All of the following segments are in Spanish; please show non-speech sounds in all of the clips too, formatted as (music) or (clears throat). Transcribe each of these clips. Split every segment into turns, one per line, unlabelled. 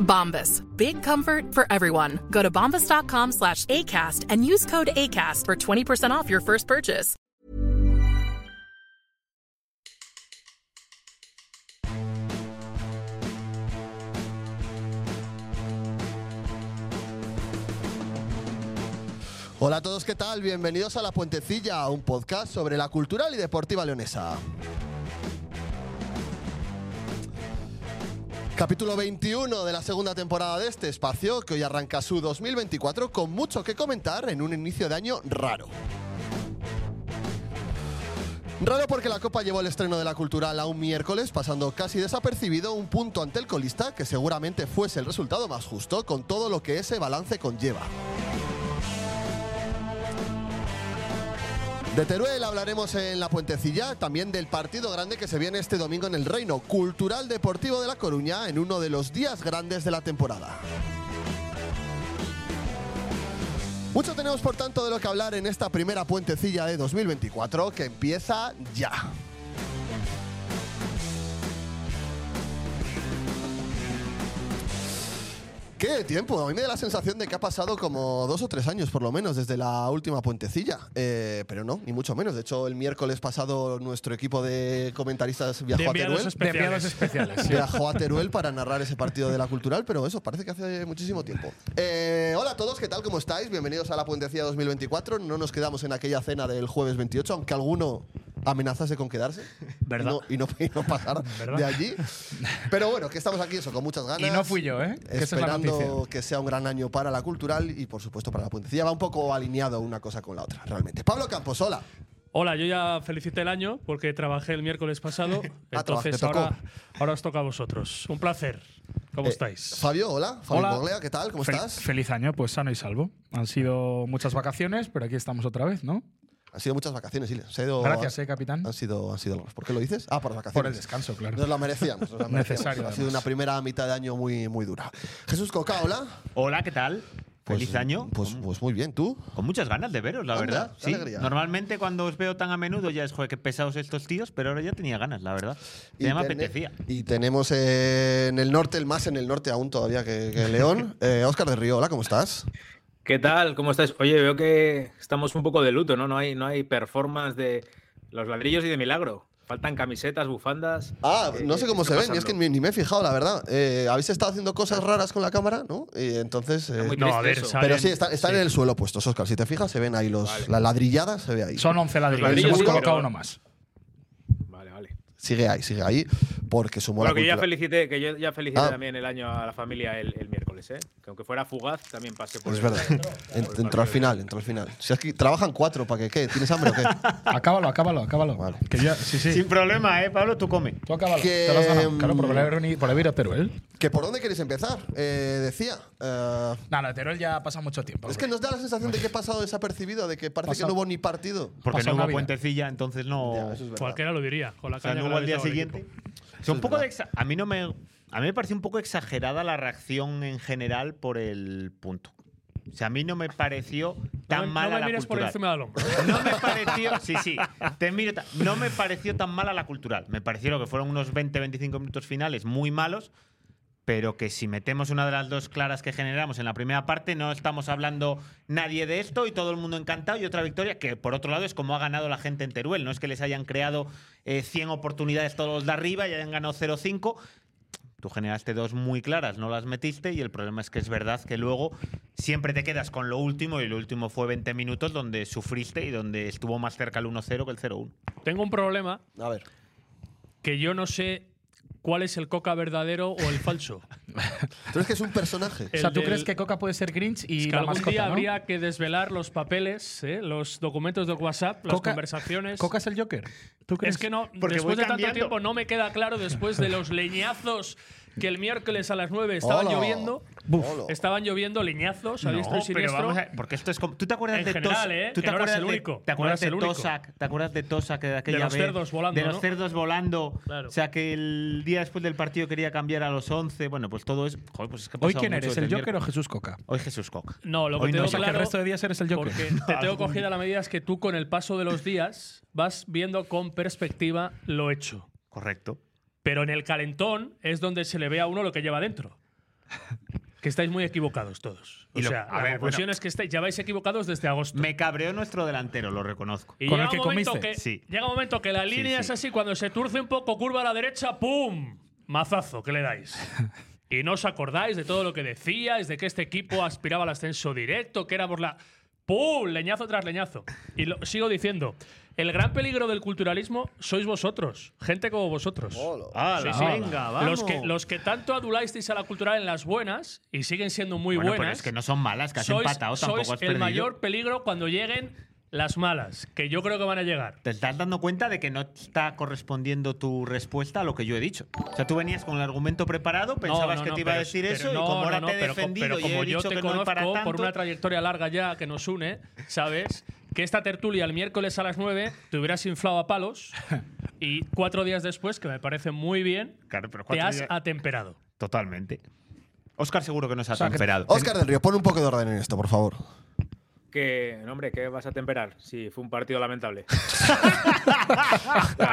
Bombas. Big comfort for everyone. Go to bombas.com slash ACAST and use code ACAST for 20% off your first purchase.
Hola a todos, ¿qué tal? Bienvenidos a La Puentecilla, un podcast sobre la cultural y deportiva leonesa. Capítulo 21 de la segunda temporada de este espacio, que hoy arranca su 2024 con mucho que comentar en un inicio de año raro. Raro porque la Copa llevó el estreno de la Cultural a un miércoles, pasando casi desapercibido un punto ante el colista, que seguramente fuese el resultado más justo con todo lo que ese balance conlleva. De Teruel hablaremos en La Puentecilla, también del partido grande que se viene este domingo en el Reino Cultural Deportivo de La Coruña en uno de los días grandes de la temporada. Mucho tenemos por tanto de lo que hablar en esta primera puentecilla de 2024 que empieza ya. ¿Qué de tiempo? A mí me da la sensación de que ha pasado como dos o tres años, por lo menos, desde la última puentecilla. Eh, pero no, ni mucho menos. De hecho, el miércoles pasado nuestro equipo de comentaristas viajó
De
a
enviados
Teruel.
especiales.
Sí. Viajó a Teruel para narrar ese partido de la cultural, pero eso parece que hace muchísimo tiempo. Eh, hola a todos, ¿qué tal? ¿Cómo estáis? Bienvenidos a la Puentecilla 2024. No nos quedamos en aquella cena del jueves 28, aunque alguno amenazase con quedarse
¿Verdad?
Y, no, y no- y no pasar
(laughs) ¿Verdad?
de allí. Pero bueno, que estamos aquí eso con muchas ganas.
Y no fui yo, ¿eh? Que esa es la
Esperando
noticia.
que sea un gran año para la cultural y por supuesto para la Puentecilla. Va un poco alineado una cosa con la otra, realmente. Pablo Campos, hola.
Hola, yo ya felicité el año porque trabajé el miércoles pasado.
(laughs) Ah, trabaja-
entonces
te tocó.
ahora, ahora os toca a vosotros. Un placer. ¿Cómo
Eh,
estáis?
Fabio, hola. Fabio
Hola.
Moglea, ¿qué tal? ¿Cómo
Fel-
estás?
Feliz año, pues sano y salvo. Han sido muchas vacaciones, pero aquí estamos otra vez, ¿no?
Han sido muchas vacaciones, Ile. Se ha ido-
Gracias, eh, capitán.
Han sido, han sido largas. ¿Por qué lo dices? Ah, por las vacaciones.
Por el descanso, claro.
Nos la merecíamos. Nos la merecíamos.
Necesario,
Ha sido
además.
una primera mitad de año muy, muy dura. Jesús Coca, hola.
Hola, ¿qué tal?
Pues-
Feliz año.
Pues,
con,
pues muy bien, tú.
con muchas ganas de veros, la
Anda,
verdad.
qué
Sí.
alegría.
Normalmente cuando os veo tan a menudo ya es, joder, qué pesados estos tíos, pero ahora ya tenía ganas, la verdad. Ya me
tene-
apetecía.
y tenemos eh, en el norte, el más en el norte aún todavía que, que León, Oscar de Río, hola, ¿cómo estás?
¿Qué tal? ¿Cómo estáis? Oye, veo que estamos un poco de luto, ¿no? No hay, no hay performance de los ladrillos y de milagro. Faltan camisetas, bufandas.
Ah,
¿Qué-
no
qué-
sé cómo
qué
se
está
ven, y es que
pasando?
ni, ni me he fijado, la verdad. Eh, Habéis estado haciendo cosas raras con la cámara, ¿no? Y entonces. eh,
muy
No,
triste
a ver,
eso.
salen-
pero sí, están, están
sí.
en el suelo puestos, Oscar. Si te fijas, se ven ahí los, la ladrillada, se ve ahí.
Son 11 ladrillos,
Ladrillos,
hemos
sí,
colocado
pero-
uno más.
Vale, vale.
Sigue ahí, sigue ahí, porque sumó
Bueno,
la
que yo ya
cultura.
felicité, que yo ya felicité
Ah.
también el año a la familia el, el miércoles, ¿eh? Que aunque fuera fugaz, también pasé por
Es
el-
verdad.
por el
Ent- Entró
partido.
al final, entró al final. Si es que trabajan cuatro, ¿para qué? ¿Qué? ¿Tienes (laughs) hambre o qué?
Acábalo, acábalo, acábalo.
Vale.
Que ya- sí, sí.
Sin problema, ¿eh, Pablo? Tú come.
Tú acábalo.
Que- mm,
Te lo has ganado. Claro, por haber, venido- por ¿eh? haber ido a Teruel.
¿Que por dónde queréis empezar? Eh, decía. eh,
Nada, Teruel ya pasa mucho tiempo.
es que nos da la sensación de que he pasado desapercibido, de que parece
Pasado.
que no hubo ni partido.
Porque
Pasó
no hubo
Navidad.
puentecilla, entonces no.
Ya, eso es verdad.
Cualquiera lo diría. Con la
o sea,
caña
no
que
hubo
le
al día
aventaba el
siguiente.
equipo.
O sea, un
es
poco de
verdad.
exa- a mí no me a mí me pareció un poco exagerada la reacción en general por el punto. O sea, a mí no me pareció tan
me- no
mala
me
la
mires por
cultural.
encima del hombro.
(laughs) No me
(laughs)
pareció, sí, sí, te miro ta- no me pareció tan mala la cultural. Me parecieron que fueron unos 20-25 minutos finales muy malos, pero que si metemos una de las dos claras que generamos en la primera parte, no estamos hablando nadie de esto y todo el mundo encantado y otra victoria que, por otro lado, es como ha ganado la gente en Teruel. No es que les hayan creado eh, 100 oportunidades todos los de arriba y hayan ganado 0-5. Tú generaste dos muy claras, no las metiste y el problema es que es verdad que luego siempre te quedas con lo último y lo último fue 20 minutos donde sufriste y donde estuvo más cerca el 1-0 que el 0-1.
Tengo un problema.
A ver.
Que yo no sé cuál es el coca verdadero o el
(laughs)
falso.
Tú crees que es un personaje.
o sea, ¿tú crees que Coca puede ser Grinch y
Es que
la
algún
mascota,
día
¿no?
habría que desvelar los papeles, ¿eh? los documentos de WhatsApp, las
Coca-
conversaciones.
¿Coca es el Joker? ¿Tú crees?
Es que no,
Porque voy
después de tanto
cambiando.
tiempo no me queda claro, después de los leñazos que el miércoles a las 9 estaban
Hola.
lloviendo.
Buf.
Estaban lloviendo leñazos a diestro y
pero
siniestro.
vamos a- porque esto es como. ¿Tú te acuerdas
En
de
general,
Tos-
¿eh?
¿Tú
Que no eras el
de-
único,
¿Te
no
acuerdas
eras
de
el único.
Tosak? ¿Te acuerdas de Tosak de aquella
De los
vez?
cerdos volando,
De los
¿no?
cerdos volando.
Claro.
O sea, que el día después del partido quería cambiar a los 11. Bueno, pues todo es. Joder, pues es que ha
¿Hoy
pasado
quién
mucho
eres,
desde
el Joker o
miércoles.
Jesús Coca?
Hoy Jesús Coca.
No, lo
Hoy
que tengo
es el
claro,
que
El resto de días eres el Joker.
Porque te tengo cogida la medida es que tú con el paso de los días vas viendo con perspectiva lo hecho.
Correcto.
Pero en el calentón es donde se le ve a uno lo que lleva dentro. Que estáis muy equivocados todos. O
Y lo-
sea,
a
la
ver,
conclusión
bueno.
es que estáis, ya vais equivocados desde agosto.
Me cabreó nuestro delantero, lo reconozco.
Y llega, un momento que,
Sí.
llega un momento que la
Sí,
línea
sí.
es así, cuando se turce un poco, curva a la derecha, ¡pum! Mazazo que le dais. y no os acordáis de todo lo que decíais, de que este equipo aspiraba al ascenso directo, que éramos la... ¡Pum! Leñazo tras leñazo. Y lo sigo diciendo, el gran peligro del culturalismo sois vosotros, gente como vosotros.
Ala, venga, ah, vamos.
Los que, los que tanto adulasteis a la cultural en las buenas y siguen siendo muy
Bueno, pero
buenas
es que no son malas, que has empatado, tampoco
sois
has
el
perdido.
mayor peligro cuando lleguen las malas, que yo creo que van a llegar.
Te estás dando cuenta de que no está correspondiendo tu respuesta a lo que yo he dicho. O sea, tú venías con el argumento preparado, pensabas
No, no,
que
no,
te iba a
pero-
decir
pero
eso, y
no,
como ahora
no,
te
no,
he
pero co-
defendido y
pero
he
como yo
dicho
te
que no es
conozco
para tanto,
por una trayectoria larga ya que nos une, ¿sabes? Que esta tertulia el miércoles a las 9 te hubieras inflado a palos y cuatro días después, que me parece muy bien,
Claro, pero
te
cuatro
has
días-
atemperado.
Totalmente. Oscar seguro que no se ha
sea, que-
temperado.
Óscar del Río, pon un poco de orden en esto, por favor.
Que, no, hombre, ¿qué vas a temperar? Sí, fue un partido lamentable.
(laughs)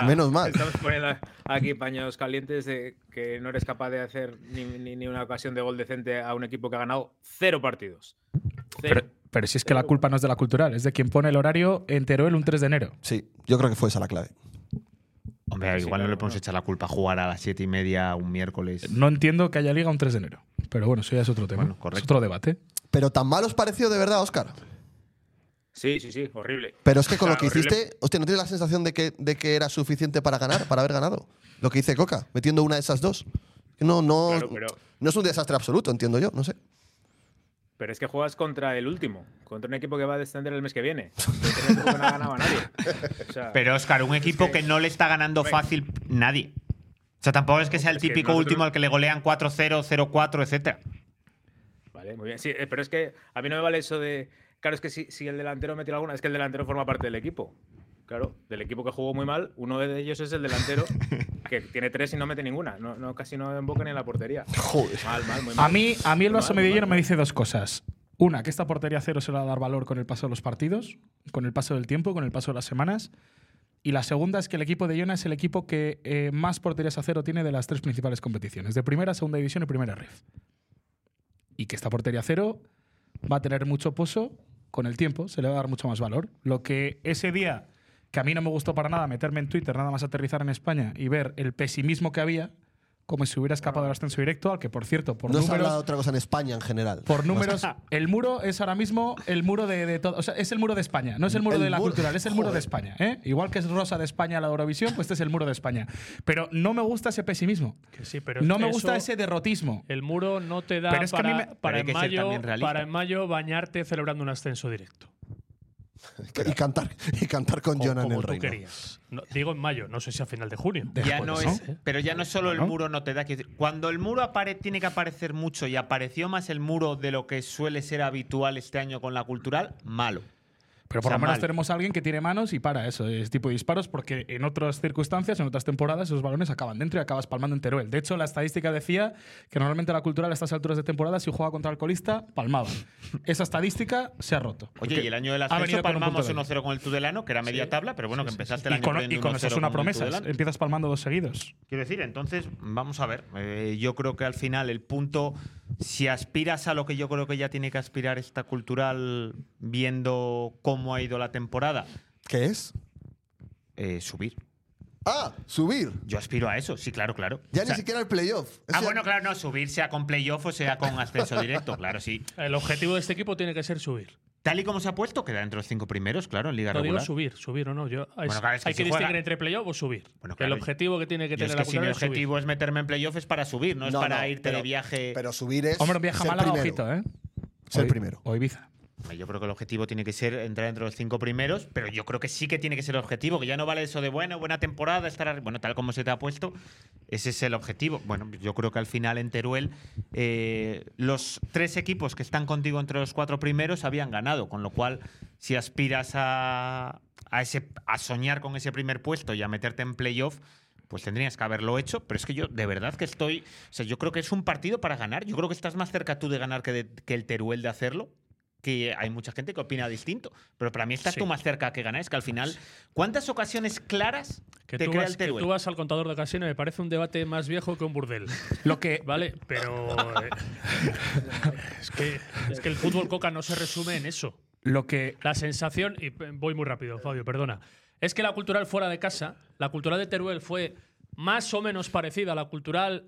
Menos mal.
Estamos poniendo aquí paños calientes de que no eres capaz de hacer ni, ni- ni una ocasión de gol decente a un equipo que ha ganado cero partidos. Cero.
Pero, pero si es que la culpa no es de la cultural, es de quien pone el horario en Teruel un 3 de enero.
Sí, yo creo que fue esa la clave.
Hombre, igual no le podemos echar la culpa a jugar a las siete y media un miércoles.
No entiendo que haya liga un 3 de enero. Pero bueno, eso ya es otro tema. es otro debate.
Pero tan mal os pareció de verdad, Óscar.
Sí, sí, sí, horrible.
Pero es que con
O sea,
lo que
horrible.
hiciste, hostia, ¿no tienes la sensación de que, de que era suficiente para ganar, para haber ganado? Lo que dice Coca, metiendo una de esas dos. No, no,
Claro, pero-
no es un desastre absoluto, entiendo yo, no sé.
Pero es que juegas contra el último, contra un equipo que va a descender el mes que viene. Contra un equipo que no ha ganado a nadie. O sea,
Pero Oscar, un equipo que no le está ganando
Venga.
fácil nadie. O sea, tampoco es que sea el
es que
típico
nosotros-
último al que le golean 4-0, 0-4, etcétera.
Vale, muy bien. Sí, eh, pero es que a mí no me vale eso de. Claro, es que si, si el delantero metió alguna, es que el delantero forma parte del equipo. Claro, del equipo que jugó muy mal, uno de ellos es el delantero, que tiene tres y no mete ninguna. No, no, casi no emboca ni en la portería.
Joder.
Mal, mal, muy mal.
A mí, a mí el
Muy
vaso
mal, muy
medio lleno
mal.
me dice dos cosas. Una, que esta portería cero se le va a dar valor con el paso de los partidos, con el paso del tiempo, con el paso de las semanas. Y la segunda es que el equipo de Iona es el equipo que eh, más porterías a cero tiene de las tres principales competiciones, de primera, segunda división y primera red. Y que esta portería cero va a tener mucho pozo con el tiempo, se le va a dar mucho más valor. Lo que ese día, que a mí no me gustó para nada meterme en Twitter, nada más aterrizar en España y ver el pesimismo que había, como si hubiera escapado del ascenso directo, al que, por cierto, por
no se habla de
números,
otra cosa en España en general.
por números, el muro es ahora mismo el muro de, de todo. O sea, es el muro de España, no es el muro
El
de la
muro-
cultural, es el muro de
Joder.
España. ¿eh? Igual que es rosa de España la Eurovisión, pues este es el muro de España. Pero no me gusta ese pesimismo.
Que sí, pero
No me
eso-
gusta ese derrotismo.
El muro no te da
Pero es que a
para,
mí me-
para
Pero hay
en
que ser
mayo,
también realista.
para en mayo bañarte celebrando un ascenso directo.
(laughs) y cantar, y cantar con
O
Jonan
como
el
tú
Reino.
querías. No, digo en mayo, no sé si a final de junio.
Ya
Joder,
no
¿no?
es, pero ya no solo el
Bueno.
muro no te da. quiero decir, Cuando el muro apare- tiene que aparecer mucho y apareció más el muro de lo que suele ser habitual este año con la cultural, malo. Pero por
O sea,
lo menos
mal.
tenemos a alguien que tiene manos y para eso, ese tipo de disparos, porque en otras circunstancias, en otras temporadas, esos balones acaban dentro y acabas palmando en Teruel. De hecho, la estadística decía que normalmente la cultural a estas alturas de temporada, si jugaba contra el colista, palmaba. Esa estadística se ha roto.
Oye, y el año del
Ha venido con
ascenso
un punto
palmamos
débil.
1-0 con el Tudelano, que era media
Sí.
tabla, pero bueno, que empezaste el
Y
año
con,
perdiendo
y con
1-0
Osasuna
con el
promesas.
Tudelano.
Empiezas palmando dos seguidos.
Quiero decir, entonces, vamos a ver. eh, yo creo que al final el punto, si aspiras a lo que yo creo que ya tiene que aspirar esta cultural, viendo cómo ha ido la temporada,
¿Qué es?
eh, subir.
Ah, subir.
Yo aspiro a eso, sí, claro, claro.
Ya
O
ni
sea,
siquiera el playoff. Eso
Ah,
ya-
bueno, claro, no, subir sea con playoff o sea con ascenso directo, claro, sí.
(laughs) El objetivo de este equipo tiene que ser subir.
Tal y como se ha puesto, queda entre los cinco primeros, claro, en Liga
No digo
Regular.
subir, subir o no. Yo, es-
Bueno, claro, es que
hay
si
que
juega-
distinguir entre playoff o subir.
Bueno,
Que el
claro,
objetivo que tiene que
Yo
tener
es
la
que si mi
cultural es subir.
objetivo es meterme en playoff es para subir, no, es
No,
para
no,
irte
pero-
de viaje.
Pero subir es.
Hombre, un viaje a
ser
Málaga,
primero.
ojito, ¿eh?
Ser
O-
primero.
O Ibiza.
Hombre, Yo creo que el objetivo tiene que ser entrar entre los cinco primeros, pero yo creo que sí que tiene que ser el objetivo, que ya no vale eso de bueno, buena temporada, estar arriba. Bueno, tal como se te ha puesto, ese es el objetivo. Bueno, yo creo que al final en Teruel eh, los tres equipos que están contigo entre los cuatro primeros habían ganado, con lo cual si aspiras a, a, ese, a soñar con ese primer puesto y a meterte en playoff, pues tendrías que haberlo hecho, pero es que yo de verdad que estoy, o sea, yo creo que es un partido para ganar, yo creo que estás más cerca tú de ganar que, de- que el Teruel de hacerlo, que hay mucha gente que opina distinto, pero para mí estás
Sí.
tú más cerca que ganar, es que al final, ¿cuántas ocasiones claras
Que
te
tú,
crea
vas,
el
que
Teruel?
tú vas al contador de ocasiones, me parece un debate más viejo que un burdel.
Lo que,
¿Vale? Pero. eh, (laughs) es, que, es que el fútbol coca no se resume en eso.
lo que
La sensación, y p- voy muy rápido, Fabio, perdona. Es que la cultural fuera de casa, la cultural de Teruel fue más o menos parecida a la cultural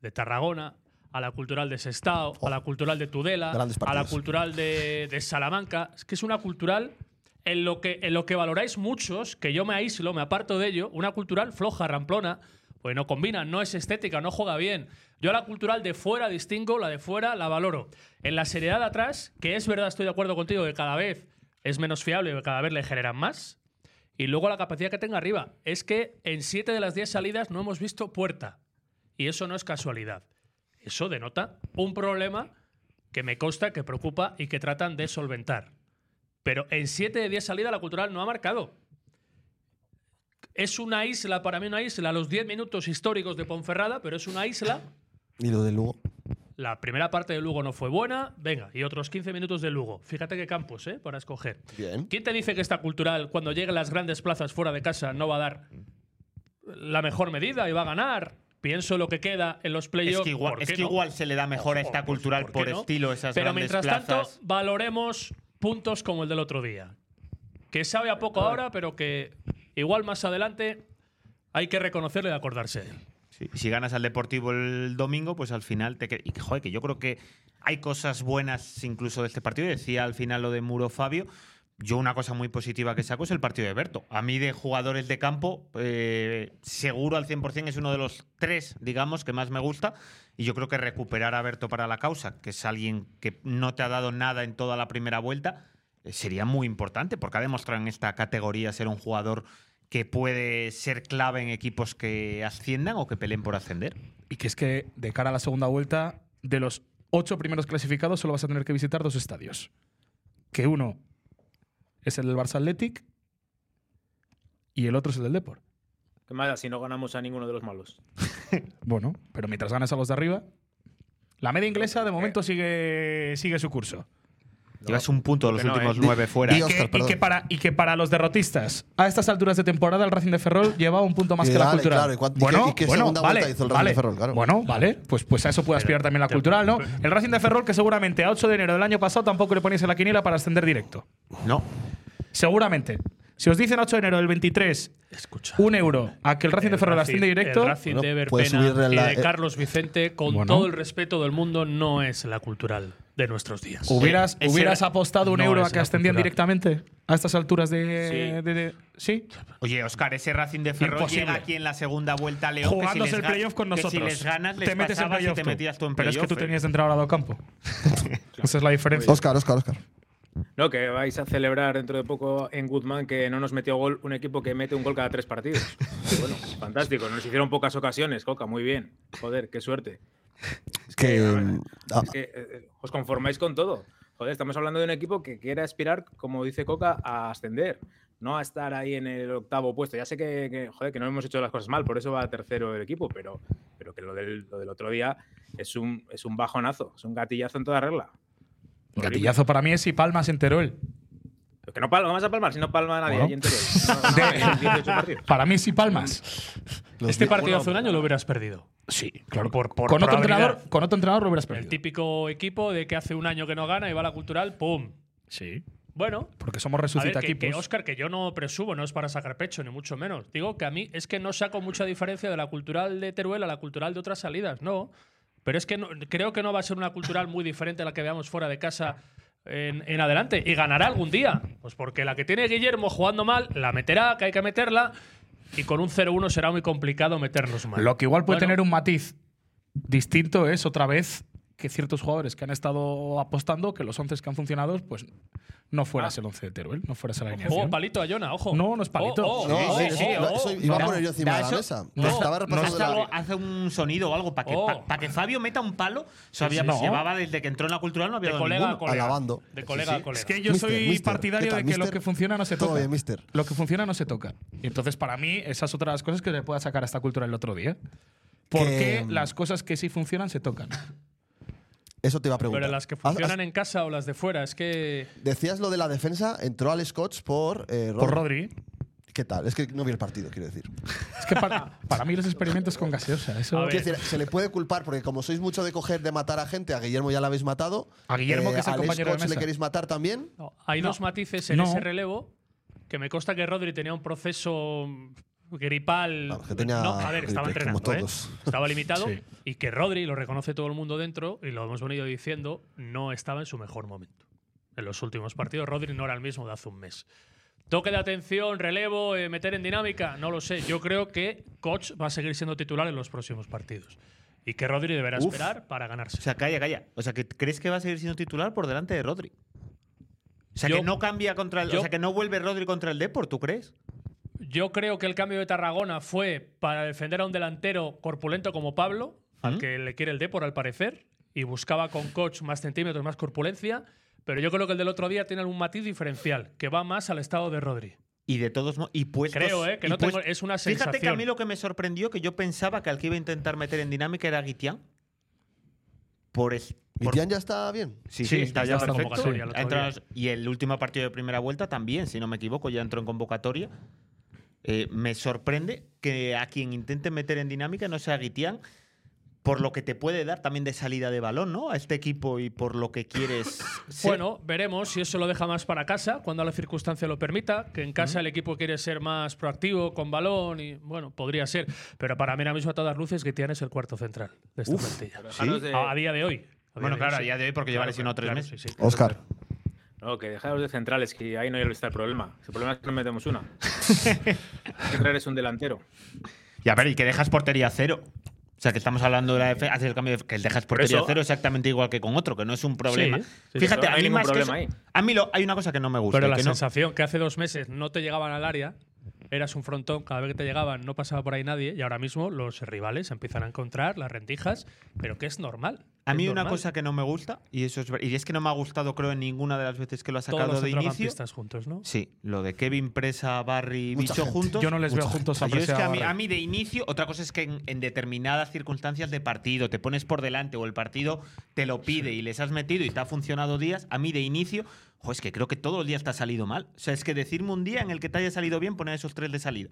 de Tarragona, a la cultural de Sestao, a la cultural de Tudela,
Oh. Grandes
a la
partidos.
cultural de, de Salamanca. Es que es una cultural en lo, que, en lo que valoráis muchos, que yo me aíslo, me aparto de ello, una cultural floja, ramplona, pues no combina, no es estética, no juega bien. Yo la cultural de fuera distingo, la de fuera la valoro. En la seriedad de atrás, que es verdad, estoy de acuerdo contigo, que cada vez es menos fiable, que cada vez le generan más. Y luego la capacidad que tenga arriba. Es que en 7 de las 10 salidas no hemos visto puerta. Y eso no es casualidad. Eso denota un problema que me consta que preocupa y que tratan de solventar. Pero en 7 de 10 salidas la cultural no ha marcado. Es una isla, para mí una isla, los 10 minutos históricos de Ponferrada, pero es una isla.
Y lo del Lugo.
La primera parte de Lugo no fue buena, venga, y otros 15 minutos de Lugo. Fíjate qué campos, ¿eh? Para escoger.
Bien.
¿Quién te dice que esta cultural, cuando lleguen las grandes plazas fuera de casa, no va a dar la mejor medida y va a ganar? Pienso lo que queda en los
Es
playoffs.
que, igual,
¿por
es
qué
que
no?
igual se le da mejor a esta
Ojo,
cultural
¿por
por,
qué no?
estilo, esas
Pero
grandes
mientras
plazas.
tanto, valoremos puntos como el del otro día. Que sabe a
Ah.
poco ahora, pero que igual más adelante hay que reconocerle y acordarse de él.
Sí, y si ganas al Deportivo el domingo, pues al final te que- y, joder, que yo creo que hay cosas buenas incluso de este partido. Decía al final lo de Muro Fabio. Yo una cosa muy positiva que saco es el partido de Berto. A mí de jugadores de campo, eh, seguro al 100% es uno de los tres, digamos, que más me gusta. Y yo creo que recuperar a Berto para la causa, que es alguien que no te ha dado nada en toda la primera vuelta, eh, sería muy importante porque ha demostrado en esta categoría ser un jugador que puede ser clave en equipos que asciendan o que peleen por ascender.
Y que es que de cara a la segunda vuelta, de los ocho primeros clasificados, solo vas a tener que visitar dos estadios. Que uno es el del Barça Athletic y el otro es el del Deport.
¿Qué más da si no ganamos a ninguno de los malos?
Bueno, pero mientras ganas a los de arriba. La media inglesa de momento sigue, sigue su curso.
Llevas un punto de los
que no,
últimos
¿eh?
nueve fuera.
Y
Dios,
que,
perdón.
y que para, y que para los derrotistas, a estas alturas de temporada, el Racing de Ferrol llevaba un punto más
Y
que la
dale,
cultural.
claro, ¿y cuánto- y
bueno,
qué- y qué
bueno,
segunda
vale,
vuelta hizo el Racing
vale.
de Ferrol? Claro.
Bueno, vale, pues, pues a eso puede aspirar también la cultural, ¿no? El Racing de Ferrol, que seguramente a 8 de enero del año pasado tampoco le ponías en la quiniela para ascender directo.
No.
Seguramente. Si os dicen 8 de enero del 23, un euro a que el Racing de Ferrol asciende directo.
El Eh, Racing de
Bueno, puede
Verpena
subir
y
la- e-
de Carlos Vicente, con
Bueno.
todo el respeto del mundo, no es la cultural de nuestros días.
¿Hubieras,
Ese
¿hubieras
era-
apostado un
no
euro a
es
que
la
ascendían
cultural.
directamente a estas alturas de.
Sí.
de- de- ¿sí?
Oye, Oscar, ese Racing de Ferrol
Imposible.
llega aquí en la segunda vuelta a León. que si
Jugándose
les
el
gan-
playoff con
que
nosotros.
si les ganas, les
te metes en
pasabas
playoff
y te
tú.
metías tú en
Pero es
playoff.
que tú
¿eh?
tenías de entrar a Dado Campo. Esa es la diferencia.
Oscar, Oscar, Oscar.
No, que vais a celebrar dentro de poco en Goodman que no nos metió gol un equipo que mete un gol cada tres
(laughs)
partidos. Que bueno, fantástico. Nos hicieron pocas ocasiones, Coca, muy bien. Joder, qué suerte.
Que,
a ver,
ah,
Es que eh, eh, os conformáis con todo.
Joder, estamos hablando de un equipo que quiere aspirar, como dice Coca, a ascender, no a estar ahí en el octavo puesto. Ya sé que, que, joder, que no hemos hecho las cosas mal, por eso va tercero el equipo, pero, pero que lo del, lo del otro día es un, es un bajonazo, es un gatillazo en toda regla.
Gatillazo para mí es si palmas en Teruel.
Pero que no palma, vamos a palmar, si no palma nadie
Bueno.
ahí en
(laughs)
Teruel. No, no,
De-
hay 18 partidos.
(laughs) Para mí si palmas.
Este partido hace un año lo hubieras perdido.
Sí, claro.
Por- por
con, otro
probabilidad.
entrenador, con otro entrenador lo hubieras
El
perdido.
típico equipo de que hace un año que no gana y va a la cultural, ¡pum!
Sí.
Bueno,
Porque somos
a ver,
resucita
que, que
equipos.
Oscar, que yo no presumo, no es para sacar pecho, ni mucho menos. Digo que a mí es que no saco mucha diferencia de la cultural de Teruel a la cultural de otras salidas, no. Pero es que no- creo que no va a ser una cultural muy diferente a la que veamos fuera de casa en, en adelante. Y ganará algún día. Pues porque la que tiene Guillermo jugando mal, la meterá, que hay que meterla. Y con un 0-1 será muy complicado meternos mal.
Lo que igual puede
Bueno.
tener un matiz distinto es otra vez que ciertos jugadores que han estado apostando que los 11 que han funcionado, pues no fueras el 11 de Teruel, no fueras la
Ojo,
alineación.
palito a Yona, ojo.
No, no es palito.
Oh, oh,
Mm, No,
oh,
sí,
oh,
sí,
oh,
no,
oh.
soy- iba a poner yo encima de la mesa. Pues
no,
Estaba
No
repasando
es
la-
algo- hace un sonido o algo para que,
Oh.
pa- pa' que Fabio meta un palo. Se había,
sí, sí.
Llevaba desde que entró en la cultural, no había
De
dado
colega a
ninguno.
colega.
Alabando.
De colega a colega.
Es que yo
Mister,
soy
mister,
partidario
¿qué tal,
de que lo
mister?
que funciona no se
Todo
toca.
bien, mister.
Lo que funciona no se toca. Y entonces, para mí, esas otras cosas que le pueda sacar a esta cultura el otro día. ¿Por
Que- mm,
qué las cosas que sí funcionan se tocan?
Eso te iba a preguntar.
Pero las que
Haz- haz-
funcionan en casa o las de fuera, es que.
Decías lo de la defensa, entró Alex Scotts por, eh,
Por
Rodri.
Rodri.
¿Qué tal? Es que no vi el partido, quiero decir.
Es que para, para mí los experimentos con gaseosa. Eso,
A ver.
Quiero decir, se le puede culpar porque como sois mucho de coger, de matar a gente, a Guillermo ya la habéis matado. Eh,
A Guillermo, que es el
Alex
compañero de
Scotts le
mesa.
queréis matar también.
No, hay dos matices en
No.
ese relevo que me consta que Rodri tenía un proceso gripal.
Claro, que tenía
no, a ver, estaba
gripe,
entrenando,
como
¿eh?
todos.
estaba limitado
Sí.
y que Rodri, lo reconoce todo el mundo dentro y lo hemos venido diciendo, no estaba en su mejor momento. En los últimos partidos Rodri no era el mismo de hace un mes. Toque de atención, relevo, eh, meter en dinámica, no lo sé. Yo creo que Koch va a seguir siendo titular en los próximos partidos y que Rodri deberá
Uf.
esperar para ganarse.
O sea, calla, calla. O sea, que crees que va a seguir siendo titular por delante de Rodri. O sea,
Yo-
que no cambia contra el.
yo-
o sea, que no vuelve Rodri contra el Depor, ¿tú crees?
Yo creo que el cambio de Tarragona fue para defender a un delantero corpulento como Pablo, al
¿Mm?
que le quiere el Depor al parecer, y buscaba con Coach más centímetros, más corpulencia. Pero yo creo que el del otro día tiene un matiz diferencial, que va más al estado de Rodri.
Y de todos modos. Y puestos,
Creo, ¿eh? Que
Pues y
no tengo-
puest-
es una
Fíjate que a
sensación.
mí lo que me sorprendió, que yo pensaba que al que iba a intentar meter en dinámica era Guitián. Por, es- por-
Guitián ya está bien.
Sí,
Sí,
sí, está
ya
ya
está en
perfecto.
convocatoria el otro
Ha entrado-
día.
y el último partido de primera vuelta también, si no me equivoco, ya entró en convocatoria. Eh, me sorprende que a quien intente meter en dinámica no sea Guitián, por lo que te puede dar también de salida de balón, ¿no? A este equipo y por lo que quieres. ser.
Bueno, veremos si eso lo deja más para casa, cuando la circunstancia lo permita, que en casa el equipo quiere ser más proactivo, con balón, y bueno, podría ser. Pero para mí ahora mismo a todas luces que es el cuarto central de esta plantilla.
Dejaros de-
A, a día de hoy. A
Bueno,
día
claro, a
sí.
día de hoy, porque lleva
Claro,
lesionado tres
claro,
meses.
sí, sí.
Oscar.
No, que dejaros de centrales, que ahí no está el problema. El problema es que no metemos
(laughs)
una. Hay que traer es un delantero.
Y a ver, y que dejas portería cero. O sea, que estamos hablando de la def- haces el cambio de que dejas portería
eso-
cero exactamente igual que con otro, que no es un problema.
Sí, sí,
Fíjate,
sí. No
a
hay
mí
ningún
más que
problema
eso-
ahí.
a mí lo- hay una cosa que no me gusta.
Pero
y
la
que no-
sensación que hace dos meses no te llegaban al área, eras un frontón, cada vez que te llegaban no pasaba por ahí nadie, y ahora mismo los rivales empiezan a encontrar las rendijas, pero que es normal.
A
es
mí una
normal.
cosa que no me gusta, y eso es ver- y es que no me ha gustado, creo, en ninguna de las veces que lo ha
todos
sacado
los
de inicio.
centrocampistas juntos, ¿no?
Sí, lo de Kevin Presa, Barry y
Mucha
Bicho
gente.
juntos.
Yo no les veo
Mucha
juntos a
Yo es que
Presa y a
a mí,
Barry.
a mí de inicio, otra cosa es que en, en determinadas circunstancias de partido te pones por delante o el partido te lo pide y les has metido y te ha funcionado días. A mí de inicio, jo, es que creo que todo el día te ha salido mal. O sea, es que decirme un día en el que te haya salido bien poner esos tres de salida.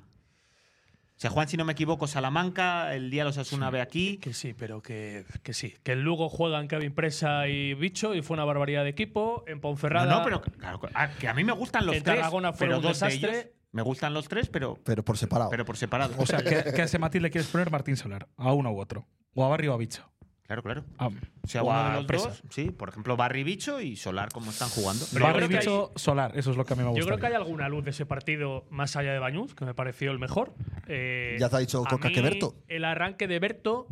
O sea, Juan, si no me equivoco, Salamanca, el día los Asuna ve aquí.
Que sí, pero que, que sí. Que el Lugo juegan Kevin Presa y Bicho y fue una barbaridad de equipo. En
No,
Ponferrada.
no, pero claro, a, que a mí me gustan los
En
tres.
Tarragona fue
pero
un
dos de
desastre.
ellos- me gustan los tres, pero,
Pero por separado.
pero por separado.
O sea, que, que a ese matiz le quieres poner Martín Solar, a uno u otro. O a Barrio o a Bicho.
claro, claro.
Ah,
O sea,
o
uno
a
de los
Presa.
dos, sí, por ejemplo, Barry Bicho y Solar, como están jugando.
Pero yo
Barrio,
creo que
Bicho, Solar. Eso es lo que a mí me gusta.
Yo creo que hay alguna luz de ese partido más allá de Bañuz, que me pareció el mejor. Eh,
Ya te ha dicho
a
Coca
mí,
que Berto.
El arranque de Berto.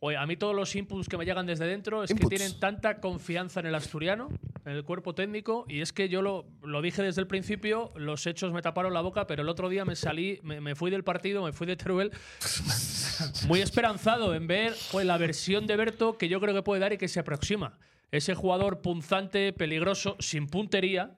joder, a mí todos los inputs que me llegan desde dentro es
Inputs.
que tienen tanta confianza en el asturiano, en el cuerpo técnico, y es que yo lo, lo dije desde el principio, los hechos me taparon la boca, pero el otro día me salí, me, me fui del partido, me fui de Teruel, pues, muy esperanzado en ver joder, la versión de Berto que yo creo que puede dar y que se aproxima. ese jugador punzante, peligroso, sin puntería,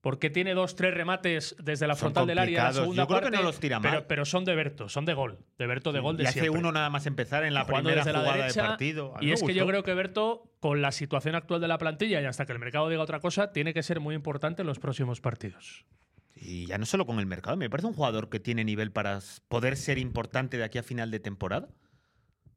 porque tiene dos, tres remates desde la
Son
frontal del área. La
complicados.
segunda
Yo creo que
parte,
no los tira mal.
Pero, pero son de Berto, son de gol. De Berto de gol de
y hace
siempre.
uno nada más empezar en la
Jugando
primera
desde la
jugada
derecha,
de partido. A mí
Y
me
es que yo
gustó.
creo que Berto, con la situación actual de la plantilla y hasta que el mercado diga otra cosa, tiene que ser muy importante en los próximos partidos.
Y ya no solo con el mercado, me parece un jugador que tiene nivel para s- poder ser importante de aquí a final de temporada.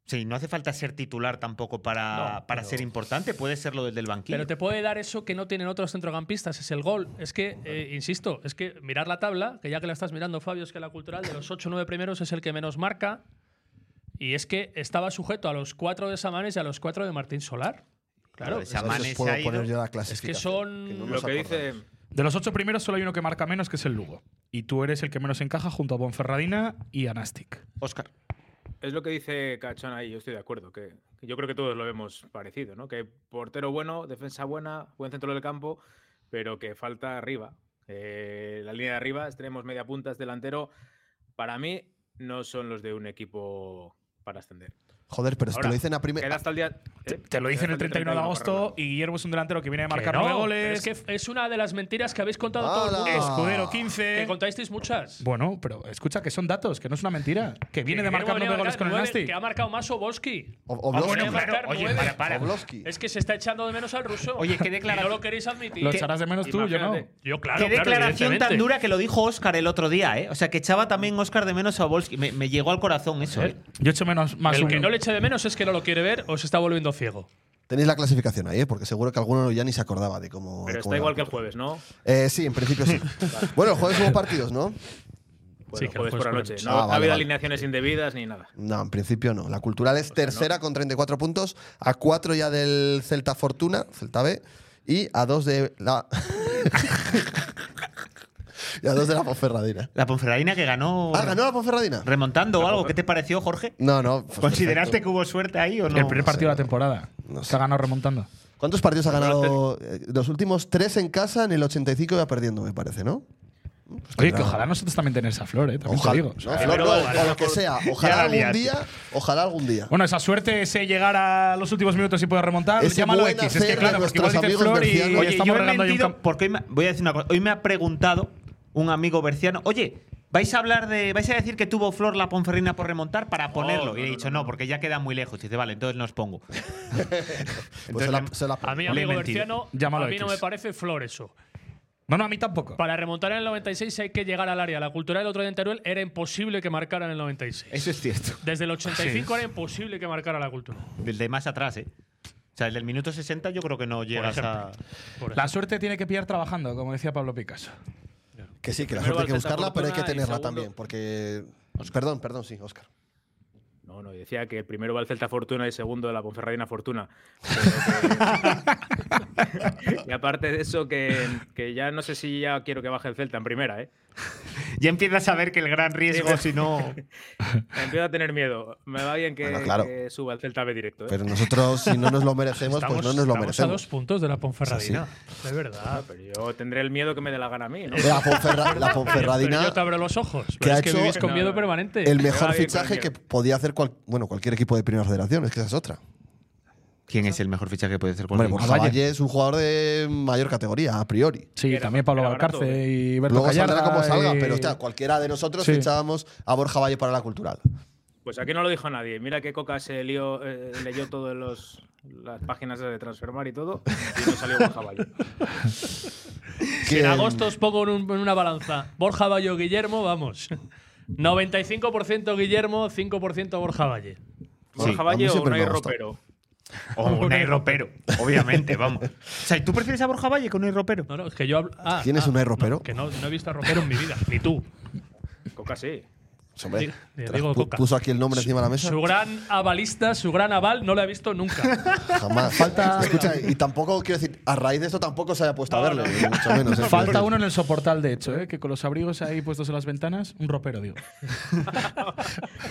Sí, no hace falta ser titular tampoco para,
No,
Ah, para
pero-
ser importante, puede serlo desde el banquillo.
Pero te puede dar eso que no tienen otros centrocampistas, es el gol. Es que, eh, insisto, es que mirar la tabla, que ya que la estás mirando, Fabio, es que la cultural de los 8 o 9 primeros es el que menos marca. Y es que estaba sujeto a los 4 de Samanes y a los 4 de Martín Solar. Claro,
Claro,
es,
Samanes
Entonces puedo
se ha ido.
poner yo la
es que
clasificación.
son.
que no
Lo
nos
que dice.
acordamos.
De los ocho primeros solo hay uno que marca menos, que es el Lugo. Y tú eres el que menos encaja junto a Bonferradina y Anastic.
Oscar.
Es lo que dice Cachón ahí, yo estoy de acuerdo. Que, que yo creo que todos lo vemos parecido, ¿no? Que portero bueno, defensa buena, buen centro del campo, pero que falta arriba. Eh, la línea de arriba, tenemos media puntas, delantero. Para mí, no son los de un equipo para ascender.
Joder, pero es que
Ahora,
lo dicen a
Queda
primera.
hasta el día.
Te,
¿eh?
te lo
Queda
dicen el
hasta
31 de agosto
para
y Guillermo es un delantero que viene a marcar
Que no,
nueve
pero
goles.
es que es una de las mentiras que habéis contado todo el
¡Hala!
mundo.
Escudero
Que
15.
contasteis muchas.
Bueno, pero escucha que son datos, que no es una mentira. Que viene de
Guillermo
marcar
venía
nueve
a
goles
marcar
con el
nueve,
Nastic.
Que ha marcado más Oboski.
O-
Ah,
Oblowski.
bueno, claro,
marcar
oye,
nueve.
para, para.
Oblowski.
Es que se está echando de menos al ruso.
Oye, qué
Y
declaración-
No lo queréis admitir.
Lo echarás de menos tú, yo no.
Imagínate.
Yo, claro.
Qué
claro,
declaración tan
evidentemente.
dura que lo dijo Oscar el otro día, ¿eh? O sea, que echaba también Oscar de menos a Volsky. Me, me llegó al corazón eso, ¿eh?
Yo echo menos más
El
un-
que no le eche de menos es que no lo quiere ver o se está volviendo ciego.
Tenéis la clasificación ahí, ¿eh? porque seguro que alguno ya ni se acordaba de cómo.
arriba. Pero
de cómo
está
era.
igual que el jueves, ¿no?
Eh, sí, en
(laughs)
principio sí. bueno, el jueves hubo partidos, ¿no?
Bueno,
Sí,
el
que el
jueves por la
jueves
noche.
por
No,
la noche. Ah,
ha
vale,
habido
vale.
alineaciones indebidas ni nada. Pues
No, en principio no. La cultural es tercera con 34 puntos, a 4 ya del Celta Fortuna, Celta B, y a 2 de la. (laughs) y a 2 de la Ponferradina.
La Ponferradina que ganó.
Ah, ganó la Ponferradina.
Remontando o algo. ¿Qué te pareció, Jorge?
No, no. pues
¿Consideraste
perfecto.
que hubo suerte ahí o no?
El primer partido de la temporada.
No
Se ha ganado remontando.
¿Cuántos partidos ha ganado? Eh, Los últimos tres en casa, en el 85 iba perdiendo, me parece, ¿no?
Oye, que
claro.
ojalá nosotros también tener esa flor, ¿eh? También te
Ojalá.
digo.
No, Flor,
pero
no,
ojalá.
o lo que sea.
Ya la
Ojalá algún
liaste.
día. Ojalá algún día.
Bueno, esa suerte, ese llegar a los últimos minutos y poder remontar,
Ese
llámalo
buen
X. Es que
hacer de
claro, porque igual
nuestros
dices
amigos
Flor y
murcianos.
oye,
Oye,
estamos
yo he
regalando ahí un
mentido
campo.
porque hoy me, voy a decir una cosa. Hoy me ha preguntado un amigo berciano, oye, ¿vais a hablar de, vais a decir que tuvo Flor la Ponferrina por remontar para ponerlo? y he dicho, Oh, no, porque ya queda muy lejos. Y dice, vale, entonces no os pongo.
Pues se la- se la-
A mí,
Le he
amigo
mentido.
Berciano,
Llámalo
a mí no
X.
me parece flor eso.
No, no, a mí tampoco.
Para remontar en el 96 hay que llegar al área. La cultura del otro día en Teruel era imposible que marcara en el 96.
Eso es cierto.
Desde el 85 era imposible que marcara la cultura.
Del de más atrás, ¿eh? O sea, el del minuto 60 yo creo que no llegas a...
Por
La suerte tiene que pillar trabajando, como decía Pablo Picasso.
Que sí, que la
Primero
suerte hay
va
que
el Celta
buscarla, pero hay que
Fortuna y
tenerla
segundo-
también, porque. Perdón, perdón, sí, Oscar.
No, no, y decía que el primero va el Celta Fortuna y el segundo de la Ponferradina Fortuna. Pero que- y aparte de eso, que, que ya no sé si ya quiero que baje el Celta en primera, ¿eh?
Ya empiezas a ver que el gran riesgo, si
(laughs)
no...
Empiezo a tener miedo. Me va bien que,
Bueno, claro.
que suba el Celta B directo, ¿eh?
Pero nosotros, si no nos lo merecemos,
(laughs) Estamos,
pues no nos lo
estamos a dos
merecemos.
puntos de la Ponferradina. De verdad.
Pero yo tendré el miedo que me dé la gana a mí, ¿no?
La, Ponferra- la
Pero
Ponferradina,
yo te abro los ojos.
que
Pero
ha
es que
hecho
vivís con
No,
miedo
no.
permanente.
el mejor
Ay,
fichaje
coño.
que podía hacer cual- bueno, cualquier equipo de Primera Federación, es que esa es otra.
¿Quién es el mejor fichaje que puede hacer
Hombre,
cualquier
pues
Borja Valle es un jugador de mayor categoría, a priori.
Sí,
Era-
también Pablo
era barato,
Valcarce
¿eh?
y Berto
Luego saldrá
Callarga
como salga,
y-
pero hostia, cualquiera de nosotros
Sí.
fichábamos a Borja Valle para la cultural.
Pues aquí no lo dijo nadie. Mira que Coca se lió, eh, leyó todas los, las páginas de Transfermar y todo, y no salió Borja
(laughs)
Valle.
Si en
Que-
agosto os pongo en, un- en una balanza Borja Valle o Guillermo, vamos. 95% Guillermo, 5% Borja Valle.
Borja
Sí,
a mí
Valle o
siempre me
Unai
ha gustado.
Ropero.
O Unai Ropero, obviamente,
(laughs)
vamos. O sea, ¿y ¿tú prefieres a Borja Valle que Unai Ropero?
No, no, es que yo hablo. ah,
¿Quién es
ah,
Unai Ropero?
no, que no, no he visto a Ropero en mi vida, ni tú.
Coca sí.
Pues Hombre,
Digo-
tras-
digo
pu-
Coca.
puso aquí el nombre encima de la mesa.
Su gran avalista, su gran aval, no lo he visto
(laughs)
nunca.
Jamás. Falta. Escucha, y tampoco quiero decir, a raíz de eso tampoco se haya puesto a verlo, ni mucho menos. ¿eh?
Falta uno en el soportal, de hecho, ¿eh? que con los abrigos ahí puestos en las ventanas, un ropero, digo.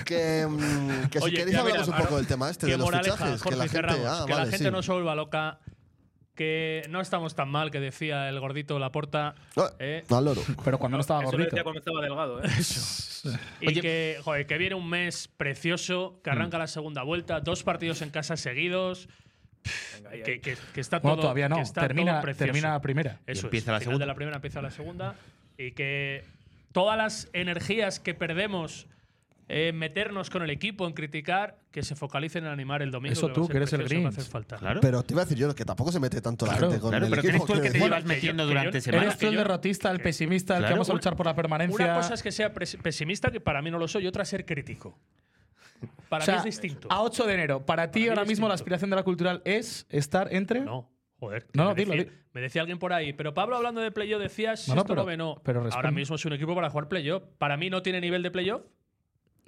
Que, mm, que si
Oye,
queréis
ya
hablamos
verás,
un poco
ahora,
del tema este,
qué
de los
moraleja,
fichajes, que
Jorge
la gente,
Ferramos,
ah,
que la
vale,
gente
sí.
no se vuelva loca, que no estamos tan mal, que decía el gordito Laporta.
No,
eh,
no al loro.
Pero cuando no, estaba
Eso lo
gordito.
decía cuando estaba
(laughs)
delgado, ¿eh?
Y que, joder,
Mm.
que viene un mes precioso, que arranca la segunda vuelta, dos partidos en casa seguidos,
Venga, ahí, ahí.
Que, que- que está todo.
Bueno, todavía no.
que está
Termina,
todo precioso.
termina la primera.
Y
Eso
empieza
es.
la
Final de
segunda.
la primera empieza la segunda. Y que todas las energías que perdemos en meternos con el equipo, en criticar, que se focalicen en animar el domingo.
Eso
que va a
tú,
ser
que eres el
precioso, va a
Grinch.
hacer falta.
Claro.
Pero te iba a decir yo que tampoco se mete tanto la
Claro,
gente con
claro,
el
pero que
equipo.
eres tú el que
quiero
te
decir.
llevas metiendo durante semanas.
Eres tú el
Que yo-
derrotista, el
que-
pesimista, el que
Claro,
vamos a
una-
luchar por la permanencia.
Una cosa es que sea pres- pesimista, que para mí no lo soy, y otra es ser crítico. Para
O sea,
mí es distinto.
A 8 de enero, para ti
Para mí
ahora
es
mismo la
distinto.
aspiración de la cultural es estar entre.
No, joder.
No,
me,
no, dilo,
decía,
di-
me decía alguien por ahí, pero Pablo hablando de playoff decía, si
No, no,
esto
pero-
no, ve, no.
pero
ahora
responde.
mismo es un equipo para jugar playoff. Para mí no tiene nivel de playoff,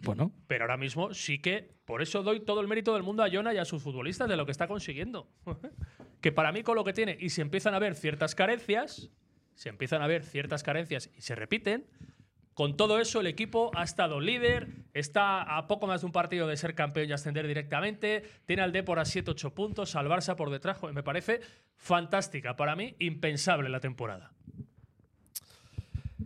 Bueno,
pero ahora mismo sí que, por eso doy todo el mérito del mundo a Jonah y a sus futbolistas de lo que está consiguiendo. (laughs) que para mí con lo que tiene, y si empiezan a ver ciertas carencias, se empiezan a ver ciertas carencias y se repiten, con todo eso, el equipo ha estado líder, está a poco más de un partido de ser campeón y ascender directamente, tiene al Depor a 7-8 puntos, al Barça por detrás, joder, me parece fantástica, para mí impensable la temporada.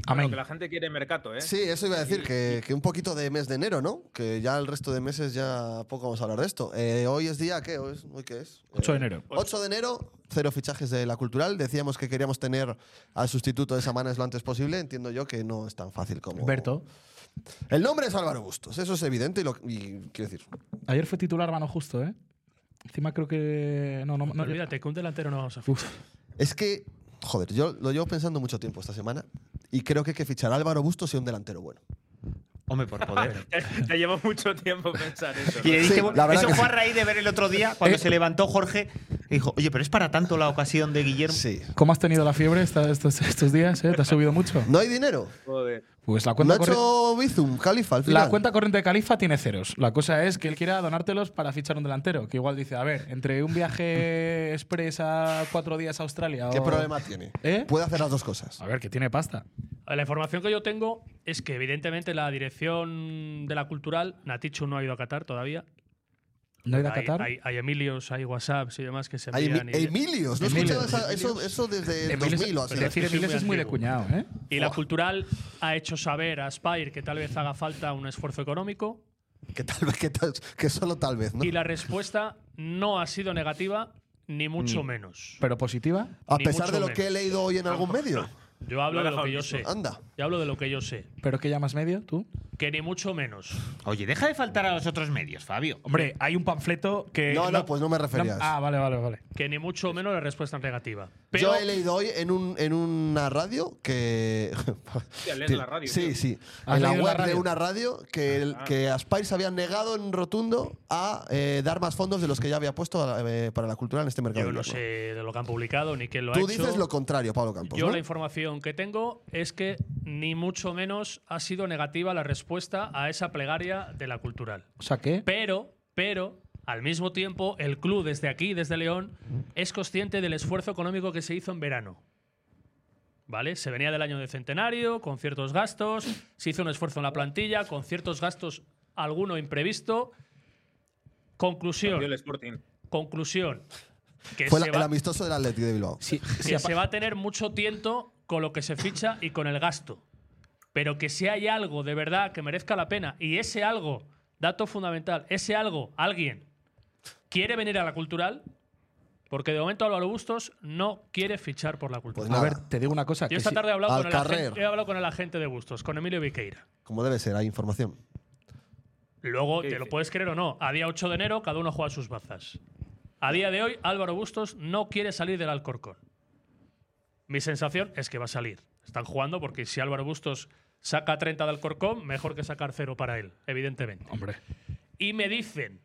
amén.
Lo que la gente quiere mercato, ¿eh?
Sí, eso iba a decir, que, que un poquito de mes de enero, ¿no? Que ya el resto de meses ya poco vamos a hablar de esto. Eh, hoy es día, ¿qué? ¿Hoy, es- hoy qué es?
8 de
Eh,
enero.
8 de enero, cero fichajes de la cultural. Decíamos que queríamos tener al sustituto de Samanes lo antes posible. Entiendo yo que no es tan fácil como.
Berto,
El nombre es Álvaro Bustos, eso es evidente y, lo, y quiero decir.
ayer fue titular mano justo, ¿eh? Encima creo que. No, no, no.
Olvídate que un delantero no vamos a
Uf.
Es que, joder, yo lo llevo pensando mucho tiempo esta semana y creo que hay que fichar a Álvaro Bustos y un delantero bueno.
Hombre, por
(laughs)
poder.
Te, te llevo mucho tiempo pensar eso.
Y le dije,
Sí,
bueno,
la verdad
eso
que
fue a
sí. Eh.
raíz de ver el otro día, cuando se levantó Jorge, y dijo, oye, pero es para tanto la ocasión de Guillermo.
Sí.
¿Cómo has tenido la fiebre esta- estos, estos días? eh? ¿Te has subido mucho?
¿No hay dinero?
¿no? Joder.
Pues la
¿No ha
cuenta, corri-
hecho Bizum, Califa al final?
la cuenta corriente de Califa tiene ceros. La cosa es que él quiera donártelos para fichar un delantero. Que igual dice, a ver, entre un viaje express a cuatro días a Australia.
¿Qué
o-
problema tiene?
¿Eh?
Puede hacer las dos cosas.
A ver, que tiene pasta.
A ver, La información que yo tengo es que, evidentemente, la dirección de la cultural, Natichu no ha ido a Qatar todavía.
¿No ha ido a
Hay-
Qatar?
Hay, hay Emilios, hay WhatsApps y demás que se
Hay
envían.
Emi-
y-
Emilios, ¿no he
Emilios.
escuchado esa- eso, eso desde el
Emilio-
2000 o así?
pero decir
Es que soy
Emilio
muy
es muy de
antiguo.
cuñado, ¿eh?
Y la cultural ha hecho saber a Spire que tal vez haga falta un esfuerzo económico
Que tal vez, que, tal- que solo tal vez, ¿no?
y la respuesta no ha sido negativa ni mucho menos.
Mm. Pero positiva.
A
ni
pesar
mucho
de lo
menos.
que he leído hoy en algún medio.
Yo hablo
Lo ha
de lo
dejado
que yo
listo.
sé.
Anda.
Yo hablo de lo que yo sé.
¿Pero qué llamas medio, tú?
Que ni mucho menos.
Oye, deja de faltar a los otros medios, Fabio.
Hombre, hay un panfleto que.
No, no, pues no me refería a eso.
Eh, Ah, vale, vale, vale.
Que ni mucho menos la respuesta es negativa. Pero
Yo he leído hoy en, un, en una radio
(laughs)
que.
lees la radio,
Sí,
tío.
sí.
¿Has
En la
leído la
web de
radio?
una radio
Ah.
que, el- que Aspire se había negado en rotundo a eh, dar más fondos de los que ya había puesto eh, para la cultura en este mercado.
yo no
invierno.
sé de lo que han publicado ni quién lo ha
Tú
hecho.
dices lo contrario, Pablo Campos.
Yo
¿no?
la información que tengo es que ni mucho menos ha sido negativa la respuesta a esa plegaria de la cultural.
O sea, ¿qué?
Pero, pero, al mismo tiempo, el club desde aquí, desde León, es consciente del esfuerzo económico que se hizo en verano. ¿Vale? Se venía del año de centenario, con ciertos gastos, se hizo un esfuerzo en la plantilla, con ciertos gastos, alguno imprevisto. Conclusión,
Yo el Sporting.
conclusión. Que,
Fue la-
se,
el
va,
amistoso del Atleti de Bilbao.
Si-
que
si apa-
se va a tener mucho tiento con lo que se ficha y con el gasto. Pero que si hay algo de verdad que merezca la pena, y ese algo, dato fundamental, ese algo, alguien, quiere venir a la cultural, porque de momento Álvaro Bustos no quiere fichar por la cultural.
Pues nada.
A ver, te digo una cosa.
Yo
que
esta
si-
tarde he hablado,
al
con el agente,
carrer.
he hablado con el agente de Bustos, con Emilio Viqueira.
Como debe ser, hay información.
Luego,
¿Qué
te lo
dice?
puedes creer o no, a día 8 de enero cada uno juega sus bazas. A día de hoy, Álvaro Bustos no quiere salir del Alcorcón. Mi sensación es que va a salir. Están jugando porque si Álvaro Bustos saca 30 del Alcorcón, mejor que sacar cero para él, evidentemente.
Hombre.
Y me dicen,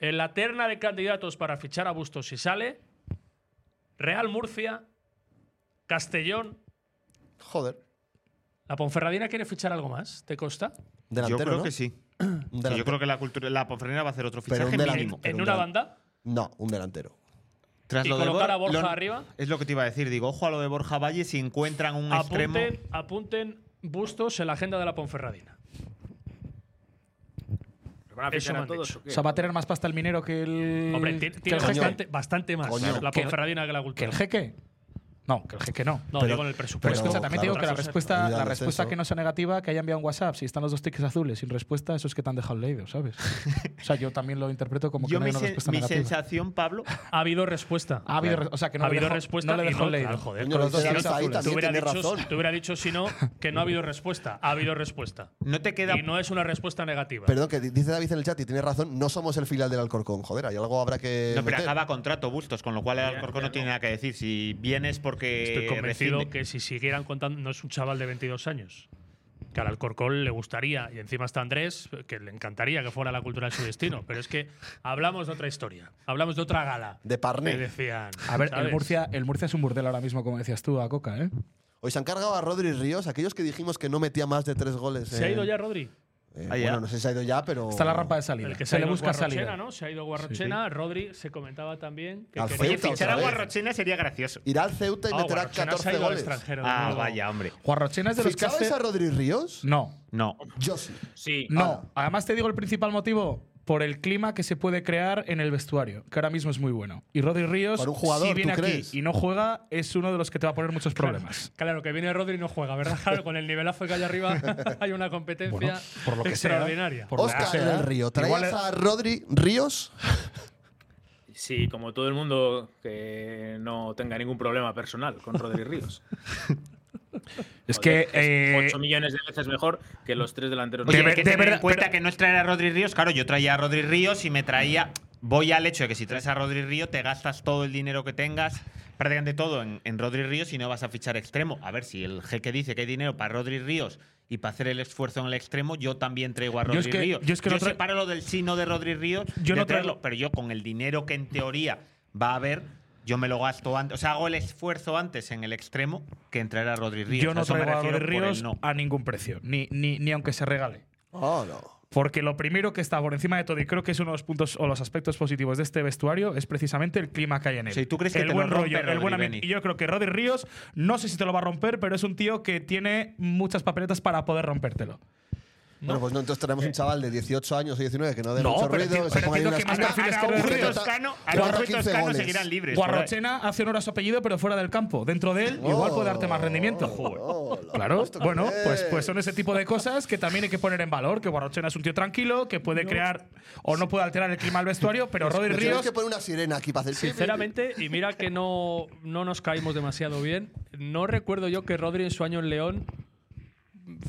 en la terna de candidatos para fichar a Bustos si sale, Real Murcia, Castellón,
Joder.
¿la Ponferradina quiere fichar algo más? ¿Te consta?
Delantero,
yo creo
¿no?
que sí.
(clears throat) Un
Que
delantero.
yo creo que la cultura, la Ponferrina va a hacer otro
Pero
fichaje
un delan-
mínimo.
Pero un
¿En una
gran-
banda?
No, un delantero.
Tras
¿Y
lo de
colocar
Bor-
a Borja
lo-
arriba?
Es lo que te iba a decir. Digo, ojo a lo de Borja Valle si encuentran un extremo.
Apunten, apunten bustos en la agenda de la Ponferradina.
¿Pero ¿Van a
Eso
fichar
me
a
han
todos
dicho.
o
O
qué?
sea, va a tener más pasta el minero que el.
Hombre, ti-
que
tiene
el jeque.
bastante, bastante más
Coño.
la
Que-
Ponferradina que la
Que el
Cultural.
jeque. No, creo que no.
No,
Pero-
digo en el presupuesto.
Pero escucha, también te digo que la
Otras cosas,
respuesta,
ayuda
la
al
respuesta
descenso.
que no sea negativa, que haya enviado un WhatsApp, si están los dos tickets azules sin respuesta, eso es que te han dejado leído, ¿sabes? o sea, yo también lo interpreto como que
Yo
no
mi,
hay una
sen-
respuesta
mi
negativa.
sensación, Pablo,
Ha habido respuesta.
Ha habido, re- o sea, que no
ha
le
habido
dejó-
respuesta.
No le
y
dejó
no,
leído.
claro, joder,
Coño,
con los
lo
dos
que
tickets
ahí
azules.
Te
también.
hubiera,
tiene
dicho,
razón.
te hubiera dicho si no que no ha habido respuesta. Ha habido respuesta.
(laughs) no te queda.
Y no es una respuesta negativa.
Perdón, que di- dice David en el chat y tiene razón, no somos el filial del Alcorcón. Joder, hay algo habrá que.
No, pero
meter.
acaba contrato Bustos, con lo cual el
Ya,
Alcorcón
ya
no tiene nada que decir. Si vienes porque.
Estoy convencido
rescinde-
que si siguieran contando, no es un chaval de 22 años. Que al Alcorcón le gustaría, y encima está Andrés, que le encantaría que fuera la cultura de su destino. Pero es que hablamos de otra historia, hablamos de otra gala.
De Parné.
Que decían.
A ver, el
¿sabes?
Murcia, el Murcia es un burdel ahora mismo, como decías tú, a Coca, ¿eh?
Hoy se han cargado a Rodri Ríos, aquellos que dijimos que no metía más de tres goles.
¿Se ha
en-
ido ya Rodri?
eh,
Ah, ya.
bueno, no sé si se ha ido ya, pero.
Está la rampa de salida.
El que se,
se
ha
le
ido
busca
Guarrochena,
salida.
¿no? Se ha ido Guarrochena. Rodri se comentaba también. Que
Al
quería-
Oye,
Ceuta
fichar a
otra vez.
Guarrochena sería gracioso.
Irá al Ceuta y
Ah,
meterá
Guarrochena se ha
14
ido al
goles.
extranjero, de
Ah,
nuevo.
vaya, hombre.
Guarrochena es de los que
¿Fichabais
hace…
a Rodri Ríos?
No,
No.
Yo sí.
Sí.
no. Además te digo el principal motivo. Por el clima que se puede crear en el vestuario, que ahora mismo es muy bueno. Y Rodri Ríos,
Para un jugador,
Pues si viene
¿tú
aquí
crees?
y no juega, es uno de los que te va a poner muchos problemas.
Claro, que viene Rodri y no juega, ¿verdad? Claro, con el nivelazo que hay arriba hay una competencia
Bueno, por lo que sea, ¿eh?
extraordinaria.
por lo que
Oscar
sea.
del Río.
Igual
¿Traías
es-
a Rodri Ríos?
Sí, como todo el mundo que no tenga ningún problema personal con Rodri Ríos.
Es
Joder,
que. eh,
8 millones de veces mejor que los tres delanteros.
Oye,
De
hay
ver-
que
de
tener
verdad-
en cuenta
pero-
que no es traer a Rodri Ríos. Claro, yo traía a Rodri Ríos y me traía. Voy al hecho de que si traes a Rodri Ríos, te gastas todo el dinero que tengas, prácticamente todo en, en Rodri Ríos y no vas a fichar extremo. A ver, si el jeque dice que hay dinero para Rodri Ríos y para hacer el esfuerzo en el extremo, yo también traigo a
Yo
Rodri
es que-
Ríos.
yo es que no tra-
separo lo del sino de Rodri Ríos,
Yo
de
no traigo-
traerlo, pero yo con el dinero que en teoría va a haber, yo me lo gasto antes. O sea, hago el esfuerzo antes en el extremo que en traer a Rodri Ríos.
yo
A
no
eso me
traigo a Rodri
refiero por el
Ríos
no.
a ningún precio, ni, ni, ni aunque se regale.
Oh, no.
Porque lo primero que está por encima de todo, y creo que es uno de los puntos o los aspectos positivos de este vestuario, es precisamente el clima que hay en él.
Sí, ¿tú crees que
el
te lo
buen
rompe
rollo, el
Rodri
buen ambiente.
Beni?
Y yo creo que Rodri Ríos, no sé si te lo va a romper, pero es un tío que tiene muchas papeletas para poder rompértelo.
Bueno, pues no, entonces tenemos un chaval de 18 años o 19 que no dé
No,
mucho
pero
ruido,
entiendo-
que se
pero
ponga ahí
entiendo
unas
que más
Ana-
pintas.
Ana-
perfiles que no-
Araujo y
Ujeta-
Toscano,
Cuatro,
Araujo y
15
Toscano
goles.
seguirán libres. por ahí.
Guarrochena hace honor a su apellido, pero fuera del campo. Dentro de
Oh,
él, igual puede darte más rendimiento.
oh, lo
claro.
justo que
Bueno, pues,
es.
pues son ese tipo de cosas que también hay que poner en valor. Que Guarrochena es un tío tranquilo, que puede crear o no puede alterar el clima del vestuario, pero Rodri
Pero Tienes
Ríos.
que poner una sirena aquí para hacer.
Sinceramente, y mira que no, no nos caímos demasiado bien, no recuerdo yo que Rodri en su año en León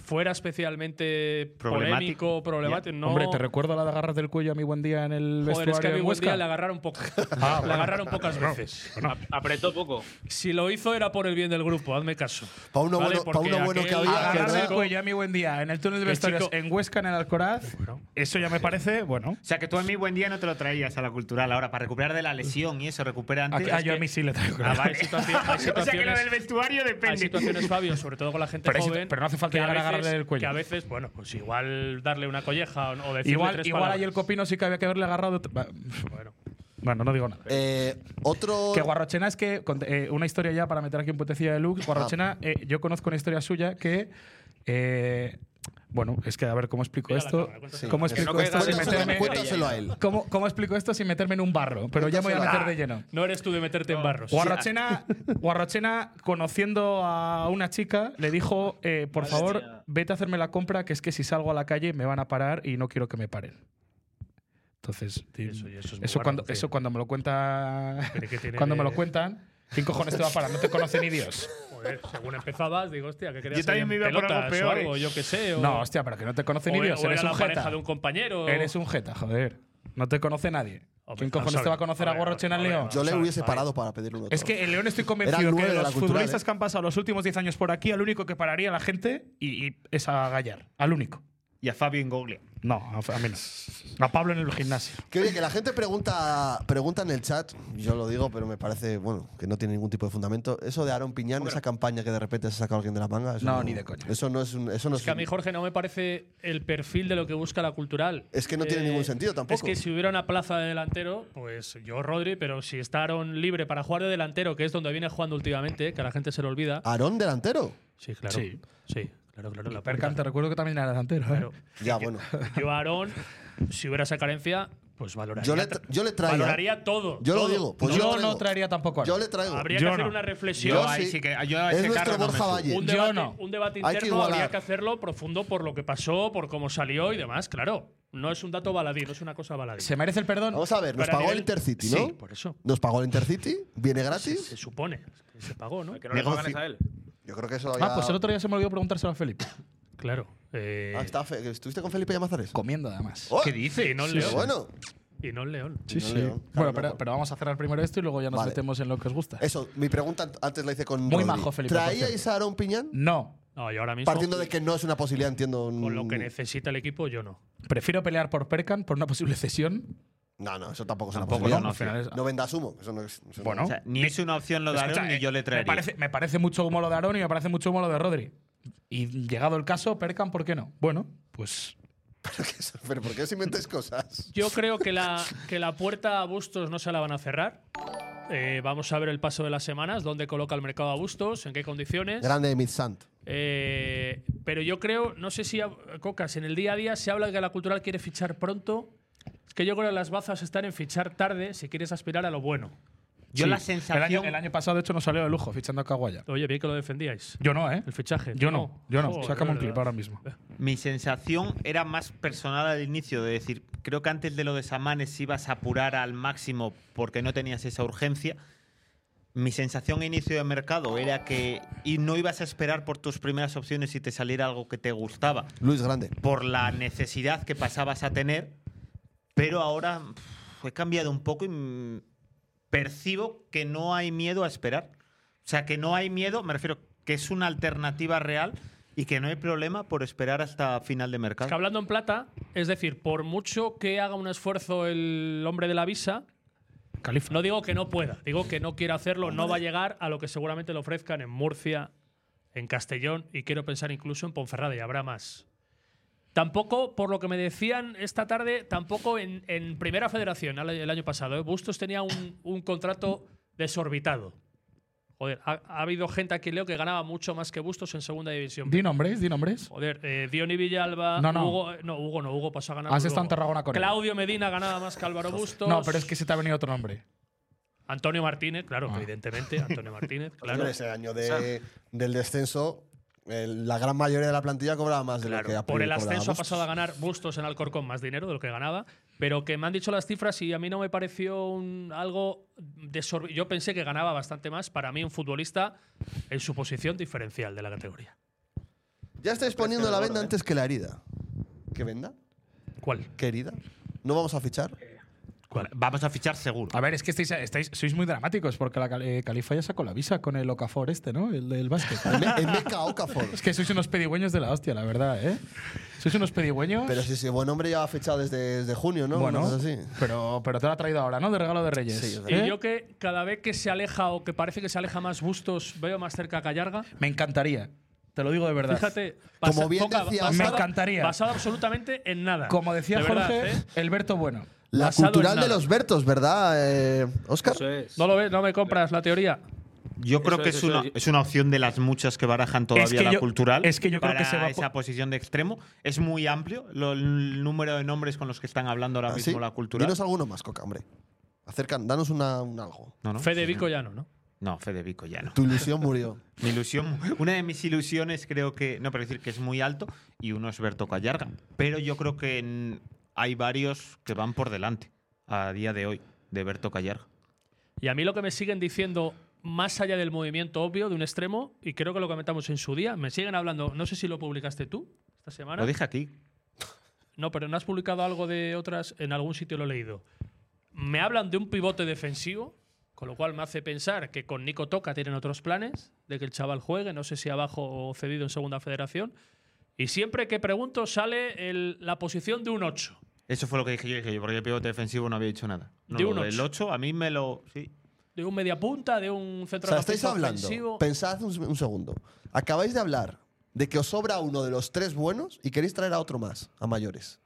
fuera especialmente
Problemático.
polémico, problemático. No,
Hombre, te recuerdo la de agarras del cuello a mi buen día en el
Joder,
vestuario
es que a mí
en
buen
Huesca. Ah,
día le agarraron,
(laughs)
poco. le agarraron pocas veces.
Apretó poco.
Si lo hizo era por el bien del grupo, hazme caso.
Pa' uno
¿Vale?
bueno- pa'
Porque
uno bueno que
aquel-
había,
aquel
Agarrar
¿verdad?
del
chico-
cuello a mi buen día en el túnel de
Que
vestuarios
chico-
en Huesca, en el Alcoraz. Eso ya me parece, bueno.
O sea, que tú a mí buen día no te lo traías a la cultural ahora para recuperar de la lesión y eso, recupera
Ah,
antes.
que- ah,
es
yo a
que-
mí sí le traigo.
Ah, vale.
(laughs)
Hay situación- hay
o sea, que lo
situaciones-
del vestuario depende.
Hay situaciones, Fabio, sobre todo con la gente
Pero hay situ-
joven.
pero no hace falta
que
llegar a
veces-
agarrarle el cuello.
Que a veces, bueno, pues igual darle una colleja o o decirle
Igual,
tres
igual ahí el
palabras.
copino sí que había que haberle agarrado. otro- va,
Bueno,
Bueno, no digo nada.
Eh, otro.
Que Guarrochena es que, cont- eh, una historia ya para meter aquí un puentecilla de
Ah.
Lux, Guarrochena, eh, yo conozco una historia suya que... eh, bueno, es que a ver cómo explico
Mira la
esto.
cámara, cuéntaselo.
¿Cómo
Que no
explico
caiga
esto
sin
sin
cuéntaselo,
meterme?
cuéntaselo a él.
¿Cómo, cómo explico esto sin meterme en un barro? Pero ya me voy a meter de lleno.
no eres tú de meterte en barros.
Guarrochena, Guarrochena, conociendo a una chica, le dijo, eh, por favor, vete a hacerme la compra, que es que si salgo a la calle me van a parar y no quiero que me paren. Entonces,
Eso- y eso es muy
eso cuando,
guarro, tío.
eso cuando me lo cuenta,
Pero que tiene
cuando me
de-
lo cuentan, ¿quién cojones te va a parar? No te conoce ni Dios.
Joder, según empezabas, digo, hostia, que querías
Yo también
que
me iba por algo
pelotas o
peor, eh.
yo qué sé. O,
No, hostia, pero que no te conoce ni
o era-
Dios.
o
Eres
era
un
la pareja
jeta.
de un compañero.
Eres un jeta, joder. No te conoce nadie.
Hombre,
¿Quién
vamos
cojones
a
te va a
ver,
conocer a
vamos a ver,
Guarrochena en
vamos a ver,
León?
vamos
Yo le
Sabe,
hubiese
sabe.
parado para pedirle un otro.
Es que en León estoy
Eran
convencido que
nueve
de
de la
los
cultural,
futbolistas
¿eh?
que han pasado los últimos 10 años por aquí, al único que pararía a la gente y, y es a Gallar. Al único.
Y a Fabio Ingoglia.
No, a, a mí no. A Pablo en el gimnasio.
Que oye, que la gente pregunta, pregunta en el chat, yo lo digo, pero me parece, bueno, que no tiene ningún tipo de fundamento. Eso de Aaron Piñán, esa campaña que de repente se ha sacado alguien de la manga. eso
No, ni de coña.
Eso no es un- Eso no
Es que a mí, Jorge, no me parece el perfil de lo que busca la cultural. Eh,
Es que no tiene ningún sentido tampoco.
Es que si hubiera una plaza de delantero, pues yo, Rodri, pero si estaron libre para jugar de delantero, que es donde viene jugando últimamente, que a la gente se lo olvida.
Aarón delantero.
Sí, claro.
Sí.
Sí, claro, claro. La
Percan, te
puta.
recuerdo que también era delantero. ¿eh?
Claro.
Ya, bueno.
Yo, Aarón, si hubiera esa carencia, Pues valoraría.
Yo le,
tra-
tra- yo le traigo. ¿eh?
Valoraría todo.
Yo
todo.
lo digo. Pues
yo
yo,
no
traigo.
traería tampoco a
Yo le traigo.
Habría
Yo
que hacer
no.
una reflexión.
Yo
Yo
ahí
sí.
sí que. Yo a
Es
ese
este
nuestro
carro no me
Borja
subo.
Valle.
Un
Yo
debate,
no.
un debate
Hay que
interno habría
igualar.
que hacerlo profundo por lo que pasó, por cómo salió y demás, claro. No es un dato baladí, no es una cosa baladí.
¿Se merece el perdón?
Vamos a ver, nos
Pero a
pagó el
nivel-
Intercity, ¿no?
Sí, por eso.
Nos pagó el Intercity, viene
Se
gratis.
supone que se pagó, ¿no?
Que no le
Negocio.
pagan es a él.
Yo creo que eso lo había…
Ah, pues el otro día se me olvidó preguntárselo a Felipe.
Claro. eh,
Ah, está fe- ¿Estuviste con Felipe Llamazares?
Comiendo, además.
Oh,
¿Qué dice? Y no en
pero
León.
bueno,
Y no en León.
Sí,
No
sí.
leo. Claro,
Bueno,
no,
pero,
no.
pero vamos a cerrar primero esto y luego ya nos
Vale.
metemos en lo que os gusta.
eso, mi pregunta an- antes la hice con
Muy
Rodri.
majo, Felipe, por
¿Traíais
cierto.
a Aaron Piñán?
No.
No, y ahora mismo.
Partiendo de que no es una posibilidad, entiendo…
Con lo que
mm,
necesita el equipo, yo no.
Prefiero pelear por Perkan, por una posible cesión.
No, no, eso tampoco es una
Tampoco,
posibilidad.
no, no,
al final es-
No vendas humo. Eso no es, (laughs) eso no-
Bueno.
O sea, ni es una opción lo de
Escucha,
Aarón, ni
eh,
yo le traería.
Me parece, me parece mucho humo lo de Aaron y me parece mucho humo lo de Rodri. Y llegado el caso, Perkan, ¿por qué no? Bueno, pues
Pero ¿por qué os inventáis cosas?
Yo creo que la, que la puerta a Bustos no se la van a cerrar. Eh, vamos a ver el paso de las semanas, dónde coloca el mercado a Bustos, en qué
(laughs)
condiciones.
Grande Mid Sant.
Eh, pero yo creo, no sé si, a- Cocas, en el día a día se habla de que la cultural quiere fichar pronto. Es que yo creo que las bazas están en fichar tarde si quieres aspirar a lo bueno.
Yo
Sí.
la
El año,
sensación.
el año pasado, de hecho, nos salió de lujo fichando a Caguaya.
Oye, bien que lo defendíais.
Yo no, ¿eh?
El fichaje.
Yo
¿tú
no, yo no.
Joder,
Sácame un
de verdad.
clip ahora mismo.
Mi sensación era más personal al inicio, de decir, creo que antes de lo de Samanes ibas a apurar al máximo porque no tenías esa urgencia. Mi sensación a inicio de mercado era que y no ibas a esperar por tus primeras opciones si te saliera algo que te gustaba,
Luis Grande.
por la necesidad que pasabas a tener, pero ahora pf, he cambiado un poco y mm, percibo que no hay miedo a esperar. O sea, que no hay miedo, me refiero, que es una alternativa real y que no hay problema por esperar hasta final de
Es que
mercado.
hablando en plata, es decir, por mucho que haga un esfuerzo el hombre de la visa,
Califa.
no digo que no pueda, digo que no quiere hacerlo, no va a llegar a lo que seguramente le ofrezcan en Murcia, en Castellón y quiero pensar incluso en Ponferrada y habrá más. Tampoco, por lo que me decían esta tarde, tampoco en, en Primera Federación al- el año pasado, ¿eh? Bustos tenía un, un contrato desorbitado. Joder, ha, ha habido gente aquí, Leo, que ganaba mucho más que Bustos en Segunda División.
Di nombres, di nombres.
Joder, eh, Diony Villalba,
No, no.
Hugo, eh, no, Hugo no, Hugo pasó a ganar.
Has
luego.
estado en Tarragona con él.
Claudio Medina ganaba más que Álvaro Bustos.
No, pero es que se te ha venido otro nombre. Ah.
Antonio Martínez, claro, evidentemente,
(laughs)
Antonio Martínez, claro.
Hombre, ese año de- del descenso, el- la gran mayoría de la plantilla cobraba más de lo que
Claro,
ha
por el
cobraba
ascenso ha
Bustos.
pasado a ganar Bustos en Alcorcón más dinero de lo que ganaba, pero que me han dicho las cifras y a mí no me pareció un- algo desorbi- Yo pensé que ganaba bastante más para mí un futbolista en su posición diferencial de la categoría.
Ya estáis poniendo la venda antes que la herida. ¿Qué venda?
¿Cuál?
¿Qué herida? ¿No vamos a fichar?
Vamos a fichar seguro.
A ver, es que estáis, estáis, sois muy dramáticos porque la cal- eh, Califa ya sacó la visa con el Okafor este, ¿no? El del básquet.
En Me- en Meca
(laughs)
Okafor.
es que sois unos pedigüeños de la hostia, la verdad, ¿eh? Sois unos pedigüeños.
Pero si ese buen hombre ya ha fichado desde, desde junio, ¿no?
bueno,
Una cosa así.
pero, pero te lo ha traído ahora, ¿no? De regalo de Reyes.
Sí, es
¿Eh?
Y yo que cada vez que se aleja o que parece que se aleja más Bustos, veo más cerca a Callarga.
Me encantaría. Te lo digo de verdad.
Fíjate,
Como
basa-
bien
poca-
decía-
Me encantaría.
Basado absolutamente en nada.
Como decía
De
Jorge,
verdad, ¿eh?
Elberto Bueno.
La
Basado en
cultural de
nada.
los Bertos, ¿verdad, eh, Oscar?
Eso es.
No lo ves, no me compras la teoría.
Yo creo
Eso
que
es,
es
eso
una,
es.
es una opción de las muchas que barajan todavía
Es que
la
yo-
cultural.
es que yo creo
para
que se va a po-
esa posición de extremo. Es muy amplio lo- el número de nombres con los que están hablando ahora
¿Ah,
mismo
sí?
la cultural.
Dinos alguno más, Coca, hombre. Acercan, danos una, un algo.
No, no,
Fede Vico ya no, ¿no?
no, Fede Vico ya no.
Tu ilusión murió.
Mi ilusión, una de mis ilusiones creo que, no, pero decir que es muy alto y uno es Berto Callarga. Pero yo creo que en- hay varios que van por delante a día de hoy de Berto Callarga.
Y a mí lo que me siguen diciendo, más allá del movimiento obvio de un extremo, y creo que lo comentamos en su día, me siguen hablando, no sé si lo publicaste tú esta semana.
Lo dije aquí.
No, pero no has publicado algo de otras, en algún sitio lo he leído. Me hablan de un pivote defensivo, con lo cual me hace pensar que con Nico Toca tienen otros planes, de que el chaval juegue, no sé si abajo o cedido en segunda federación. Y siempre que pregunto sale el- la posición de un 8.
Eso fue lo que dije yo, dije yo porque el pivote defensivo no había dicho nada. No,
De
lo
un
del
ocho.
8 a mí me lo. Sí.
De un mediapunta, de un
O
centro
sea, estáis hablando.
ofensivo.
Pensad un, un segundo. Acabáis de hablar de que os sobra uno de los tres buenos y queréis traer a otro más, a mayores.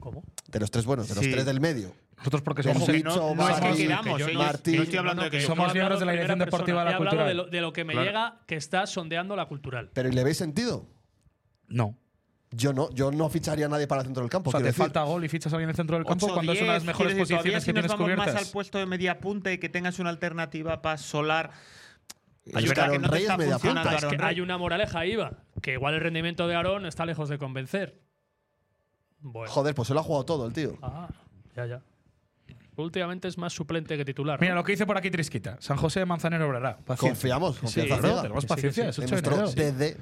¿Cómo?
De los tres buenos, de los
Sí.
tres del medio.
Nosotros porque
Como
somos
que
el-
no- Bicho,
no es que
Barry,
queramos,
que yo
eh,
no-
no-
Martín.
no estoy hablando de que yo-
Somos
Yo he hablado
miembros de la
en
dirección
primera
deportiva de
persona.
la
He hablado
cultural.
De lo, de lo que me
Claro.
llega que está sondeando la cultural.
Pero ¿y le veis sentido?
No.
Yo no, yo no ficharía a nadie para el centro del campo.
O sea, te
quiero decir.
falta gol y fichas a alguien en el centro del campo
8,
cuando es una de las
10,
mejores
quiero decir, todavía
posiciones
si
que
nos
tienes
vamos
cubiertas.
más al puesto de media punta y que tengas una alternativa para solar.
Es que Aaron Reyes media punta.
funcionando
Es que
Aaron Reyes.
hay una moraleja ahí, Iba, que igual el rendimiento de Aarón está lejos de convencer. Bueno.
Joder, pues se lo ha jugado todo el tío.
Ah, ya, ya. Últimamente es más suplente que titular. ¿no?
Mira lo que dice por aquí Trisquita. San José de Manzanero obrará. Paciencia.
Confiamos,
Sí,
confianza
claro,
ciega.
tenemos
En
paciencia. es 8 de
nuestro
enero.
DD.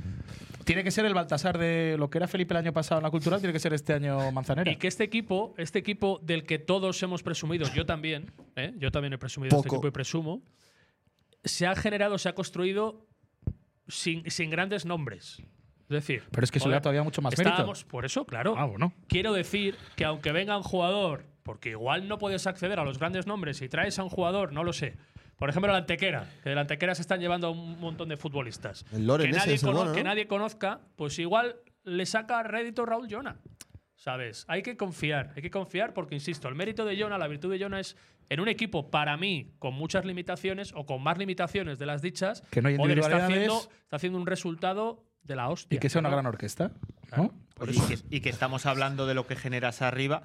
Tiene que ser el Baltasar de lo que era Felipe el año pasado en la cultural, tiene que ser este año Manzanera.
Y que este equipo, este equipo del que todos hemos presumido, yo también, ¿eh? yo también he presumido de este
Poco.
equipo y presumo, se ha generado, se ha construido sin, sin grandes nombres. Es decir,
Pero es que eso le da todavía mucho más mérito.
estábamos- Por eso, claro.
Ah, bueno.
Quiero decir que aunque venga un jugador, porque igual no puedes acceder a los grandes nombres y traes a un jugador, no lo sé. Por ejemplo, la Antequera. Que de la Antequera se están llevando a un montón de futbolistas.
El Loren
que,
ese
nadie
es el
cono-
bueno, ¿no?
que nadie conozca, pues igual le saca rédito Raúl Jona. ¿Sabes? Hay que confiar, hay que confiar porque, insisto, el mérito de Jona, la virtud de Jona es en un equipo, para mí, con muchas limitaciones o con más limitaciones de las dichas,
Que no hay
joder, está,
individualidades.
haciendo, está haciendo un resultado de la hostia.
Y que sea una
¿no?
gran orquesta. ¿no?
Y que, y que estamos hablando de lo que generas arriba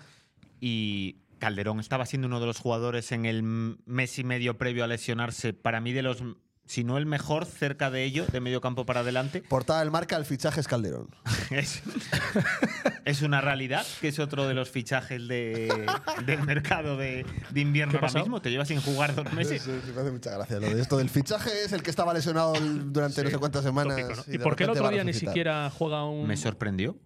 y Calderón estaba siendo uno de los jugadores en el m- mes y medio previo a lesionarse, para mí de los, m- si no el mejor, cerca de ello, de medio campo para adelante.
Portada del marca, el fichaje es Calderón.
Es, es una realidad, que es otro de los fichajes de- del mercado de, de invierno ahora mismo. Te llevas sin jugar dos meses.
Sí, sí, me hace mucha gracia lo de esto del fichaje. Es el que estaba lesionado el- durante no sé cuántas semanas.
Tópico, ¿no? ¿Y,
de
por qué el
repente
otro
va a
día ni
resucitar.
siquiera juega un.?
Me sorprendió.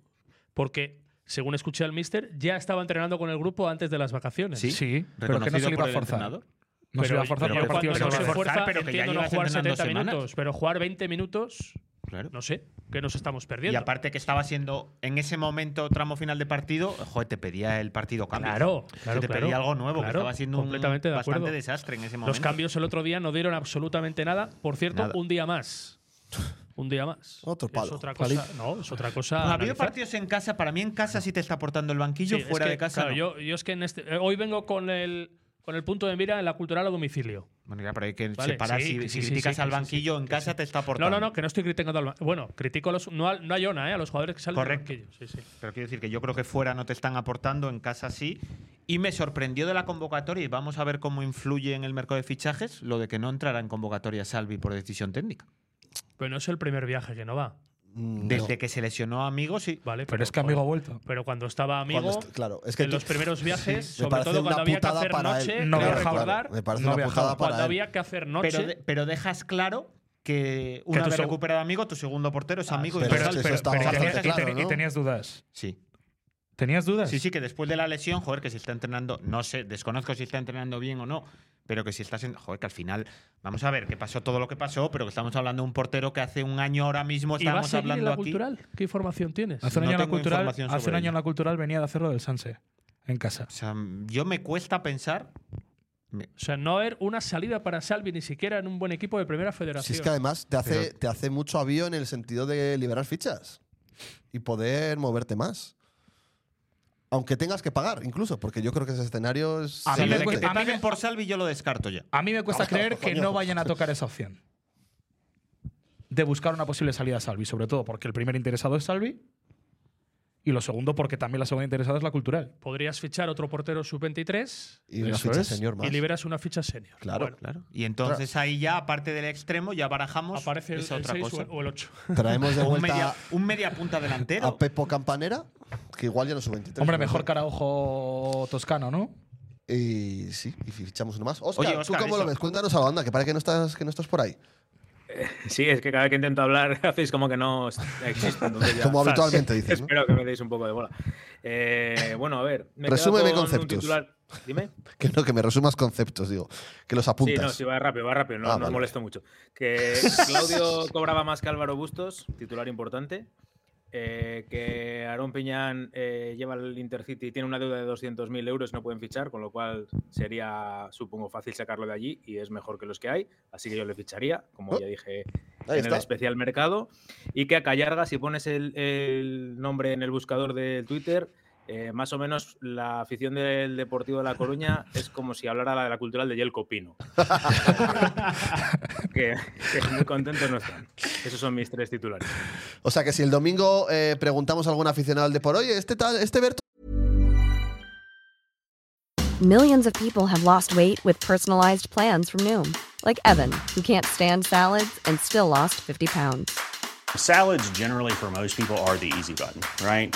Porque, según escuché al mister, ya estaba entrenando con el grupo antes de las vacaciones.
Sí,
Sí, pero que no
reconocido
se le iba
por
a
el
forzar.
entrenador.
No se le iba a forzar
pero
ni
yo
el
que
partido.
cuando
se
no
lo
se
va a forzar,
fuerza,
pero que ya
entiendo no
llevas
jugar
entrenando
70
semanas.
minutos, pero jugar 20 minutos,
Claro.
no sé, que nos estamos
Y
perdiendo.
aparte que estaba siendo en ese momento tramo final de partido, joder, te pedía el partido cambios.
Claro,
Que
claro,
te
claro.
pedía algo nuevo,
Claro,
que estaba siendo un
completamente de
bastante
acuerdo.
desastre en ese momento.
Los cambios el otro día no dieron absolutamente nada. Por cierto,
Nada.
un día más. (laughs) Un día más.
Otro
Es
palo.
otra cosa. No, es otra cosa.
Ha
a
habido
analizar.
partidos en casa, para mí en casa sí te está aportando el banquillo,
Sí, es
fuera
que,
de casa
claro,
no.
yo, yo es que en este- eh, hoy vengo con el, con el punto de mira en la cultural a domicilio.
Bueno, ya, pero hay que
Vale,
separar
sí,
si,
que
si
sí, sí,
criticas
sí,
al
que sí,
banquillo en casa te está
No,
aportando.
no, no, que no estoy criticando al. Bueno, critico a los, no, a, no a Jona, eh, a los jugadores que salen del
Correcto.
banquillo. Sí, sí.
Pero quiero decir que yo creo que fuera no te están aportando, en casa sí. Y me sorprendió de la convocatoria, y vamos a ver cómo influye en el mercado de fichajes, lo de que no entrará en convocatoria Salvi por decisión técnica.
Pero no es el primer viaje que no va.
Mm, no.
Desde que se lesionó a Amigos, sí.
Vale,
Pero es que amigo ha vuelto.
Pero cuando estaba amigo,
Cuando est- claro, es que
en
tú-
los
(laughs)
primeros viajes,
Me
sobre
parece
todo
una
cuando había que
putada
hacer
para
noche,
él.
No
creo
viajaba.
recordar,
Me parece
no
una
viajaba.
putada para
cuando
él.
había que hacer noche,
Pero, de- pero dejas claro que una
tu
vez
seg-
recuperado a amigo, tu segundo portero es amigo. y
pero
no
es
sale.
que eso estaba
y
pero-
tenías-
bastante
y te-
claro,
y
¿no?
tenías dudas.
sí.
¿Tenías dudas?
sí, sí, que después de la lesión, joder, que si está entrenando, no sé, desconozco si está entrenando bien o no, pero que si estás en. Joder, que al final, vamos a ver, que pasó todo lo que pasó, pero que estamos hablando de un portero que hace un año ahora mismo
¿Y va a
estamos
seguir en
hablando
la
aquí.
cultural? ¿Qué información tienes?
Hace un
No
año, en la,
tengo
cultural,
información
hace un
sobre
año en
ello.
la cultural venía de hacerlo del Sanse, en casa.
O sea, yo me cuesta pensar.
O sea, no haber una salida para Salvi ni siquiera en un buen equipo de primera
Si
federación.
es que además te hace, te hace mucho avío en el sentido de liberar fichas y poder moverte más. Aunque tengas que pagar, incluso, porque yo creo que ese escenario es.
A mí
o sea,
me
lo de que
cuesta-
te
a mí me-
paguen por Salvi, yo lo descarto ya.
A mí me cuesta
Ah,
creer que
coño.
no vayan a tocar esa opción de buscar una posible salida a Salvi, sobre todo porque el primer interesado es Salvi y lo segundo porque también la segunda interesada es la cultural.
Podrías fichar otro portero sub-23
Y una
Eso
ficha
es.
señor más.
y liberas una ficha senior.
Claro.
Bueno,
Claro. Y entonces ahí ya, aparte del extremo, ya barajamos
aparece el,
esa
el
otra
6
cosa.
o el 8.
Traemos de
O un,
vuelta
media, un media punta delantero.
a Pepo Campanera, que igual ya no sube 23.
Hombre,
¿no?
mejor Caraujo Toscano, ¿no?
Y sí, y fichamos uno más. Oscar,
Oye,
¿tú
Óscar,
cómo
eso.
lo ves? Cuéntanos a la banda, que parece que no estás, que no estás por ahí.
Sí, es que cada vez que intento hablar (laughs) hacéis como que no existe. entonces ya-
Como habitualmente dices, ¿no?
Espero que me deis un poco de bola. Eh, bueno, a ver. Me quedo
Resúmeme
con un
conceptos.
titular. Dime.
(laughs) Que no, que me resumas conceptos, digo. Que los apuntas.
Sí, no, sí, va rápido, va rápido, no,
Ah,
no os
vale.
molesto mucho.
(laughs)
Que Claudio cobraba más que Álvaro Bustos, titular importante. Eh, que Aarón Piñán eh, lleva el Intercity y tiene una deuda de 200.000 euros y no pueden fichar, con lo cual sería, supongo, fácil sacarlo de allí y es mejor que los que hay. Así que yo le ficharía, como
Oh,
ya dije en
Ahí está.
el especial mercado. Y que a Callarga, si pones el, el nombre en el buscador de Twitter, eh, más o menos la afición del Deportivo de La Coruña es como si hablara la de la cultural de Yelko Pino. que, que muy contentos no están. Esos son mis tres titulares.
O sea que si el domingo eh, preguntamos a algún aficionado al de por oye, este tal, este Berto.
Millions of people have lost weight with personalized plans from Noom, like Evan, who can't stand salads and still lost 50 pounds.
Salads, generally, for most people, are the easy button, right?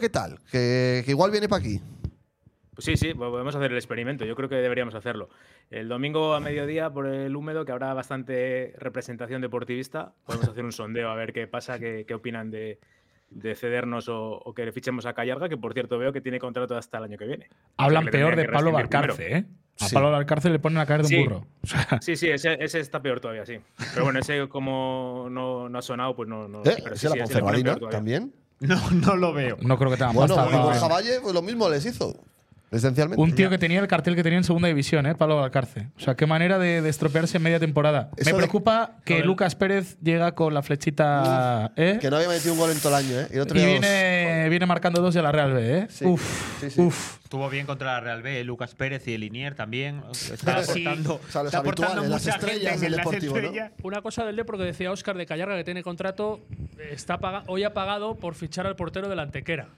¿Qué tal? Que, que igual viene para aquí.
Pues sí, sí, po- podemos hacer el experimento. Yo creo que deberíamos hacerlo. El domingo a mediodía, por el húmedo, que habrá bastante representación deportivista, podemos hacer un sondeo a ver qué pasa, qué, qué opinan de, de cedernos o, o que le fichemos a Callarga, que por cierto veo que tiene contrato hasta el año que viene. Que
Hablan
le
peor
tendrían que
de Pablo
rescindir primero.
Valcarce, ¿eh? A
Sí.
Pablo Valcarce le ponen la cara de un
Sí.
burro. O sea,
Sí, sí, ese, ese está peor todavía, sí. Pero bueno, ese como no, no ha sonado, pues no. no
¿Eh?
pero
¿Es
sí,
la
sí, ese le ponen peor
Ponferradina
todavía.
también?
No, no lo veo.
no creo que tengan
Bueno,
pasta.
y
para-
Borja Valle, pues lo mismo les hizo. Esencialmente.
eh. Un tío que tenía el cartel que tenía en segunda división, ¿eh? Pablo Valcarce. O sea, qué manera de, de estropearse en media temporada.
Eso
Me
de-
preocupa
A
que
ver.
Lucas Pérez llega con la flechita. ¿eh?
Que no había metido un gol en todo el año, ¿eh? el otro
Y
día
viene, viene marcando dos de la Real B, ¿eh? Uf, uf.
Estuvo bien contra la Real B, Lucas Pérez y el Inier también. Está
Sí.
aportando,
O sea, los
está aportando
habituales, las
mucha
estrellas
gente en
del
las
Deportivo, ¿no?
estrellas.
Una cosa del Depor que decía Óscar de Callarga que tiene contrato, eh, está paga- hoy ha pagado por fichar al portero de la Antequera.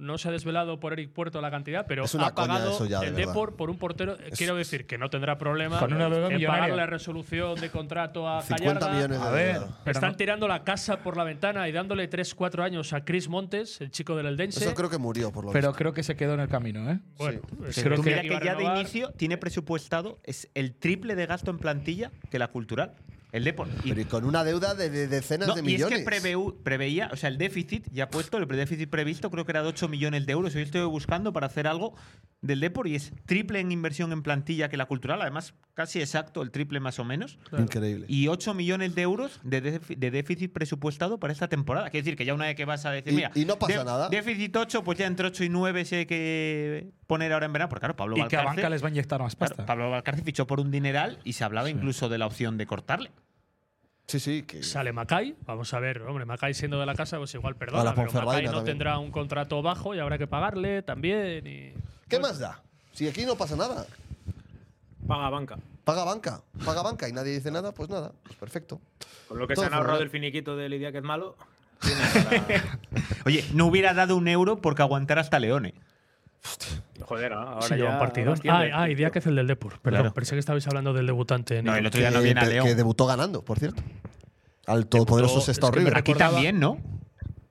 No se ha desvelado por Eric Puerto la cantidad, pero
Es una
ha
coña
pagado
eso ya, de
el
verdad.
Depor por un portero. eh, Quiero decir que no tendrá problema
Con una deuda
en
millonaria.
pagar la resolución de contrato a
50
Callarga.
millones de A ver, deuda. pero
están
no-
tirando la casa por la ventana y dándole 3-4 años a Chris Montes, el chico del Eldense.
Eso creo que murió, por lo
Pero creo que se quedó en el camino, ¿eh?
Bueno, pues,
Sí,
creo
tú
que-
mira que,
iba a
ya de
renovar.
inicio tiene presupuestado es el triple de gasto en plantilla que la cultural. El Depor. Y,
Pero y con una deuda de, de decenas
no,
de
y es
millones.
que preveu- preveía, o sea, el déficit ya puesto, el déficit previsto creo que era de 8 millones de euros. Hoy estoy buscando para hacer algo del Depor y es triple en inversión en plantilla que la cultural. Además, casi exacto, el triple más o menos.
Increíble.
Y 8 millones de euros de, défi- de déficit presupuestado para esta temporada. Quiere decir que ya una vez que vas a decir,
Y-
mira.
y no pasa
dé-
nada.
Déficit 8, pues ya entre 8 y 9 si hay que poner ahora en verano. Porque claro, Pablo
Y que a
Valcárcel-
banca les va a inyectar más
Claro,
pasta.
Pablo Valcarce fichó por un dineral y se hablaba incluso de la opción de cortarle.
Sí, sí. Que...
Sale Macay, vamos a ver, hombre, Macay siendo de la casa, pues igual
A
perdona,
la
pero Macay
Ponferradina
no
también.
tendrá un contrato bajo y habrá que pagarle también. y-
¿Qué más da? Si aquí no pasa nada.
Paga banca.
Paga banca. Paga banca y nadie dice nada, pues nada. Pues perfecto.
Con lo que
Todo
se han ahorrado
fenomenal.
el finiquito de Lidia, que es malo.
Oye, no hubiera dado un euro porque aguantar hasta Leone.
Joder, ¿no? ahora
Sí, lleva
ya
un partido.
Bastián
Ah,
de-
ah, idea que es el del Depor. Perdón,
Claro.
pensé que estabais hablando del debutante.
No,
Nico.
el otro día no
Que-
viene a
Eh, que-
León.
Que debutó ganando, por cierto. Al todopoderoso
Debutó-
sexto
es que me
horrible.
Aquí
recordaba-
también, ¿no?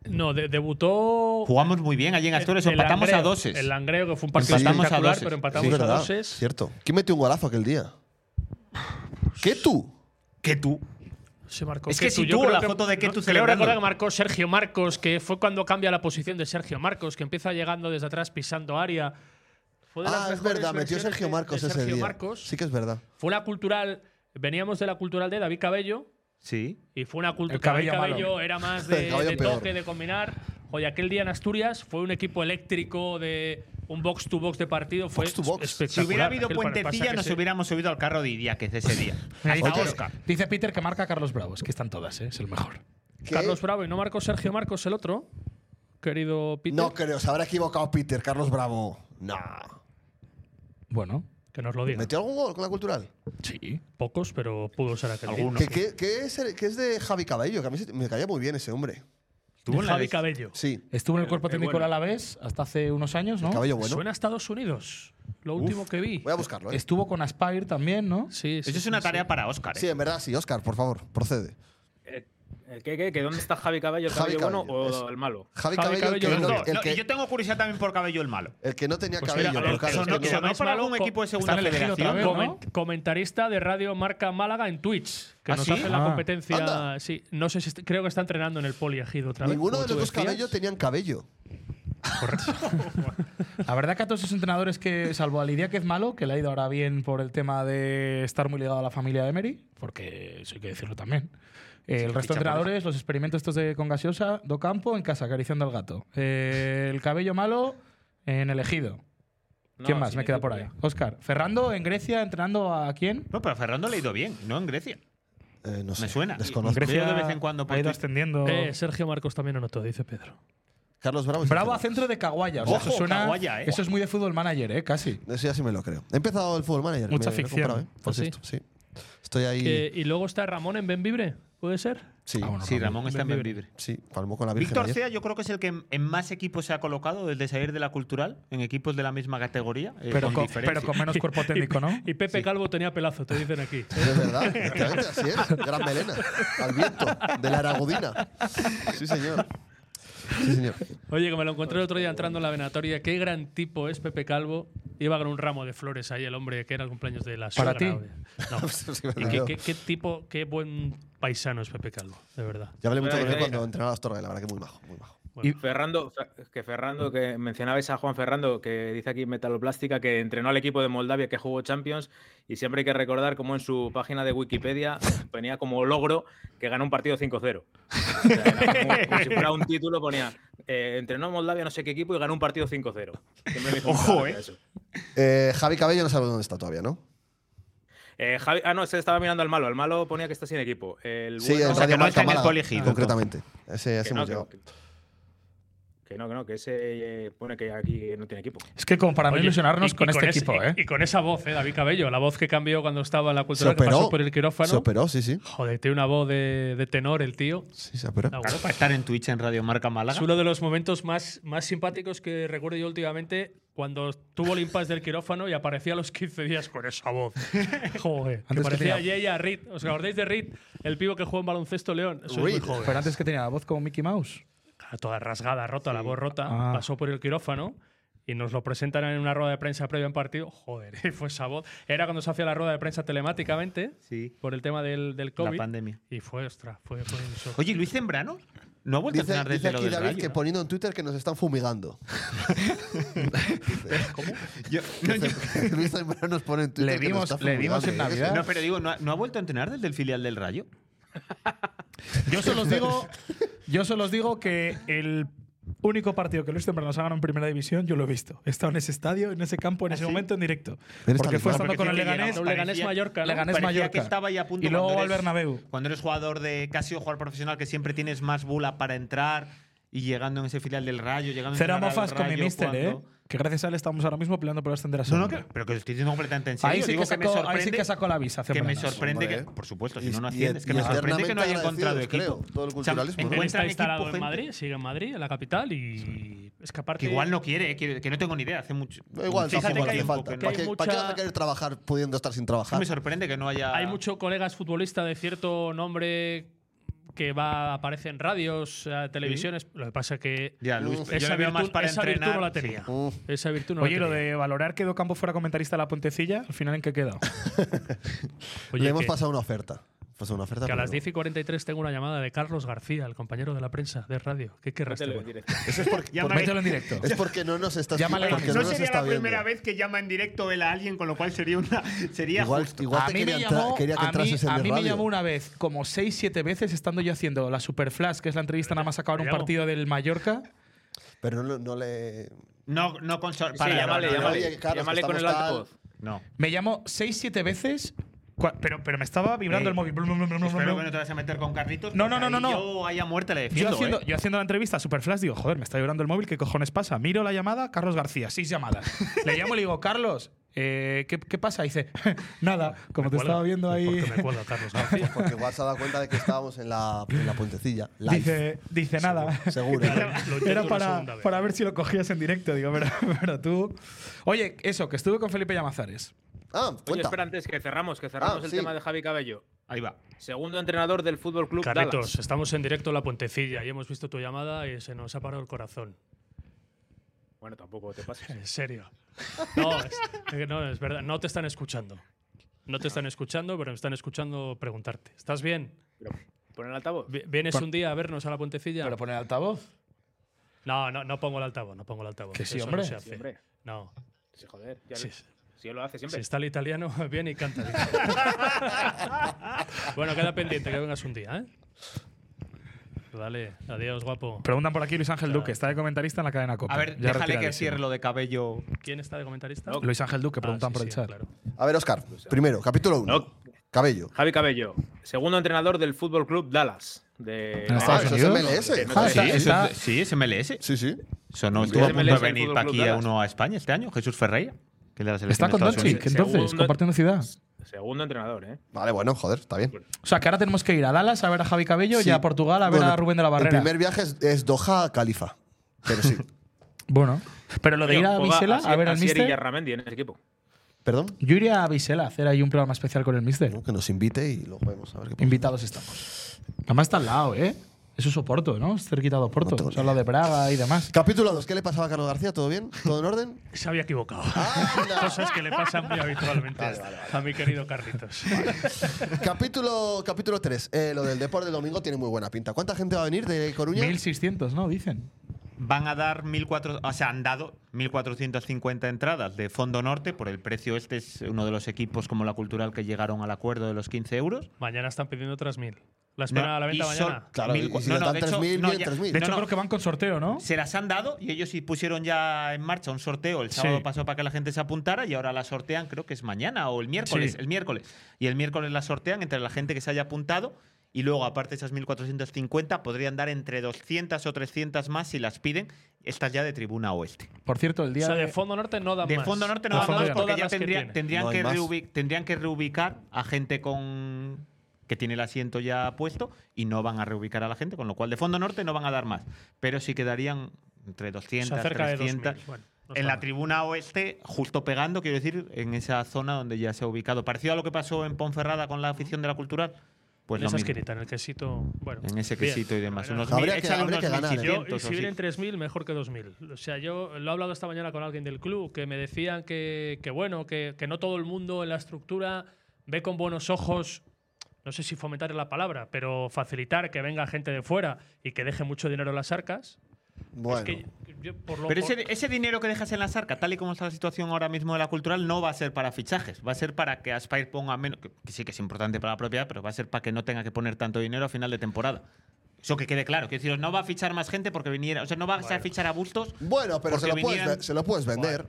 No, de- debutó.
Jugamos muy bien allí en Asturias,
el- el
empatamos a
Langreo,
doses.
El Langreo, que fue un partido
Empatamos a
espectacular,
doses.
pero
Sí,
empatamos a
verdad,
doses.
Cierto. ¿Quién metió un golazo aquel día?
Pues,
¿Qué tú?
Que tú.
Se marcó
Es que
Ketu.
si
Yo
tuvo
creo
la foto de
no,
Ketu
creo
celebrando.
recordar que marcó Sergio Marcos, que fue cuando cambia la posición de Sergio Marcos, que empieza llegando desde atrás pisando área. Fue de las
Ah, es
mejores
verdad, metió
versiones
Sergio
de- de
Marcos ese
Sergio
día.
Marcos.
Sí que es verdad.
Fue una cultural. Veníamos de la cultural de David Cabello
Sí.
y fue una cultural.
El cabello malo. (laughs)
era más de,
El cabello
de
peor.
toque, de combinar. Oye, aquel día en Asturias fue un equipo eléctrico de un box to box de partido. Fue
Box to box.
Si
espectacular.
hubiera habido
Aquel pa- pasa
puentecilla,
que
nos
se-
hubiéramos subido al carro de Idiáquez ese
(laughs)
día. Ahí está
Dice-
Oscar.
Dice Peter que marca a Carlos Bravo. Es que están todas, ¿eh? Es el mejor.
¿Qué?
Carlos Bravo y no marcó Sergio Marcos el otro. Querido Peter,
No creo, se habrá equivocado Peter, Carlos Bravo. No.
Bueno,
que nos lo diga.
¿Metió algún gol con la cultural?
sí.
Pocos, pero pudo ser aquel día.
Que, que- que es, el- que es de Javi Cabello, que a mí se- me caía muy bien ese hombre.
Tuvo
De
la
Javi
des-
Cabello.
Sí.
Estuvo en el cuerpo
el
técnico
bueno.
del Alavés hasta hace unos años, ¿no?
Cabello bueno.
Suena a Estados Unidos. Lo último que vi.
Voy a buscarlo, ¿eh?
Estuvo con Aspire también, ¿no?
Sí, sí,
Eso es
sí,
una
sí.
tarea para Oscar. ¿eh?
Sí, en verdad, sí, Oscar, por favor, procede.
Eh, Eh, ¿Qué, qué, qué? ¿Dónde está Javi Caballo? ¿El
Javi
Caballo, bueno
Caballo,
o
es-
el malo?
Javi Javi Cabello, Cabello, que no- el que-
yo tengo curiosidad también por Cabello el malo.
El que no tenía
Pues
cabello,
mira,
pero
el-
claro,
sonó-
es que no-
sonó para algún equipo de segunda federación.
Comen- Comentarista de Radio Marca Málaga en Twitch, que
¿Ah,
nos
sí?
hace
Ah.
la competencia.
Anda.
Sí, no sé si est- creo que está entrenando en el poliegido otra vez.
Ninguno
como
de
tú
los dos
decías.
cabellos tenían cabello.
La verdad que a todos esos entrenadores que, salvo a Lidia que es malo, que le ha ido ahora bien por el tema de estar muy ligado a la familia de Emery, porque eso hay que decirlo también. eh,
Sí,
el resto
ficha
de
por
entrenadores, los experimentos estos de con gaseosa, do campo en casa, acariciando al gato. Eh, el cabello malo en el ejido.
No,
¿Quién más
sin
me queda
ningún
por ahí? Oscar. Ferrando en Grecia entrenando a quién?
No, pero Ferrando le ha ido bien, no en Grecia.
Eh, no
Me suena.
desconozco.
Grecia
Grecia
de vez en cuando
ha ido ascendiendo.
Eh, Sergio Marcos también anotó, dice Pedro.
Carlos Bravo.
Bravo a centro de Caguaya. O sea,
Ojo,
eso suena.
Caguaya, eh.
Eso es muy de fútbol manager, eh, casi.
Eso ya sí me lo creo. He empezado el Fútbol Manager.
Mucha
me- me he
ficción.
comprado, ¿eh? Por
Pues sí.
cierto, sí. Estoy ahí.
Que- Eh, y luego está Ramón en Benvibre, ¿puede ser?
Sí,
sí, Ramón está en Benvibre.
Sí, palmó con la Virgen.
Víctor
ayer.
Cea, yo creo que es el que en más equipos se ha colocado desde salir de la cultural, en equipos de la misma categoría. eh,
Pero con-
diferencia.
pero con menos cuerpo técnico,
¿Eh?
¿no?
Y Pepe Calvo tenía pelazo, te dicen aquí.
Es verdad, efectivamente, así es. Gran melena, al viento, de la Aragudina. Sí, señor. Sí, señor.
Oye, que me lo encontré el otro día entrando en la venatoria. Qué gran tipo es Pepe Calvo. Iba con un ramo de flores ahí, el hombre que era el cumpleaños de la
¿Para
suegra.
ti? (laughs) Pues
No.
verdad.
Y qué, qué- qué tipo, qué buen paisano es Pepe Calvo, de verdad.
Ya hablé mucho con él
Venga.
cuando entrenaba a las torres, la verdad que muy majo, muy majo.
Ferrando, Fer- que Ferrando, que mencionabais a Juan Ferrando, que dice aquí Metaloplástica, que entrenó al equipo de Moldavia que jugó Champions, y siempre hay que recordar como en su página de Wikipedia ponía como logro que ganó un partido 5-0. O sea, era como, como si fuera un título, ponía eh, entrenó a Moldavia no sé qué equipo y ganó un partido 5-0. Siempre me hizo mucha
Ojo,
gracia
eh.
eso.
Eh, Javi Cabello no sabe dónde está todavía, ¿no?
Eh, Javi- ah, no, se estaba mirando al malo. El malo ponía que está sin equipo. Eh, El
Sí,
bueno-
en Radio Marca Málaga, concretamente. Ese, ese
Que no,
hemos
que
llegado.
Que no, que no, que ese eh, pone que aquí no tiene equipo.
Es que como para no
Oye,
ilusionarnos
y- y
con este
ese-
equipo,
y-
¿eh?
Y con esa voz, ¿eh? David Cabello, la voz que cambió cuando estaba en la
Se
cultura que
operó.
pasó por el quirófano.
Se operó, sí, sí.
Joder, tiene una voz de, de tenor el tío.
Sí, se operó.
Da
Claro,
gusto.
para estar en Twitch en Radio Marca Málaga.
Es uno de los momentos más, más simpáticos que recuerdo yo últimamente cuando tuvo el impasse del quirófano y aparecía a los 15 días con
(laughs)
esa voz. Joder, que
Antes que
parecía
tenía-
Yeya Reed. ¿Os acordáis de Reed, el pivo que jugó en baloncesto León? Eso es muy joven.
Pero antes que tenía la voz como Mickey Mouse.
Claro, toda rasgada, rota, la voz rota,
Ah.
pasó por el quirófano y nos lo presentan en una rueda de prensa previa en partido. Joder, (laughs) y fue esa voz. Era cuando se hacía la rueda de prensa telemáticamente por el tema del, del COVID.
pandemia.
Y fue, ostras, fue, fue un shock.
Oye, Luis Zembrano no ha vuelto a
Dice,
entrenar
dice
desde lo
aquí
del
David
Rayo,
que
¿no?
poniendo en Twitter que nos están fumigando.
Yo- no, yo-
Luis Zambrano nos pone en Twitter. que nos está fumigando.
No, pero digo, ¿no ha, no ha vuelto a entrenar desde el filial del Rayo?
Yo solo os digo, yo solo os digo que el único partido que Luis Temprano nos ha ganado en primera división, yo lo he visto. He estado en ese estadio, en ese campo, en ese momento, en directo.
Eres
Porque
tan
fue
raro.
estando con el Leganés. Leganés
Parecía que
Mallorca.
estaba ahí a punto
y luego
cuando
al
eres-
Bernabéu.
Cuando eres jugador de casi o jugador profesional, que siempre tienes más bula para entrar y llegando en ese filial del Rayo, llegando a
Cera
entrenar al
mofas con mi
Rayo
mister, ¿eh?
cuando-
Que gracias a él estamos ahora mismo peleando por ascender a
No, no,
segunda.
que- pero que lo estoy diciendo completamente en serio.
Ahí sí,
Digo
que
me
sacó, ahí sí
sorprende-
que sacó la visa.
que me
Zembrano.
sorprende
Hombre,
que, por supuesto, si
y-
no, no
y-
asciendes. Que
y
me sorprende que no haya encontrado
eternamente
equipo.
agradecidos, creo, todo el
O sea,
culturalismo, ¿no?
Él está
encuentran
instalado
equipo
en
gente
Madrid, sigue en Madrid, en la capital, y es que aparte.
que igual no quiere, eh, que, que no tengo ni idea, hace mucho.
Da Igual,
muchísimo
tampoco hace
tiempo
falta.
que no-
¿Para qué, para qué
mucha-
vas a querer trabajar pudiendo estar sin trabajar?
me sorprende que no haya.
Hay muchos colegas futbolistas de cierto nombre que va aparece en radios, eh, televisiones. Lo que pasa es que
Ya, Luis,
uf,
yo le veo más para
esa virtud no
entrenar,
la tenía.
sí.
Esa virtud no
Oye,
la
lo
tenía.
de valorar que Docampo fuera comentarista de la puentecilla, al final en qué queda.
Oye,
Le hemos
que-
pasado una oferta. Pasado una oferta
Que a
pero
las
no.
10 y 43 tengo una llamada de Carlos García, el compañero de la prensa de radio. ¿Qué querrás?
Mételo en
este
directo.
Eso es porque,
Llámale.
Mételo en directo.
es porque no nos estás
Llámale ahora
porque
mismo.
no
No
nos
sería
está
la primera
viendo.
vez que llama en directo él a alguien, con lo cual sería una. Sería
Igual,
justo.
igual
a
te
mí,
quería,
me
entra-
llamó,
quería que
a
entrases
mí-
en
a
mi
mí me
radio.
llamó una vez, como seis, siete veces, (laughs) estando yo haciendo la Superflash, que es la entrevista nada más acabar
te
un
llamo.
partido del Mallorca.
Pero no, no le.
No, no con sor-
Sí,
para, no,
llámale,
no, no,
llámale.
oye, Carlos, que
llámale con el
estamos tal.
altavoz.
No.
Me llamó seis, siete veces, cua- pero, pero me estaba vibrando
Ey,
el móvil. Blum, blum, blum, blum,
Espero
blum.
que no te vas a meter con Carlitos.
No, no,
porque
no, no,
ahí
no.
Yo haya muerte le defiendo.
Yo haciendo,
¿eh?
yo haciendo la entrevista a Superflash digo, joder, me está llorando el móvil, ¿qué cojones pasa? Miro la llamada, Carlos García, seis llamadas. Le llamo y le digo, Carlos, eh, ¿qué, qué pasa? Y dice, nada, como te
cuelga,
estaba viendo ahí.
Porque me cuelga Carlos García.
Porque igual se ha dado cuenta de que estábamos en la, en la puentecilla. Live.
Dice, dice nada.
Seguro.
Lo intento
Era
una
para,
segunda vez.
para ver si lo cogías en directo, digo, pero, pero tú. Oye, eso, que estuve con Felipe Llamazares.
ah,
Oye,
cuenta.
espera, antes que cerramos, que cerramos
Ah,
el
sí.
tema de Javi Cabello.
Ahí va.
Segundo entrenador del Fútbol Club
Carlitos,
Dallas.
estamos en directo en la puentecilla y hemos visto tu llamada y se nos ha parado el corazón.
Bueno, tampoco te pases.
(laughs) En serio. No, es, eh, no, es verdad, no te están escuchando. No te están escuchando, pero me están escuchando preguntarte. ¿Estás bien?
¿Pon el altavoz?
Vi- ¿Vienes un día a vernos a la puentecilla? ¿Pero
poner altavoz?
No, no, no pongo el altavoz, no pongo el altavoz.
Que sí,
Eso no
hombre.
se hace.
Sí, hombre.
No.
Sí, joder. ya
Sí,
lo-
sí.
Si él lo hace
Si
siempre.
está el italiano, (laughs) viene y canta. dice. bueno, queda pendiente que vengas un día, ¿eh? Vale, adiós, guapo.
Preguntan por aquí Luis Ángel Duque, está de comentarista en la cadena Copa.
A ver,
Déjale
Ya
que
retiradísimo.
cierre lo de cabello.
¿Quién está de comentarista?
Luis Ángel Duque,
Ah,
preguntan
sí,
por el
sí,
chat.
claro.
A ver, Oscar, primero, capítulo 1. Cabello.
Javi Cabello, segundo entrenador del Fútbol Club Dallas. De
¿En Estados
eso
Unidos?
MLS.
Ah, sí,
Sí,
eso
está-
es- sí, es MLS.
Sí, sí.
Eso no
Sí,
estuvo a punto de
MLS, el
venir
Fútbol
para
Club
aquí a
Dallas.
uno a España este año, Jesús Ferreira. Que es de la
Está
selección
con
de Estados
Doncic,
Unidos.
entonces, compartiendo ciudad.
Segundo entrenador, ¿eh?
Vale, bueno, joder, está bien.
O sea, que ahora tenemos que ir a Dallas a ver a Javi Cabello
Sí.
y a Portugal a ver
Bueno,
a Rubén de la
El
Barrera.
primer viaje es, es Doha a Califa. Pero sí.
Bueno, pero lo de ir a
Juega
Visela
Asier-
a ver al
Asier
Mister.
Iyarramendi en ese equipo.
¿Perdón?
Yo iría a Visela a hacer ahí un programa especial con el Mister.
que nos invite y luego vemos a ver qué pasa.
Invitados estamos. Además está al lado, ¿eh? Eso es Oporto, ¿no? Es cerquita de Oporto. Se habla de Braga y demás.
Capítulo 2. ¿Qué le pasaba a Carlos García? ¿Todo bien? ¿Todo en
(laughs)
orden?
Se había equivocado. (laughs) Cosas que le pasan muy habitualmente a mi querido (laughs) Carlitos.
capítulo, capítulo 3. Eh, lo del deporte del domingo tiene muy buena pinta. ¿Cuánta gente va a venir de Coruña?
1600, ¿no? Dicen.
Van a dar 1.400, o sea, han dado 1.450 entradas de Fondo Norte por el precio. Este es uno de los equipos como la cultural que llegaron al acuerdo de los 15 euros.
Mañana están pidiendo otras mil. ¿Las ponen a la venta
y son
mañana?
1.400. No, no, de hecho, no, ya-
De
no,
hecho,
no,
creo que van con sorteo, ¿no?
Se las han dado y ellos sí pusieron ya en marcha un sorteo el
Sí.
sábado pasado para que la gente se apuntara y ahora la sortean, creo que es mañana o el miércoles,
Sí.
el miércoles. Y el miércoles la sortean entre la gente que se haya apuntado y luego aparte de esas 1450 podrían dar entre 200 o 300 más si las piden, estas ya de tribuna oeste.
Por cierto, el
O
día
sea, de
de,
fondo norte no dan
De
más.
fondo norte no
De
dan
fondo
más
ya
porque
todas
ya
las que
tendría-
tiene.
tendrían,
No hay
que
más.
reubic- tendrían que reubicar a gente con que tiene el asiento ya puesto y no van a reubicar a la gente, con lo cual de fondo norte no van a dar más, pero sí quedarían entre 200,
O sea, cerca de
300.
2.000. Bueno, no
en
está
la
mal.
tribuna oeste, justo pegando, quiero decir, en esa zona donde ya se ha ubicado. Parecido a lo que pasó en Ponferrada con la afición de la cultural. Pues
en
lo
esa
mismo.
esquinita, en el quesito. Bueno,
En ese
bien,
quesito y demás.
fenomenal.
Unos mil- Habría que- échale habría unos que ganar, ¿eh?
Yo,
1.600
si
o
vienen
así.
3.000, mejor que 2.000. O sea, yo lo he hablado esta mañana con alguien del club que me decían que, que bueno, que, que no todo el mundo en la estructura ve con buenos ojos, no sé si fomentar es la palabra, pero facilitar que venga gente de fuera y que deje mucho dinero en las arcas.
Bueno.
Es que yo, por lo
Pero
por-
ese, ese dinero que dejas en la sarca, tal y como está la situación ahora mismo de la cultural, no va a ser para fichajes. Va a ser para que Aspire ponga menos. Que que sí que es importante para la propiedad, pero va a ser para que no tenga que poner tanto dinero a final de temporada. Eso que quede claro. Quiero decir, no va a fichar más gente porque viniera. O sea, no vas a fichar a bustos.
Bueno, pero se
porque
lo, puedes,
vinieran-
ve- se lo puedes vender.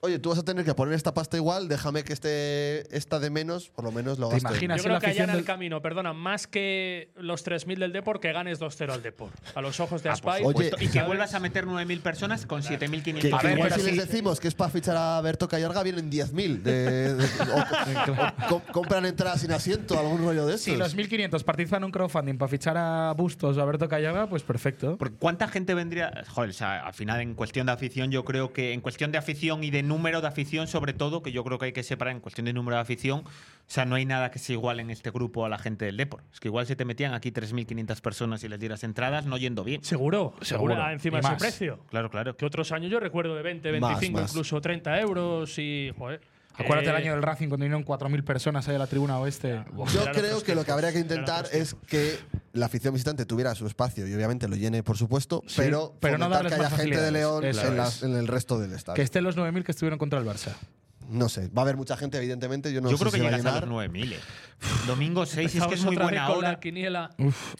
Oye, tú vas a tener que poner esta pasta igual, déjame que esté esta de menos, por lo menos lo
¿Te
gasto.
imaginas
Yo creo que allana el camino, perdona, más que los 3.000 del Depor, que ganes 2-0 al Depor. A los ojos de
Ah, por
Aspire.
supuesto.
pues,
y que
¿sabes?
vuelvas a meter 9.000 personas con 7.500.
Que, que
personas.
igual si les decimos que es para fichar a Berto Callarga, vienen 10.000. de- de- o- o co- compran entradas sin asiento, algún rollo de esos.
Si los 1.500 participan en un crowdfunding para fichar a Bustos o a Berto Callaga, pues perfecto.
Porque ¿Cuánta gente vendría? Joder, o sea, al final en cuestión de afición, yo creo que en cuestión de afición y de número de afición, sobre todo, que yo creo que hay que separar en cuestión de número de afición, o sea, no hay nada que se iguale en este grupo a la gente del Depor. Es que igual se te metían aquí 3.500 personas y les dieras entradas no yendo bien.
Seguro, seguro. Ah, encima
Y
ese
más.
precio.
Claro, claro.
Que otros años yo recuerdo de 20,
Más,
25,
más.
incluso 30 euros y. Joder.
Acuérdate
eh,
el año del Racing cuando vinieron 4.000 personas ahí a la tribuna oeste.
Yo creo que lo que habría que intentar es que la afición visitante tuviera su espacio y obviamente lo llene, por supuesto,
Sí,
pero,
pero no
fomentar
darles
que haya
más
gente de
facilidades.
León
Eso
en, las-
es.
en el resto del
Que
estadio.
estén los 9.000 que estuvieron contra el Barça.
No sé, va a haber mucha gente, evidentemente. Yo no
yo
sé
creo
si
que
va a
llegas a
llenar.
los 9.000. eh. Domingo 6, es que es
Empezamos
muy
otra vez
buena
con
hora.
la quiniela.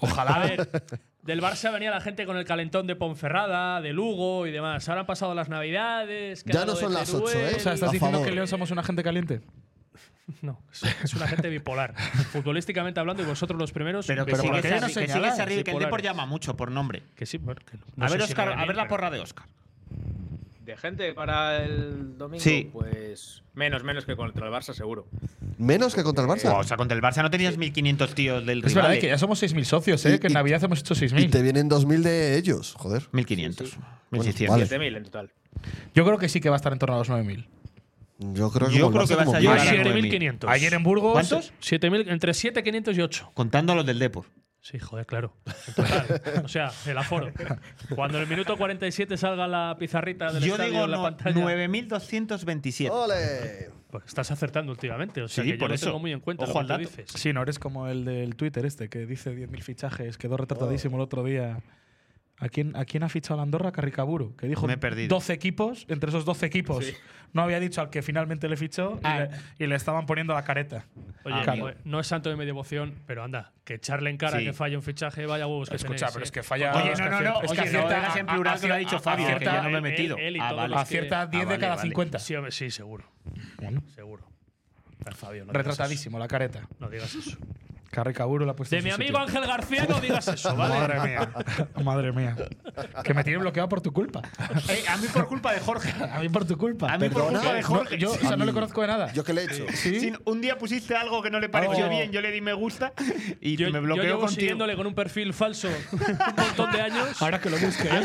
ojalá.
A ver, del Barça venía la gente con el calentón de Ponferrada, de Lugo y demás. Ahora han pasado las Navidades. queda lo de Teruel
¿eh?
O sea,
y-
¿estás diciendo que León somos una gente caliente?
No, es- es una
(laughs)
gente bipolar. Futbolísticamente hablando, y vosotros los primeros.
Pero que
¿por
sigues
qué
arriba,
no
que sigues
señaláis?
arriba, que el Depor
Bipolares.
llama mucho por nombre.
Que sí,
no
a
sé
ver,
si
Óscar, a
9.000,
ver la
pero-
porra de Oscar.
De gente para el domingo,
Sí.
pues menos, menos que contra el Barça, seguro.
Menos que contra el Barça.
o sea, contra el Barça no tenías 1.500 tíos del
Es
rival.
verdad
eh.
que ya somos 6.000 socios, ¿eh? que en Navidad hemos hecho
Y
6.000.
te vienen 2.000 de ellos, joder.
1.500.
Bueno,
1.600.
vale.
7.000 en total.
Yo creo que sí que va a estar en torno a los 9.000.
Yo creo que,
Yo creo
Molvar
que
está
vas a
como
llegar
bien.
a
7.500.
Ayer en Burgos-
¿Cuántos? 7.000 entre 7.500 y 8.
Contando los del Depor.
Sí, joder, claro. En total. o sea, el aforo. Cuando en el minuto 47 salga la pizarrita del
Yo
estadio
digo
en la
no-
pantalla.
9.227.
¡Ole!
Pues estás acertando últimamente. O sea,
Sí,
que yo
por
lo
eso.
tengo muy en cuenta
Ojo
lo que
al
tú
dato.
dices.
Sí, no eres como el del Twitter este que dice 10.000 fichajes, quedó retratadísimo el otro día. ¿A quién, ¿A quién ha fichado la Andorra? Carricaburu, que dijo
Me he perdido.
12 equipos, entre esos 12 equipos no había dicho al que finalmente le fichó y, le, y le estaban poniendo la careta.
Oye,
Claro.
pues, no es santo de mi devoción, pero anda, que echarle en cara
Sí.
que falla un fichaje, vaya huevos que
Escucha,
tenéis,
pero
¿eh?
Ah, es que falla-
Oye, no, no, no,
Es
oye, no digas en plural que lo ha dicho Fabio, que yo no me he metido.
Él, él y
Ah,
todos
vale.
los que-
Acierta 10 de cada 50.
Sí, hombre, sí, seguro. Seguro. Ay, Fabio, no digas
Retratadísimo, la careta.
eso. No digas eso.
Carricaburu la ha puesto
De
en
mi
su
amigo
sitio.
Ángel García no digas eso, ¿vale?
Madre mía. (laughs) Madre mía. Que me tiene bloqueado por tu culpa.
Eh, a mí por
(laughs)
culpa de Jorge.
A mí por tu culpa.
A mí por
Perdona.
culpa de
No,
Jorge.
yo, o sea, no le conozco de nada.
¿Yo qué le he hecho?
Sí.
Sí, un día pusiste algo que no le pareció
Algo-
bien, yo le di me gusta (laughs) y
Yo,
me
yo
bloqueó
llevo
contigo.
siguiéndole con un perfil falso un montón de años.
(laughs) Ahora que lo busque. ¿eh?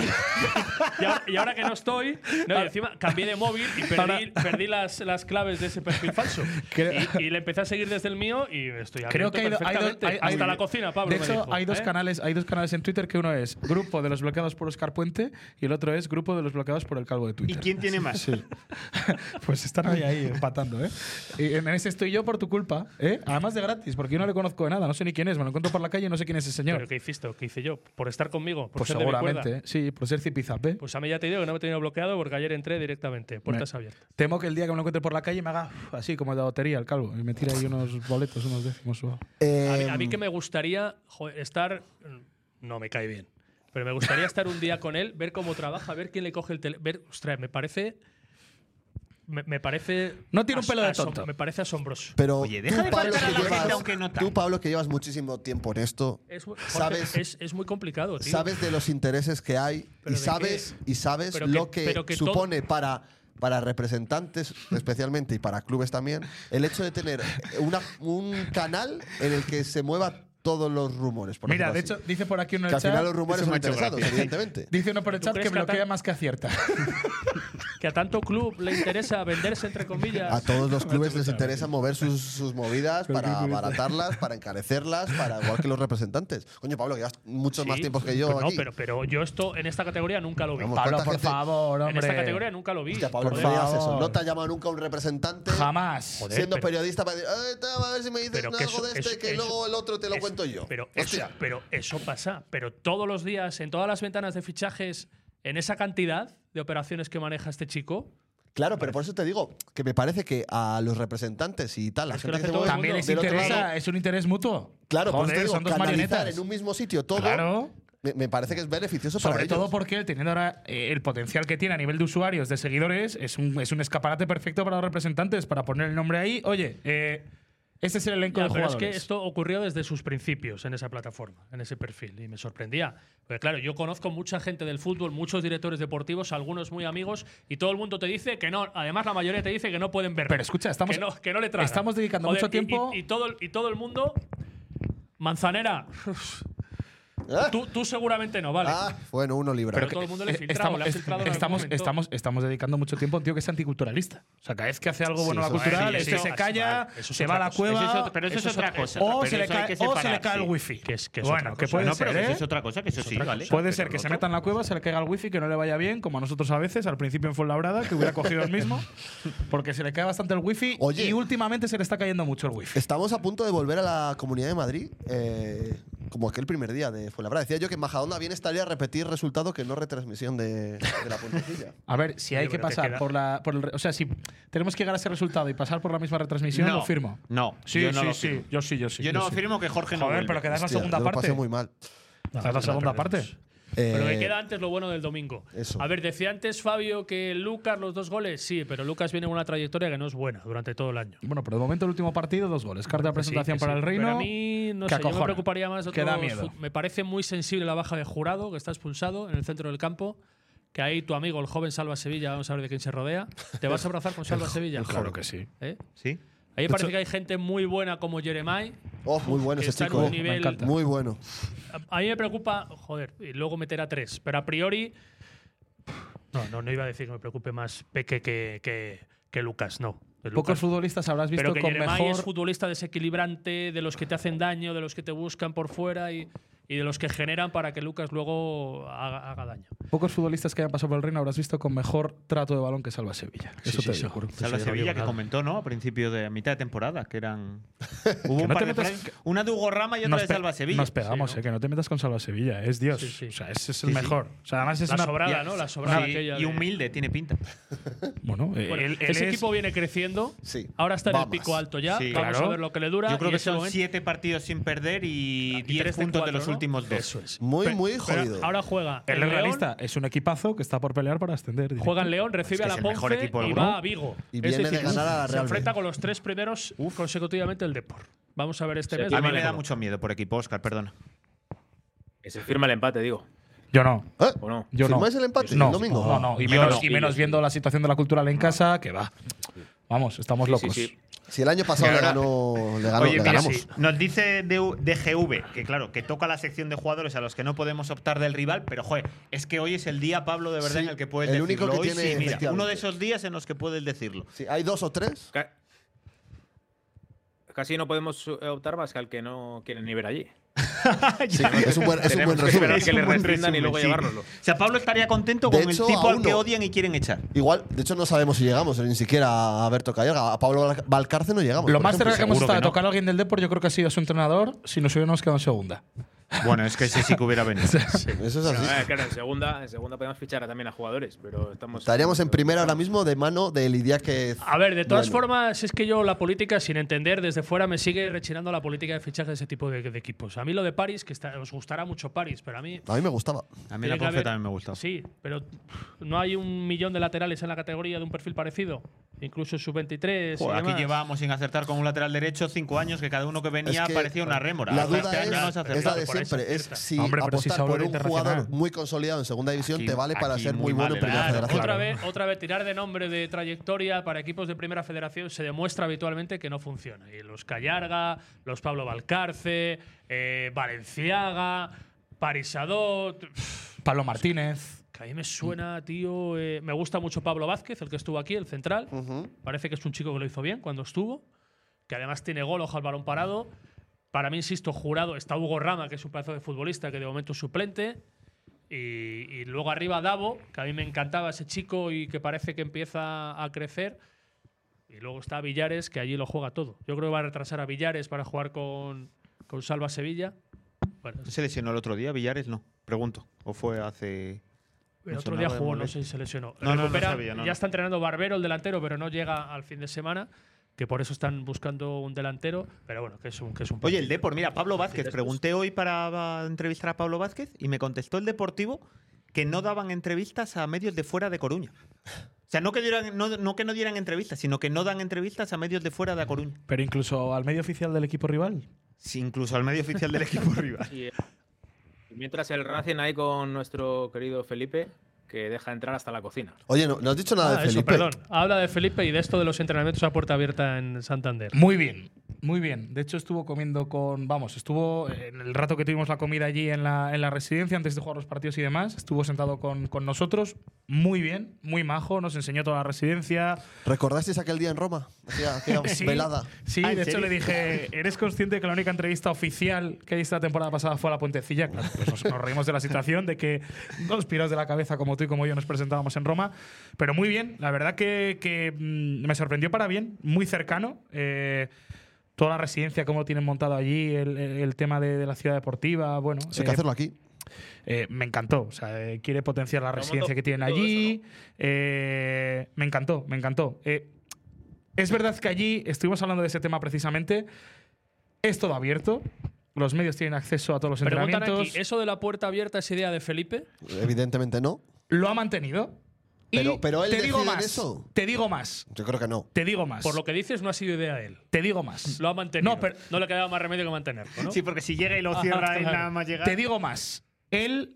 Y ahora, y ahora que no estoy, no, y encima cambié de móvil y perdí, perdí las, las claves de ese perfil falso.
Creo-
Y, y le empecé a seguir desde el mío y estoy
Creo
abierto
que hay, do- hay do-
perfectamente.
hay- hay-
Hasta la cocina, Pablo.
De
me
hecho,
dijo,
hay dos
¿eh?
canales, hay dos canales en Twitter que uno es grupo de los bloqueados por Oscar Puente y el otro es grupo de los bloqueados por el calvo de
¿Y
Twitter.
quién tiene más?
Sí. (laughs) pues están ahí, ahí empatando, ¿eh? Y en ese estoy yo por tu culpa, ¿eh? Además de gratis, porque yo no le conozco de nada, no sé ni quién es, me lo encuentro por la calle y no sé quién es ese señor.
¿Pero qué hiciste? o ¿Qué hice yo? ¿Por estar conmigo? ¿Por
pues
ser de mi cuerda?
seguramente, ¿eh? sí, por ser cipizapé.
Pues a mí ya te digo que no me he tenido bloqueado porque ayer entré directamente, puertas
Me-
abiertas.
Temo que el día que me lo encuentre por la calle me haga uf, así como de la lotería el calvo y me tire ahí unos boletos, unos décimos. o algo.
A mí, a
Em.
mí que me gustaría joder, estar. mm, No me cae bien. Pero me gustaría estar un día con él, ver cómo trabaja, ver quién le coge el teléfono. Ver, ostras, me parece. Me, me parece.
No tiene un
as-
pelo de
asom-
tonto.
Me parece asombroso.
Pero
Oye,
tú,
deja de
Pablo,
faltar a
que
la gente,
llevas,
aunque no tanto.
tú, Pablo, que llevas muchísimo tiempo en esto,
Es, muy- Jorge,
sabes,
es, es muy complicado, tío.
sabes de los intereses que hay
¿Pero
y
de
sabes, y sabes
Pero que-
lo que,
pero que todo-
supone para, para representantes especialmente y para clubes también el hecho de tener una- un canal en el que se mueva todos los rumores. por
Mira, de
decirlo
hecho,
así.
dice por aquí uno en
que
el
al final
chat.
los rumores
eso
son
me ha hecho
interesados,
gracia.
evidentemente.
Dice uno por el
¿Tú
chat que
crees que
bloquea
atan-
más que acierta.
(laughs) Que a tanto club le interesa venderse, entre comillas.
A todos
(laughs)
los clubes les interesa mover sus, sus movidas
Pero
para
qué curioso.
abaratarlas, para encarecerlas, para igual que los representantes. Coño, Pablo, que llevas muchos
Sí,
más tiempos que yo
pero No,
aquí.
pero, pero yo esto en esta categoría nunca lo vi.
Vamos,
Pablo,
¿cuánta
por
gente-
favor,
en
hombre.
esta categoría nunca lo vi.
Hostia, Pablo,
Joder.
no me digas
favor.
eso. No te ha llamado nunca un representante.
Jamás.
Joder,
siendo
pero-
periodista para decir, "Ay, te- a ver si me dices
pero
algo
que eso-
de este,
eso-
que
eso-
luego el otro te lo
eso-
cuento yo.
Pero eso,
Hostia.
pero eso pasa. Pero todos los días, en todas las ventanas de fichajes, en esa cantidad de operaciones que maneja este chico,
claro, pero por eso te digo que me parece que a los representantes y tal, la
Es que lo
gente que
hace
se
todo
mueve
el
También
mundo.
les
del otro
interesa,
lado-
es un interés mutuo.
Claro, por
Joder,
eso te digo,
son dos
canalizar
marionetas.
en un mismo sitio todo
Claro.
me, me parece que es beneficioso para
Sobre
ellos.
todo porque él, teniendo ahora eh, el potencial que tiene a nivel de usuarios, de seguidores, es un, es un escaparate perfecto para los representantes, para poner el nombre ahí. Oye, eh, este es el elenco
Ya,
de
pero es
jugadores.
que esto ocurrió desde sus principios en esa plataforma, en ese perfil, y me sorprendía. Porque claro, yo conozco mucha gente del fútbol, muchos directores deportivos, algunos muy amigos, y todo el mundo te dice que no, además la mayoría te dice que no pueden ver.
Pero escucha, estamos-
que no, que no le tragan.
estamos dedicando mucho
y-
tiempo-
Y, y todo, el- y todo el mundo... Manzanera,
¿Eh?
tú, tú seguramente no, ¿vale?
Ah, bueno, uno libra.
Pero todo el mundo le ha
Eh,
filtrado, le ha
es-
filtrado en algún
estamos,
momento.
estamos, estamos dedicando mucho tiempo a un tío que es anticulturalista. O sea, cada vez que hace algo bueno a la
eso-
cultural,
sí,
este
eso-
se calla,
vale, eso es
se va a
otra
la
cosa.
cueva.
Eso es otra- pero eso es otra cosa.
O
Pero
se le
eso hay
cae
que
o se
separar,
le cae el
sí.
wifi.
Que es- que es
Bueno,
otra
que
cosa.
puede
no,
ser.
pero que
¿eh?
eso es otra cosa, que eso sí, ¿vale?
Puede
Pero
ser que
no
se
todo.
meta en la cueva, se le caiga el wifi, que no le vaya bien, como a nosotros a veces, al principio en Fuenlabrada, que hubiera cogido el mismo, porque se le cae bastante el wifi
Oye.
y últimamente se le está cayendo mucho el wifi.
Estamos a punto de volver a la Comunidad de Madrid, eh, como aquel primer día de Fuenlabrada. Decía yo que en Majadonda bien estaría repetir resultado que no retransmisión de, de la
(laughs)
puntecilla.
A ver, si hay
Yo
que
creo que
pasar
queda-
por la. Por el re- o sea, si tenemos que llegar a ese resultado y pasar por la misma retransmisión,
No,
lo firmo.
no,
sí,
yo no
sí,
lo
sí.
firmo.
Yo sí, yo sí.
Yo no
sí.
afirmo que Jorge no
Joder,
vuelve.
pero que das la
Hostia,
segunda
yo lo
parte.
pasé muy mal.
Das la segunda parte.
Pero
Eh,
que queda antes lo bueno del domingo.
eso.
A ver, decía antes Fabio que Lucas, los dos goles, sí, pero Lucas viene con una trayectoria que no es buena durante todo el año. pues
Bueno, pero de momento el último partido, dos goles. Carta de presentación
Sí, que
para
sí.
el Reino.
Pero a mí, no
que
sé, yo me
acojona,
preocuparía más. de
que da
otros
miedo.
fut- Me parece muy sensible la baja de jurado, que está expulsado en el centro del campo. Que ahí tu amigo, el joven Salva Sevilla, vamos a ver de quién se rodea. ¿Te vas a
(laughs)
abrazar con Salva Sevilla?
Claro que sí.
¿Eh?
¿Sí?
Ahí parece que hay gente muy buena como Jeremiah.
oh, muy bueno ese
que está en
chico.
un
eh.
nivel- Me encanta.
Muy bueno.
A mí me preocupa, joder, y luego meter a tres, pero a priori. No, no, no iba a decir que me preocupe más Peque que, que, que Lucas no. Es
Pocos
Lucas.
futbolistas habrás visto
Pero que
con
Yeremay
mejor.
es futbolista desequilibrante, de los que te hacen daño, de los que te buscan por fuera y, y de los que generan para que Lucas luego haga, haga daño.
Pocos futbolistas que hayan pasado por el reino habrás visto con mejor trato de balón que Salva Sevilla. Eso te digo.
Salva Sevilla que comentó, ¿no? A principio de a mitad de temporada, que eran.
(laughs)
Hubo
Que
un
no
par
te
de
metas-
frases- Una de Hugo Rama y otra
Nos
de
pe-
Salva Sevilla.
Nos pegamos, eh, que no te metas con Salva Sevilla. Es Dios. O sea, ese es el
Sí, sí.
mejor. O sea, además es una-
Ya, sí, Y humilde, tiene pinta.
Bueno, eh,
Bueno,
él- él
ese
es-
equipo viene creciendo. Ahora está en el pico alto ya.
Sí.
Vamos a ver lo que le dura.
Yo creo
y
que
ese
son
momento-
siete partidos sin perder y diez
tres de
puntos de
cuatro,
los
¿no?
últimos dos.
Eso es.
Pe- pero
ahora juega
Él
en
es
León,
realista. Es un equipazo que está por pelear para ascender. directo.
Juega en León, recibe a la Ponce y va a Vigo.
Y
Es
viene de
decir,
ganar a la
se
Real
enfrenta con los tres primeros consecutivamente el Depor. Vamos a ver este mes.
a mí
Vale.
me da mucho miedo por equipo, Oscar, perdona.
Se firma el empate, digo.
Yo no.
¿Eh?
¿O no?
Yo no.
¿Firmáis el empate
No.
el domingo?
No, no. Y
Yo
menos,
no.
y menos viendo la situación de la cultural en casa, que va. Vamos, estamos
Sí, sí,
locos.
sí.
Si el año pasado
Y
le
ahora-
ganó, le ganó-
Oye,
le
mira,
ganamos.
sí, nos dice DU DGV que, claro, que toca la sección de jugadores a los que no podemos optar del rival, pero, joder, es que hoy es el día, Pablo, de verdad,
Sí,
en el que puedes
el
decirlo.
único que
Hoy
tiene,
sí, mira,
efectivamente.
uno de esos días en los que puedes decirlo.
Sí, hay dos o tres.
Casi no podemos eh, optar más que al que no quieren ni ver allí.
(laughs) Sí, es un buen, es un
Tenemos
buen
que
resumen.
esperar que le restringan y luego llevárnoslo.
O sea, Pablo estaría contento
De
con
hecho,
el tipo
a
al que
uno.
odian y quieren echar.
Igual, de hecho, no sabemos si llegamos eh, ni siquiera a Berto Callega. A Pablo Val- Valcarce no llegamos.
Lo
por
más
ejemplo.
cerca que hemos estado de tocar a alguien del Depor, yo creo que ha sido su entrenador, si nos hubiéramos quedado en segunda.
Bueno, es que ese sí que hubiera
(laughs)
venido.
Eso es así.
Pero, eh, claro, en segunda, en segunda podemos fichar también a jugadores, pero estamos.
Estaríamos en primera ahora mismo de mano de Lidia que.
A ver, de todas formas, es que yo la política, sin entender desde fuera, me sigue rechinando la política de fichaje de ese tipo de, de equipos. A mí lo de París, que está- os gustará mucho París, pero a mí.
A mí me gustaba.
A mí la
Tiene que
Ponce
haber-
también me gustó.
Sí, pero no hay un millón de laterales en la categoría de un perfil parecido, incluso sub-23. y
Joder, aquí
demás.
llevábamos sin acertar con un lateral derecho cinco años que cada uno que venía
Es que
parecía una rémora.
La
Hasta
duda
este año no
es,
se acertaba.
es la de siempre. Es si apostar por un jugador muy consolidado en segunda división
Aquí-
te vale para
aquí
ser muy,
muy
bueno
mal
en primera
helado,
federación.
Otra vez, otra vez, tirar de nombre de trayectoria para equipos de primera federación se demuestra habitualmente que no funciona. Y los Callarga, los Pablo Valcarce, eh, Valenciaga, Parisadot.
Pablo Martínez.
Que a mí me suena, tío. eh, me gusta mucho Pablo Vázquez, el que estuvo aquí, el central. Parece que es un chico que lo hizo bien cuando estuvo. Que además tiene gol, ojo al balón parado. Para mí, insisto, jurado está Hugo Rama, que es un pedazo de futbolista que de momento es suplente. Y, y luego arriba Davo, que a mí me encantaba ese chico y que parece que empieza a crecer. Y luego está Villares, que allí lo juega todo. Yo creo que va a retrasar a Villares para jugar con, con Salva Sevilla.
¿No se lesionó el otro día, Villares? No, pregunto. ¿O fue hace.? no
El
sé,
otro día
nada de
jugó, no
molestia?
sé si se lesionó.
No, no, no
Recupera,
sabía, no,
ya
no.
está entrenando Barbero, el delantero, pero no llega al fin de semana. Que por eso están buscando un delantero. Pero bueno, que es un. Que es un
Oye, el Depor, mira, Pablo Vázquez. Pregunté hoy para entrevistar a Pablo Vázquez y me contestó el Deportivo que no daban entrevistas a medios de fuera de Coruña. O sea, no que, dieran- no, no que no dieran entrevistas, sino que no dan entrevistas a medios de fuera de Coruña.
Pero incluso al medio oficial del equipo rival.
Sí, incluso al medio oficial del equipo rival.
Y, eh, y mientras el Racing ahí con nuestro querido Felipe, que deja entrar hasta la cocina.
Oye, no, no has dicho nada
Ah,
de
eso,
Felipe.
perdón. Habla de Felipe y de esto de los entrenamientos a puerta abierta en Santander.
Muy bien, muy bien. De hecho, estuvo comiendo con. Vamos, estuvo en el rato que tuvimos la comida allí en la, en la residencia, antes de jugar los partidos y demás. Estuvo sentado con, con nosotros. Muy bien, muy majo. Nos enseñó toda la residencia.
¿Recordasteis aquel día en Roma? Aquella,
(laughs)
aquella
Sí,
velada.
Sí,
Ah,
de hecho le dije, ¿eres consciente de que la única entrevista oficial que hice la temporada pasada fue a la puentecilla? Claro, pues nos, nos reímos de la situación, de que dos piros de la cabeza como tú y como yo nos presentábamos en Roma. Pero muy bien, la verdad que, que, mm, me sorprendió para bien, muy cercano. Eh, toda la residencia, cómo lo tienen montado allí, el, el tema de, de la ciudad deportiva, bueno.
Eso hay que
eh,
hacerlo aquí.
eh, me encantó. O sea, eh, quiere potenciar la
Lo
residencia
montó
que tienen
todo
allí. Eh, me encantó, me encantó. Eh, es verdad que allí estuvimos hablando de ese tema precisamente. Es todo abierto. Los medios tienen acceso a todos los
Preguntan aquí,
entrenamientos.
¿eso de la puerta abierta es idea de Felipe?
Evidentemente no.
Lo ha mantenido. Y
Pero- pero él
te digo
decide en
más.
eso.
Te digo más.
Yo creo que no.
Te digo más.
Por lo que dices, no ha sido idea de él.
Te digo más.
Lo ha mantenido. No, le quedaba más remedio que mantenerlo. ¿no?
Sí, porque si llega y lo
Ajá,
cierra y
claro.
nada más llegar.
Te digo más. Él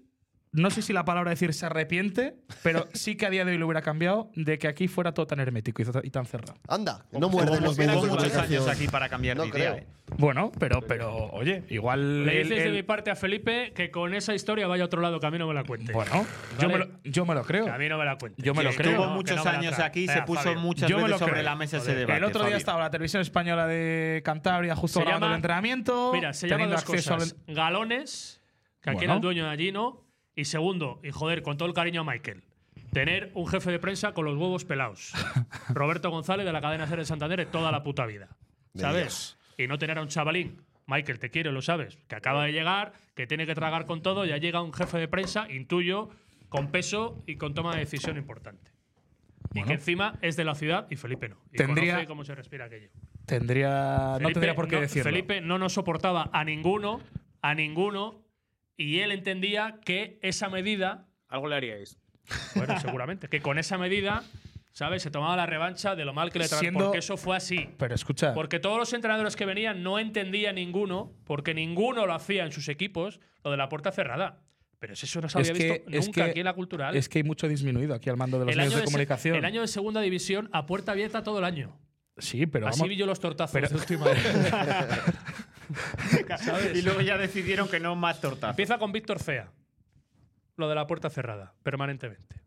no sé si la palabra decir se arrepiente, pero sí que a día de hoy lo hubiera cambiado de que aquí fuera todo tan hermético y ta- y tan cerrado.
Anda,
no muerden los Hubo muchos años aquí para cambiar
No
de idea. ¿eh?
creo. Bueno, pero, pero oye, igual.
Le
el-
dices de
el-
mi parte a Felipe que con esa historia vaya a otro lado, que a mí no me la cuente.
Bueno, yo me, lo, yo me lo creo.
Que a mí no me la cuente.
Yo me lo
Que
creo.
estuvo muchos
Que no me la
años
traga.
aquí, se puso muchas
Yo me
veces
lo
sobre
creo.
la mesa ese debate,
El otro día
Fabio.
estaba la televisión española de Cantabria justo
Se
grabando
llama-
el entrenamiento.
Mira, se llama
teniendo
dos
acceso al-
cosas. Galones, que aquí
Bueno.
era el dueño de allí, ¿no? Y segundo, y joder, con todo el cariño a Michael, tener un jefe de prensa con los huevos
(laughs)
pelados. Roberto González de la cadena Ser de Santander de toda la puta vida.
De
¿Sabes? Y no tener a un chavalín. Michael, te quiero, lo sabes. Que acaba de llegar, que tiene que tragar con todo, ya llega un jefe de prensa, intuyo, con peso y con toma de decisión importante. Y
Bueno.
que encima es de la ciudad y Felipe no. Y
Tendría-
conoce cómo se respira aquello.
Tendría, no
Felipe
tendría por qué
no-
decirlo.
Felipe no nos soportaba a ninguno, a ninguno, y él entendía que esa medida.
Algo le haríais.
Bueno, (laughs) seguramente. Que con esa medida, ¿sabes? Se tomaba la revancha de lo mal que le trataban.
Siendo-
Porque eso fue así.
Pero escucha,
Porque todos los entrenadores que venían no entendía ninguno, porque ninguno lo hacía en sus equipos, lo de la puerta cerrada. Pero es eso no se había visto nunca aquí en la cultural.
es que hay mucho disminuido aquí al mando de los medios de,
se-
comunicación.
el año de segunda división a puerta abierta todo el año.
sí, pero
Así
vamos.
vi yo los tortazos. (laughs)
pero-
(laughs)
de última vez. ¿Sabes? (laughs)
Y luego ya decidieron que no más torta.
Empieza con Víctor Cea. Lo de la puerta cerrada, permanentemente.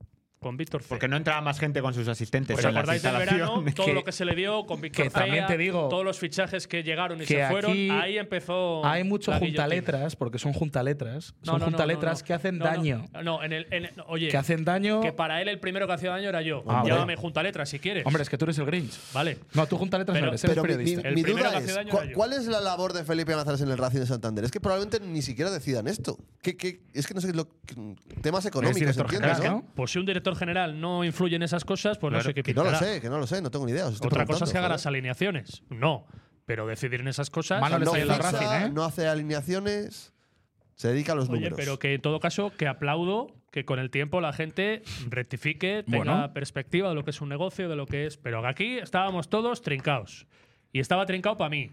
Con Víctor Cea.
Porque no entraba más gente con sus asistentes.
¿Os
en las
acordáis del verano?
instalaciones.
Todo lo que se le dio con Víctor
que
Cea.
también te digo
Todos los fichajes que llegaron y
que
se fueron.
aquí
ahí empezó.
Hay mucho
la
juntaletras, porque son juntaletras.
guillotina.
Son juntaletras que hacen
no, no.
daño.
No, en el, en- no, oye.
Que hacen daño-
Que para él el primero que hacía daño era yo.
Ah,
Llámame
bueno.
juntaletras si quieres.
Hombre, es que tú eres el Grinch.
Vale.
No, tú juntaletras no eres, eres
pero mi-
periodista.
mi, mi duda es, ¿cuál, cuál es la labor de Felipe González en el Racing de Santander? Es que probablemente ni siquiera decidan esto. ¿Qué- qué- es que no sé lo, temas económicos, entiendo, ¿no?
Pues si un director general no influye en esas cosas, pues no
Claro.
sé qué
que no lo
pintará.
sé, que no lo sé, no tengo ni idea. os estoy
Otra cosa es que haga
preguntando,
las alineaciones. No. Pero decidir en esas cosas.
joder.
no
no,
ficha,
ficha,
¿eh?
no hace alineaciones, se dedica a los
¿eh? Oye,
números.
pero que en todo caso, que aplaudo que con el tiempo la gente rectifique, tenga
Bueno.
perspectiva de lo que es un negocio, de lo que es. Pero aquí estábamos todos trincados. Y estaba trincado para mí.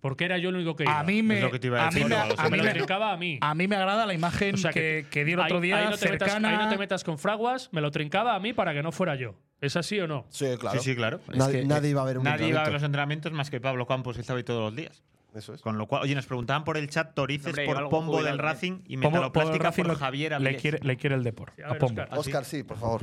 Porque era yo el único que iba.
A mí me, a mí me, a mí
me lo
me-
trincaba a mí.
a mí me agrada la imagen
O sea,
que, que dio el otro
ahí-
día
ahí no te metas-
cercana.
ahí no te metas con fraguas, me lo trincaba a mí para que no fuera yo. ¿Es así o no?
Sí,
Sí, sí, claro. Es que Nadie iba a ver los entrenamientos más que Pablo Campos, que estaba ahí todos los días.
Eso es.
Con lo cual, oye, nos preguntaban por el chat Torices
Hombre,
por
algo
Pombo del
jubilado también.
Racing y
Pombo- Pombo del
Metaloplástico
Racing
por
lo-
Javier
le
Avilés.
quiere, le quiere el depor.
Sí, a
a
ver,
Pombo.
Oscar. Oscar,
sí,
(laughs)
por favor.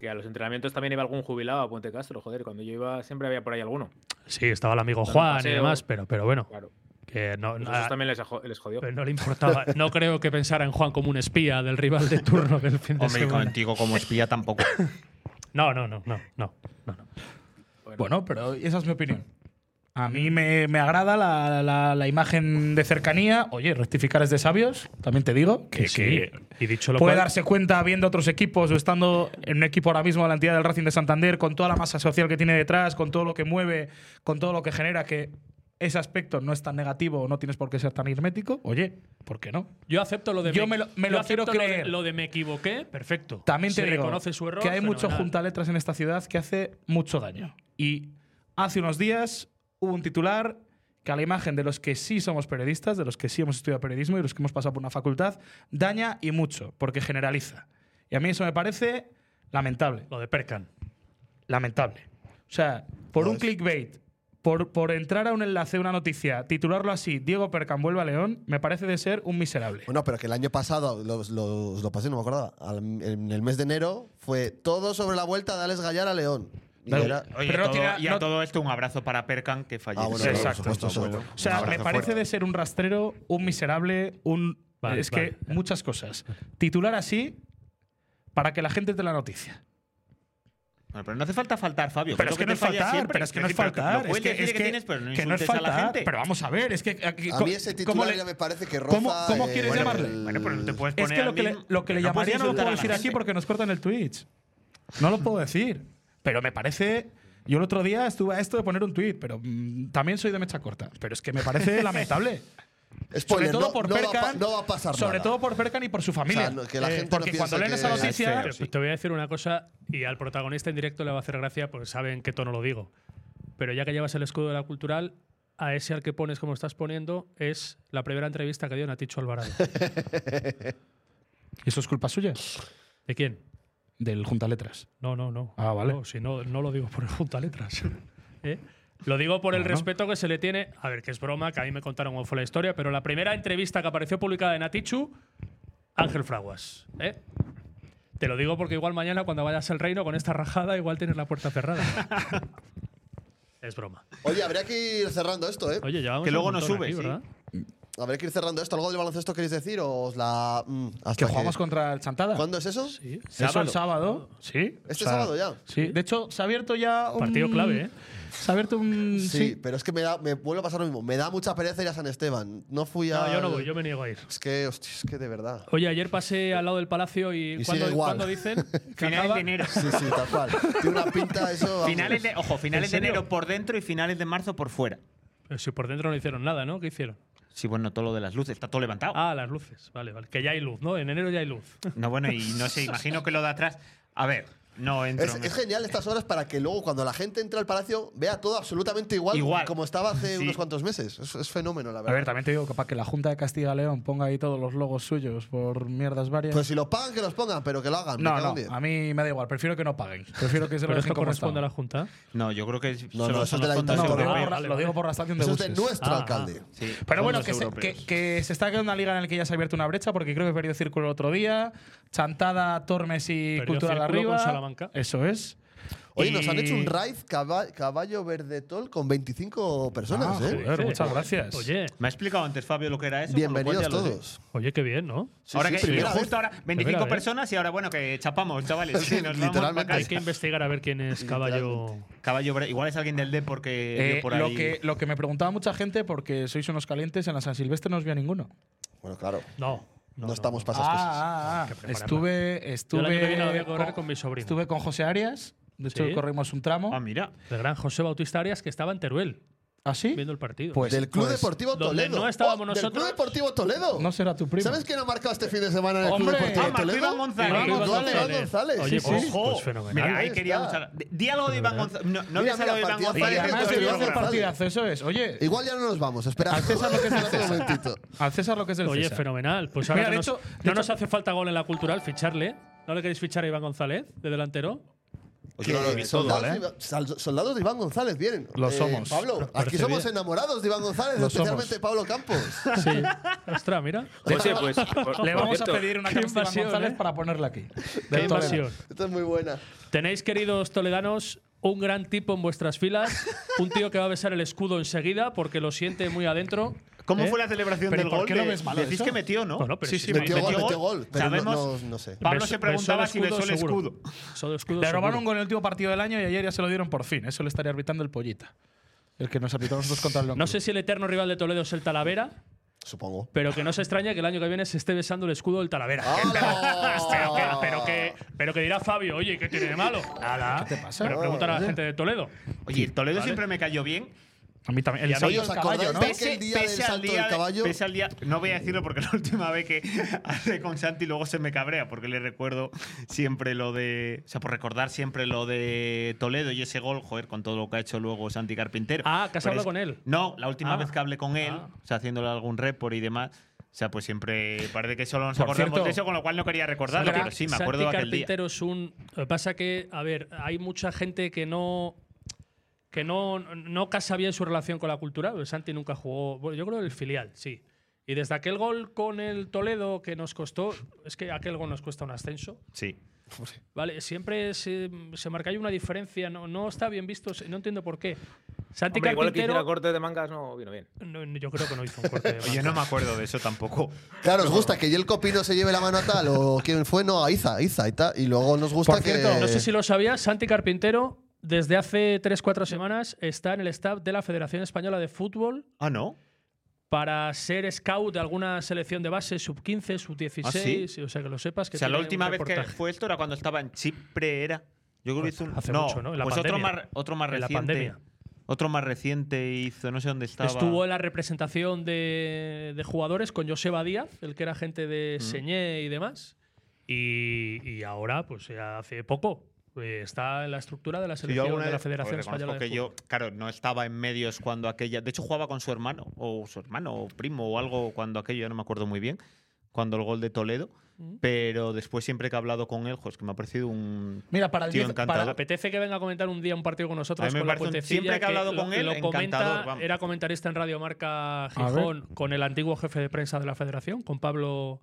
Que a los entrenamientos también iba algún jubilado a Puente Castro, joder. Cuando yo iba siempre había por ahí alguno.
Sí, estaba el amigo
Dando
Juan y
paseo.
demás, pero, pero bueno.
Claro.
Que no,
Pues
na-
eso también les, ajo- les jodió.
Pero no le importaba. No creo que pensara en Juan como un espía del rival de turno del fin de
Hombre, y
semana.
contigo como espía tampoco.
No, no, no, no, no.
Bueno, pero esa es mi opinión. A mí me, me agrada la, la- la imagen de cercanía. Oye, rectificar es de sabios, también te digo. Que, sí.
Y dicho lo
Puede
cual,
darse cuenta viendo otros equipos o estando en un equipo ahora mismo de la entidad del Racing de Santander, con toda la masa social que tiene detrás, con todo lo que mueve, con todo lo que genera, que ese aspecto no es tan negativo o no tienes por qué ser tan hermético. Oye, ¿por qué no?
Yo acepto lo de
Yo me lo- me lo
acepto
quiero
de-
creer.
Lo de, me equivoqué, perfecto.
También te
Se
digo
reconoce su error.
que hay mucho
fenomenal.
juntaletras en esta ciudad que hace mucho daño. Y hace unos días hubo un titular que a la imagen de los que sí somos periodistas, de los que sí hemos estudiado periodismo y los que hemos pasado por una facultad, daña y mucho, porque generaliza. Y a mí eso me parece lamentable.
Lo de Percan.
Lamentable. O sea, por un clickbait, por, por entrar a un enlace de una noticia, titularlo así, Diego Percan vuelve a León, me parece de ser un miserable.
Bueno, pero que el año pasado, los- los- lo pasé, no me acordaba, al- en el mes de enero fue todo sobre la vuelta de Alex Gallar a León. Y
Oye,
era-
oye, todo- y a todo esto, un abrazo para Perkan, que fallece.
Ah, bueno, claro, por supuesto, eso.
abuelo.
O
Un
sea, me
abrazo
parece
fuerte.
de ser un rastrero, un miserable, un.
Vale,
es que muchas cosas. Titular así para que la gente te la noticia.
Bueno, pero no hace falta faltar, Fabio.
Pero es que
lo
no
te
es
falla
faltar,
siempre.
pero es que no es
decir, pero
faltar.
lo
Es
puedes
que,
decir
es
que
que-
tienes, pero no
que no es
insultes a la
faltar.
gente.
Pero vamos a ver, es que. aquí-
A
co-
mí ese
¿cómo
titular
le-
ya me parece que roza.
¿Cómo, cómo
eh,
quieres
bueno,
llamarle?
el-
es que lo que le, lo que le llamaría no lo puedo decir aquí porque nos cortan el Twitch. No lo puedo decir. Pero me parece. Yo el otro día estuve a esto de poner un tweet, pero mm, también soy de mecha corta. Pero es que me parece (laughs) lamentable.
Spoiler,
sobre todo
no-
por
no va a
Perkan,
pa- no va a pasar
sobre
nada.
todo por Perkan y por su familia. Eh,
O sea, no- que la gente no
porque
piense
cuando leen
que
esa
es
noticia,
Pero Pues Te voy a decir una cosa y al protagonista en directo le va a hacer gracia porque sabe en qué tono lo digo. Pero ya que llevas el escudo de la cultural, a ese al
(laughs)
que pones como estás poniendo es la primera entrevista que dio Naticho Alvarado.
¿Eso es culpa suya?
¿De quién?
Del Juntaletras.
No, no, no.
Ah, vale.
No, si no, no lo digo por el junta letras. (laughs) ¿Eh? Lo digo por el
Bueno.
respeto que se le tiene. A ver, que es broma, que a mí me contaron cómo fue la historia, pero la primera entrevista que apareció publicada en Atichu, Ángel Fraguas. ¿eh? Te lo digo porque igual mañana cuando vayas al reino con esta rajada, igual tienes la puerta cerrada. (laughs) es broma.
Oye, habría que ir cerrando esto, ¿eh?
Oye, llevamos Que luego un no montón sube, aquí, sí. ¿verdad?
Habría que ir cerrando esto. ¿Algo del baloncesto queréis decir o os la. mm, hasta
que jugamos contra el Chantada.
¿Cuándo es eso? Sí.
Eso el sábado. Sí.
Este sábado ya.
Sí. De hecho, se ha abierto ya un.
Partido clave, ¿eh?
Se ha abierto un.
Sí,
Sí.
pero es que me, da, me vuelve a pasar lo mismo. Me da mucha pereza ir a San Esteban. No fui a.
No, yo no voy, yo me niego a ir.
Es que, hostia, es que de verdad.
Oye, ayer pasé al lado del palacio y,
Y
cuando
sigue igual.
(laughs) dicen? Que
Finales
acaba-
de enero.
Sí, sí, tal cual. Tiene una pinta eso. vamos.
Finales de, ojo, finales
¿En
de
serio?
enero por dentro y finales de marzo por fuera.
Pero Eh, si por dentro no hicieron nada, ¿no? ¿Qué hicieron?
Sí, bueno, todo lo de las luces, está todo levantado.
Ah, las luces. Vale, vale. Que ya hay luz, ¿no? En enero ya hay luz.
No, bueno, y no sé, imagino que lo de atrás. A ver, no entro.
Es,
en-
es genial estas horas para que luego cuando la gente entre al palacio vea todo absolutamente igual,
Igual.
como estaba hace
Sí.
unos cuantos meses. Es, es fenómeno, la
A
verdad.
ver, también te digo, capaz que la Junta de Castilla y León ponga ahí todos los logos suyos por mierdas varias.
Pues si los pagan, que los pongan, pero que lo hagan. me
no,
cago
no,
en diez.
a mí me da igual, prefiero que no paguen. Prefiero que se lo
¿Pero esto
dejen como
corresponde a
estaba.
la Junta?
No, yo creo que es-
No,
son los-
no,
son
eso es de
los
la
fondos
No, lo,
europeos.
digo por la- lo digo por la estación de
Eso es
buses.
de nuestro
Ah,
alcalde.
Sí,
Pero bueno,
fondos
que se,
europeos.
que- que se está creando una liga en la que ya se ha abierto una brecha, porque creo que perdió círculo el otro día. Chantada, Tormes y
Perdió
Cultural
Círculo
arriba.
con Salamanca.
Eso es.
Oye, nos han
Y-
hecho un raid caba- caballo verde tol con 25 personas,
Ah,
¿eh?
joder,
pues.
muchas gracias.
Oye,
Me ha explicado antes Fabio lo que era eso. con lo cual pues
Bienvenidos
ya lo sé.
todos.
oye, qué bien, ¿no?
Sí,
ahora
sí,
que
primera
justo
vez.
ahora 25
vez.
personas y ahora bueno que chapamos, chavales. Sí,
(laughs)
nos vamos para
¿eh? Literalmente.
casa.
Hay que investigar a ver quién es caballo.
Caballo, Bre- igual es alguien del D porque
Eh,
vio por
lo,
ahí-
que, lo que me preguntaba mucha gente, porque sois unos calientes, en la San Silvestre no os vi a ninguno.
Bueno, claro,
No.
no, estamos para esas cosas.
Ah, ah, ah.
que prepararla.
Estuve,
Yo el año que viene la voy
estuve,
a correr con mi sobrino.
estuve con José Arias. De hecho,
Sí.
corrimos un tramo.
Ah, mira.
El gran José Bautista Arias que estaba en Teruel
¿Ah, sí?
viendo el partido.
Pues-
del Club
pues,
Deportivo
donde
Toledo.
no estábamos
del
nosotros.
Club Deportivo Toledo.
No será tu primo.
¿Sabes quién ha marcado este fin de semana en el
Hombre.
Club
Ah,
Deportivo
marcó
Toledo?
Iván González.
Iván
Iván González.
González.
Sí,
Oye,
sí.
pues,
Ojo,
pues fenomenal.
Mira, ahí
Ahí
queríamos
está.
hablar. Di algo de Iván González. No, no
Mira,
ves algo de
mira,
Iván
partidazo,
Y
González.
además
Iván
dentro
te
del
voy a
González.
hacer
programa.
partidazo, eso es. Oye,
Igual ya no nos vamos, espera.
Al César
(laughs)
lo que es del
Espérate un
César.
momentito.
al César lo que es el
Oye,
César.
fenomenal. Pues ahora
Mira,
que
de
nos-
hecho- de
no
hecho-
nos hace falta gol en la cultural, ficharle. ¿No le queréis fichar a Iván González de delantero?
Pues yo no lo he
Que
visto,
soldados,
¿vale?
de Iván- sal- soldados de Iván González vienen. Eh,
Lo somos.
Pablo, aquí
parece
somos
bien.
enamorados de Iván González,
Lo
especialmente
somos.
Pablo Campos.
Sí.
(laughs)
Ostras, mira.
Oye, pues, por-
Le
por
vamos a
cierto,
pedir una
qué
camiseta a Iván
invasión,
González
¿eh?
para ponerla aquí.
(laughs) Qué
Del Toledo.
invasión.
Esta es muy buena.
Tenéis, queridos toledanos, un gran tipo en vuestras filas. Un tío que va a besar el escudo enseguida porque lo siente muy adentro.
¿Cómo
¿Eh?
fue la celebración
Pero
del
¿y por
gol?
qué lo
de-
ves malo
Decís
eso?
que metió, ¿no?
Bueno, pero
Sí,
si
sí,
metió
Metió gol,
gol.
metió gol, pero no-
Sabemos-
no, no sé.
Pablo
Besó-
se preguntaba
besó
si besó el
seguro.
escudo.
Besó el escudo
Le robaron
seguro.
con el último partido del año y ayer ya se lo dieron por fin. Eso le estaría arbitrando el pollita. El que nos arbitró a nosotros contra el
No sé si el eterno rival de Toledo es el Talavera,
Supongo.
(laughs)
pero que no se extraña que el año que viene se esté besando el escudo del Talavera. pero, que,
Ah.
pero, que, pero que dirá Fabio, oye, ¿qué tiene de malo? Nada.
¿Qué te pasa?
Pero preguntar a la gente de Toledo.
Oye, el Toledo siempre me cayó bien.
A mí también. El
a mí
salto
os
del
acordáis
caballo, ¿no?
de aquel día del
al
salto del
de-
caballo.
pese al día- no voy a decirlo porque la última vez que hablé con Santi luego se me cabrea porque le recuerdo siempre lo de, o sea, por recordar siempre lo de Toledo y ese gol, joder, con todo lo que ha hecho luego Santi Carpintero.
Ah, ¿que has
Pero
hablado
es-
con él?
No, la última
Ah.
vez que hablé con él,
Ah.
o sea, haciéndole algún report y demás. O sea, pues siempre parece que solo nos
Por
acordamos
cierto,
de eso, con lo cual no quería recordarlo,
Santi-
pero sí, me acuerdo de
Santi
aquel día.
Carpintero es un. Lo que pasa que, a ver, hay mucha gente que no. Que no, no casa bien su relación con la cultura. porque Santi nunca jugó. Bueno, yo creo el filial, sí. Y desde aquel gol con el Toledo que nos costó. Es que aquel gol nos cuesta un ascenso.
Sí.
Vale, siempre se, se marca ahí una diferencia. No, no está bien visto. se- No entiendo por qué. Santi
hombre, igual que
Carpintero.
hiciera corte de mangas no vino bien.
no, no, yo creo que no hizo un corte
(laughs)
de
Oye,
manga.
no me acuerdo de eso tampoco.
Claro, os gusta que Yelko Pino se lleve la mano a tal o quién fue, no, a Iza, Iza y tal. Y luego nos gusta
Por cierto,
que.
No sé si lo sabías, Santi Carpintero, desde hace 3-4 semanas, está en el staff de la Federación Española de Fútbol
Ah, ¿no?
para ser scout de alguna selección de base, sub-15, sub-16.
¿Ah,
O sea, que lo sepas. Que
o sea, la
tiene un
última vez que
reportaje.
fue esto era cuando estaba en Chipre, era. Yo creo que hizo un.
hace mucho, ¿no? En la
pues otro
pandemia.
más, otro más
En la
reciente.
pandemia.
Otro más reciente hizo, no sé dónde estaba.
Estuvo en la representación de, de jugadores con Joseba Díaz, el que era agente de
Mm.
Señé y demás. Y, y ahora, pues hace poco, eh, está en la estructura de la
Sí, yo
selección
alguna
de la
vez-
Federación
pues, reconozco
Española de
que
Fútbol.
yo, claro, no estaba en medios cuando aquella. De hecho, jugaba con su hermano, o su hermano, o primo, o algo, cuando aquello, ya no me acuerdo muy bien. Cuando el gol de Toledo. Pero después, siempre que he hablado con él, jo, es que me ha parecido un
Mira, para el
tío
10
encantador.
para-
Apetece que venga a comentar un día un partido con nosotros.
A mí me
con la
parece un-
puentecilla,
siempre que he hablado con
lo-
él,
lo comenta,
encantador, vamos.
era comentarista en Radio Marca Gijón con el antiguo jefe de prensa de la Federación, con Pablo,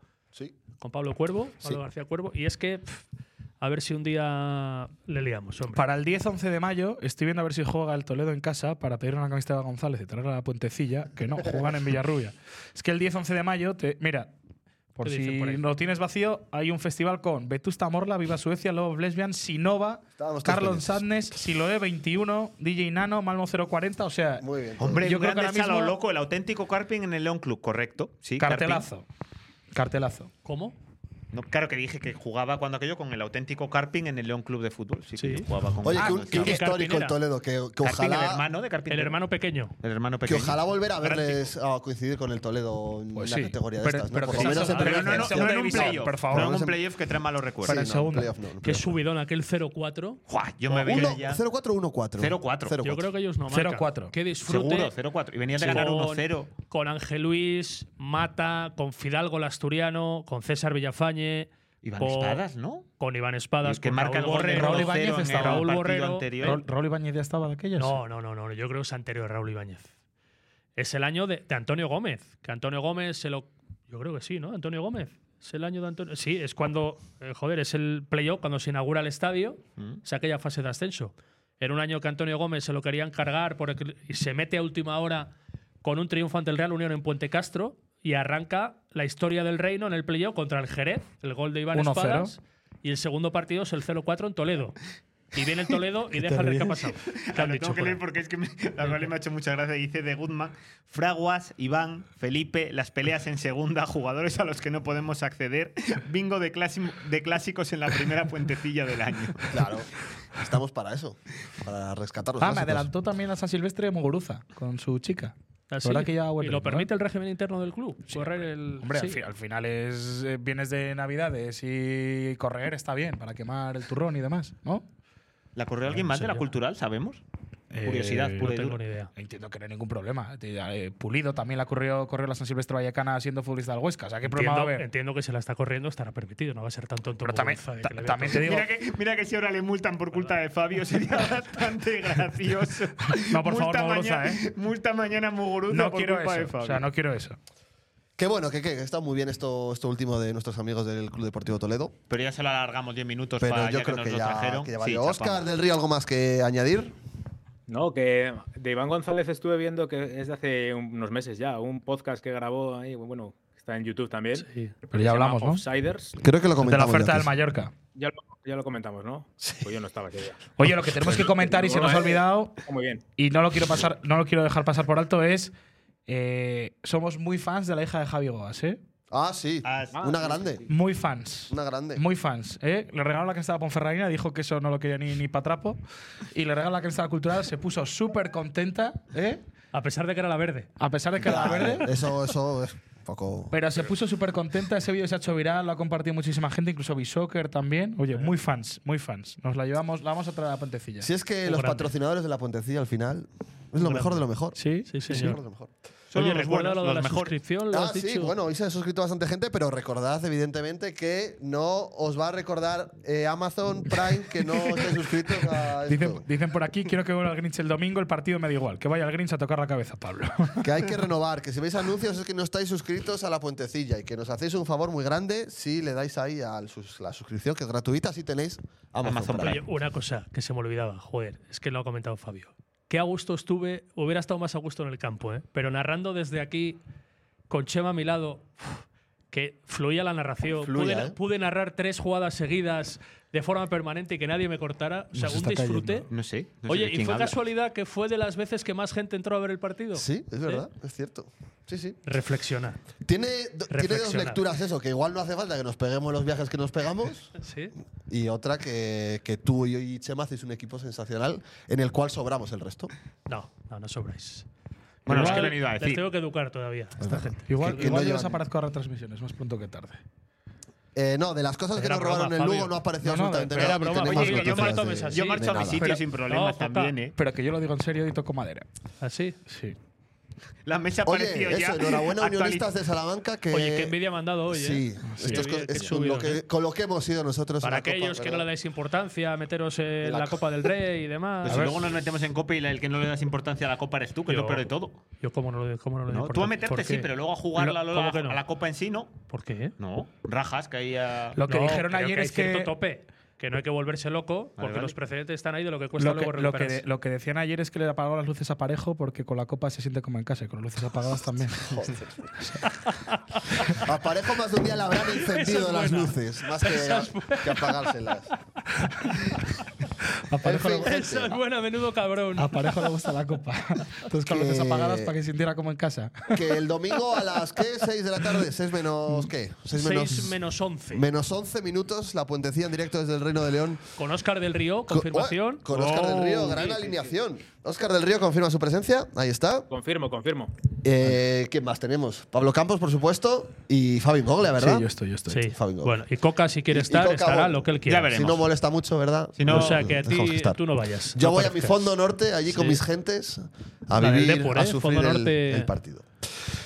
con Pablo Cuervo, Pablo
Sí.
García Cuervo. Y es que pff, a ver si un día le liamos, hombre.
Para el 10-11 de mayo estoy viendo a ver si juega el Toledo en casa para pedir una camiseta a González y traerla a la puentecilla, que no, juegan en Villarrubia. Es que el 10-11 de mayo, te, mira, por
¿Qué
si
dicen por ahí?
no tienes vacío, hay un festival con Vetusta Morla, Viva Suecia, Love of Lesbian, Sinova,
Estábamos todos
Carlos Sadness, Siloe 21, DJ Nano, Malmo 040, o sea…
Hombre,
yo
un
creo que
grande
ahora mismo…
Chalo loco, el auténtico Carping en el León Club, correcto. Sí,
Cartelazo. Cartelazo.
¿Cómo?
No, claro que dije que jugaba cuando aquello con el auténtico Carping en el León Club de Fútbol. Sí, que yo jugaba con
Oye, que
Ah,
un-
no,
que un
estaba-
histórico el Toledo, que, que
Carpin,
ojalá.
el hermano de Carpin.
El hermano pequeño.
El hermano
Que
pequeño.
ojalá volver a verles a coincidir con el Toledo en
Pues
una
sí,
categoría de
pero-
estas. ¿no?
pero que
Por lo
sea
menos en
segunda-
primera
pero no- no-
federación.
no en un playoff, por favor. No en un playoff que trae malos recuerdos.
Sí,
Para el
no,
segundo.
playoff no, no.
Qué subidón aquel 0-4.
Yo me
Uno-
veía ya…
0-4-1-4.
0-4.
Yo creo que ellos no marcan.
0-4.
Que disfrute.
Seguro, 0-4. Y venías de ganar
con-
1-0.
Con Ángel Luis, Mata, con Fidalgo el asturiano, con César Villafañe.
Iván
con-
Espadas, ¿no?
Con Iván Espadas.
que
con
marca el
Raúl
gol de
Borrero.
Raúl Ibáñez en el
Raúl
partido
Borrero.
anterior.
Raúl- Raúl Ibáñez ya estaba de aquellos.
No, no, no, no, yo creo que es anterior a Raúl Ibáñez. Es el año de, de Antonio Gómez, que Antonio Gómez se lo yo creo que sí, ¿no? Antonio Gómez. Es el año de Antonio. Sí, es cuando eh, joder, es el playoff cuando se inaugura el estadio, es aquella fase de ascenso. Era un año que Antonio Gómez se lo querían cargar por el- y se mete a última hora con un triunfo ante el Real Unión en Puente Castro y arranca la historia del reino en el playoff contra el Jerez, el gol de Iván
Oh.
1-0.
Espadas y el segundo partido es el 0-4 en Toledo. Y viene el Toledo y
¿Qué te
deja ver qué ha
ríes?
pasado. ¿Qué han
Lo
dicho
tengo que
por ahí?
leer porque es que me, la verdad me ha hecho mucha gracia. Dice de Goodman, Fraguas, Iván, Felipe, las peleas en segunda, jugadores a los que no podemos acceder, bingo de, clasi- de clásicos en la primera puentecilla del año.
Claro. Estamos para eso, para rescatar los
Ah, me
clásicos.
adelantó también a San Silvestre Muguruza con su chica.
¿Ah,
La
sí?
verdad que ya,
y
bueno,
lo permite el régimen interno del club. correr el.
¿eh? Hombre,
sí.
al, fi- al final es eh, vienes de Navidades y correr está bien para quemar el turrón y demás, ¿no?
¿La corrió alguien
No
más
sé
de la
yo.
cultural? ¿Sabemos?
Eh,
Curiosidad pura y dura.
Entiendo que no hay ningún problema. Te- eh, Pulido también la corrió, corrió la San Silvestre Vallecana siendo futbolista del Huesca. O sea, ¿qué problema va a
Entiendo,
haber?
entiendo que se la está corriendo, estará permitido, no va a ser tan tonto.
Pero también-
Muguruza de
ta-
que le vea
también
todo.
te digo-
Mira que, mira que si ahora le multan por culpa de Fabio sería bastante gracioso.
No, por favor, Muguruza,
mañana,
¿eh?
Multa mañana Muguruza
No
por
quiero
culpa de
eso.
Fabio.
O sea, no quiero eso.
Qué bueno, que, que está muy bien esto, esto último de nuestros amigos del Club Deportivo Toledo.
Pero ya se lo alargamos 10 minutos
Pero
para
yo
ya
creo
que nos
que
lo
ya,
trajeron.
que ya valió.
Sí,
Oscar
chapamos.
del Río, ¿algo más que añadir?
No, que de Iván González estuve viendo que es de hace un- unos meses ya, un podcast que grabó ahí, bueno, está en YouTube también.
Pero ya hablamos, ¿no?
Outsiders.
Creo que
De
lo
la
comentamos ya
oferta del
antes.
Mallorca.
Ya lo, ya lo comentamos, ¿no? Pues yo no estaba ese día.
Oye, lo que tenemos que comentar y se nos ha olvidado
Muy bien.
y no lo quiero pasar, no lo quiero dejar pasar por alto es eh, somos muy fans de la hija de Javi Goas, ¿eh?
Ah, sí. Una grande.
Muy fans.
Una grande.
Muy fans. ¿eh? Le regaló la camiseta a Ponferradina, dijo que eso no lo quería ni, ni patrapo. Y le regaló la camiseta cultural, se puso súper contenta, ¿eh?
A pesar de que era la verde.
a pesar de que era la verde.
Eso, eso es un poco.
Ah, Pero se puso súper contenta, ese vídeo se ha hecho viral, lo ha compartido muchísima gente, incluso Bishocker también. Oye, muy fans, muy fans. Nos la llevamos, la vamos a traer a la puentecilla.
Si es que
Un
los
grande.
patrocinadores de la puentecilla al final es lo
Un
mejor
grande.
de lo mejor.
Sí, sí,
Es lo
señor.
mejor de lo mejor.
Solo
Oye,
los
recuerda
buenos,
lo
los
de la
mejor.
suscripción, lo
Ah,
has
sí,
dicho.
bueno, hoy se ha suscrito bastante gente, pero recordad, evidentemente, que no os va a recordar eh, Amazon Prime que no estéis suscritos
(laughs)
a esto.
Dicen, dicen por aquí, quiero que vuelva el Grinch el domingo, el partido me da igual. Que vaya el Grinch a tocar la cabeza,
(laughs)
Pablo.
Que hay que renovar, que si veis anuncios es que no estáis suscritos a la puentecilla y que nos hacéis un favor muy grande si le dais ahí a la suscripción, que es gratuita, si tenéis Amazon,
Amazon
Prime.
Oye, una cosa que se me olvidaba, joder, es que lo ha comentado Fabio. Qué a gusto estuve, hubiera estado más a gusto en el campo, ¿eh? pero narrando desde aquí, con Chema a mi lado, uf, que fluía la narración.
Fluía,
pude,
¿eh?
pude narrar tres jugadas seguidas de forma permanente y que nadie me cortara. O sea,
Nos
un
está
disfrute.
cayendo. No sé. no sé
Oye,
de
¿y
quién
fue
habla.
casualidad que fue de las veces que más gente entró a ver el partido?
Sí, es verdad, es cierto. Sí, sí.
Reflexionar.
Tiene, do- tiene dos
Reflexionar.
lecturas eso, que igual no hace falta que nos peguemos los viajes que nos pegamos
Sí.
y otra que, que tú y yo y Chema hacéis un equipo sensacional en el cual sobramos el resto.
No, no, no sobráis.
Bueno, los que he
Igual
venido a
Les
decir.
tengo que educar todavía a esta gente.
Igual,
Que- que
igual
no
yo
llevan-
desaparezco a retransmisiones, más pronto que tarde.
Eh, no, de las cosas que
Era
nos
broma,
robaron en
Fabio.
Lugo no ha aparecido
No, no,
absolutamente
era
nada.
broma.
ni tenemos
Oye, que yo
noticias
marcho
de-
mis- yo
de
marcho a mi
nada.
sitio sin problemas
No, ¿Ah, Jota.
también, ¿eh?
Pero que yo lo digo en serio y toco madera.
¿Así?
Sí.
La mesa
Oye,
pareció
eso,
ya.
enhorabuena,
actualiz-
unionistas de Salamanca, que-
Oye, qué envidia me han dado hoy,
Sí,
¿eh?
esto es co-
qué
es con
subidón,
lo que,
¿eh?
con lo que hemos ido nosotros. en
Para
la Copa,
aquellos que no
¿verdad?
le dais importancia, meteros en
La
la,
co-
Copa del Rey y demás.
Pues si luego nos metemos en copa y el que no le das importancia a la copa eres tú, que es lo
Yo-
peor de todo.
Yo como no, lo- cómo no lo doy
¿no? Tú a
importancia.
meterte
¿Por
sí,
qué?
pero luego a jugar a,
Lo-
la-
¿cómo que
a
no?
la copa en sí no.
¿Por qué?
No, rajas que hay a-
Lo que
No,
dijeron
creo
ayer
hay
es que-
cierto
tope. Que no hay que volverse loco, porque
vale.
los precedentes están ahí de lo que cuesta
Lo que,
luego
lo, que
recuperarse.
de- lo que decían ayer es que le apagaron las luces a parejo porque con la copa se siente como en casa y con las luces apagadas también.
(laughs) A Parejo más de un día le
(laughs)
habrán
Esa
encendido
es
las
buena.
luces, más que,
Esa es
que apagárselas.
A parejo,
En
le,
fin,
gusta-
Eso es buena, menudo cabrón.
a Parejo le gusta la copa. Entonces con las luces
Que-
apagadas para que sintiera como en casa.
Que el domingo a las ¿qué? 6 de la tarde, 6 menos ¿qué? 6
6 menos 11.
menos 11 minutos, la puentecilla en directo desde el Reino de León.
Con Óscar del Río, confirmación.
Con Oscar del Río,
Oh.
gran
Sí, sí, sí.
alineación. Oscar del Río confirma su presencia, ahí está.
Confirmo, confirmo.
Eh, ¿Quién más tenemos? Pablo Campos, por supuesto, y Fabi Moglia, ¿verdad?
Sí, yo estoy, yo estoy.
Sí.
Fabi Moglia.
Bueno, y Coca, si quiere
Y- y
estar,
Coca,
estará
bueno,
lo que él quiera.
Si no molesta mucho, ¿verdad?
Si no- O sea, que a ti
Dejamos estar.
tú no vayas,
Yo
no
voy a mi
aparezcas.
fondo norte, allí con
Sí.
mis gentes, a
La del
vivir,
Depor,
a
¿eh?
sufrir
Fondo
el,
norte.
el partido.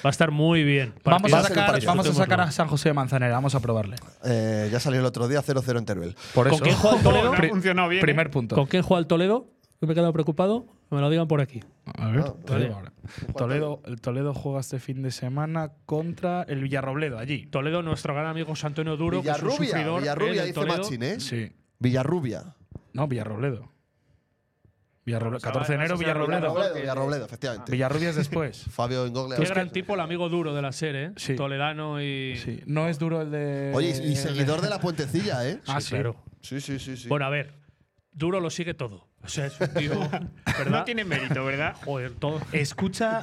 Va a estar muy bien.
Vamos a,
Partidazo,
sacar,
partidazo.
vamos a sacar a
Disfrutémoslo.
San José de Manzanera, vamos a probarle.
Eh, ya salió el otro día 0-0 en Teruel.
Por
¿Con
eso.
quién juega el Toledo?
Pri- Primer punto.
¿Con quién juega el Toledo? Yo me he quedado preocupado. Me lo digan por aquí.
A ver,
Ah,
te
vale.
digo ahora. Toledo, el Toledo juega este fin de semana contra el Villarrobledo, allí.
Toledo, nuestro gran amigo San Antonio Duro, que es un
Villarrubia,
sufridor.
Villarrubia
eh, del
dice
Toledo.
Machín, ¿eh?
Sí.
Villarrubia.
No, Villarrobledo. Villarroble-
O sea,
14 de enero,
vas a ser
Villarrobledo.
Villarrobledo.
Villarrobledo, efectivamente.
Villarrubia es después.
Fabio Ingoglia.
(laughs) Qué gran tipo el amigo Duro de la serie, ¿eh?
Sí.
Toledano y…
Sí. No es duro el de.
Oye, y y seguidor de la puentecilla, ¿eh?
Ah, sí.
claro.
Sí, sí, sí. sí.
Bueno, a ver. Duro lo sigue todo. O sea, es un (laughs) tío… ¿Verdad?
No tiene mérito, ¿verdad?
Joder, todo…
Escucha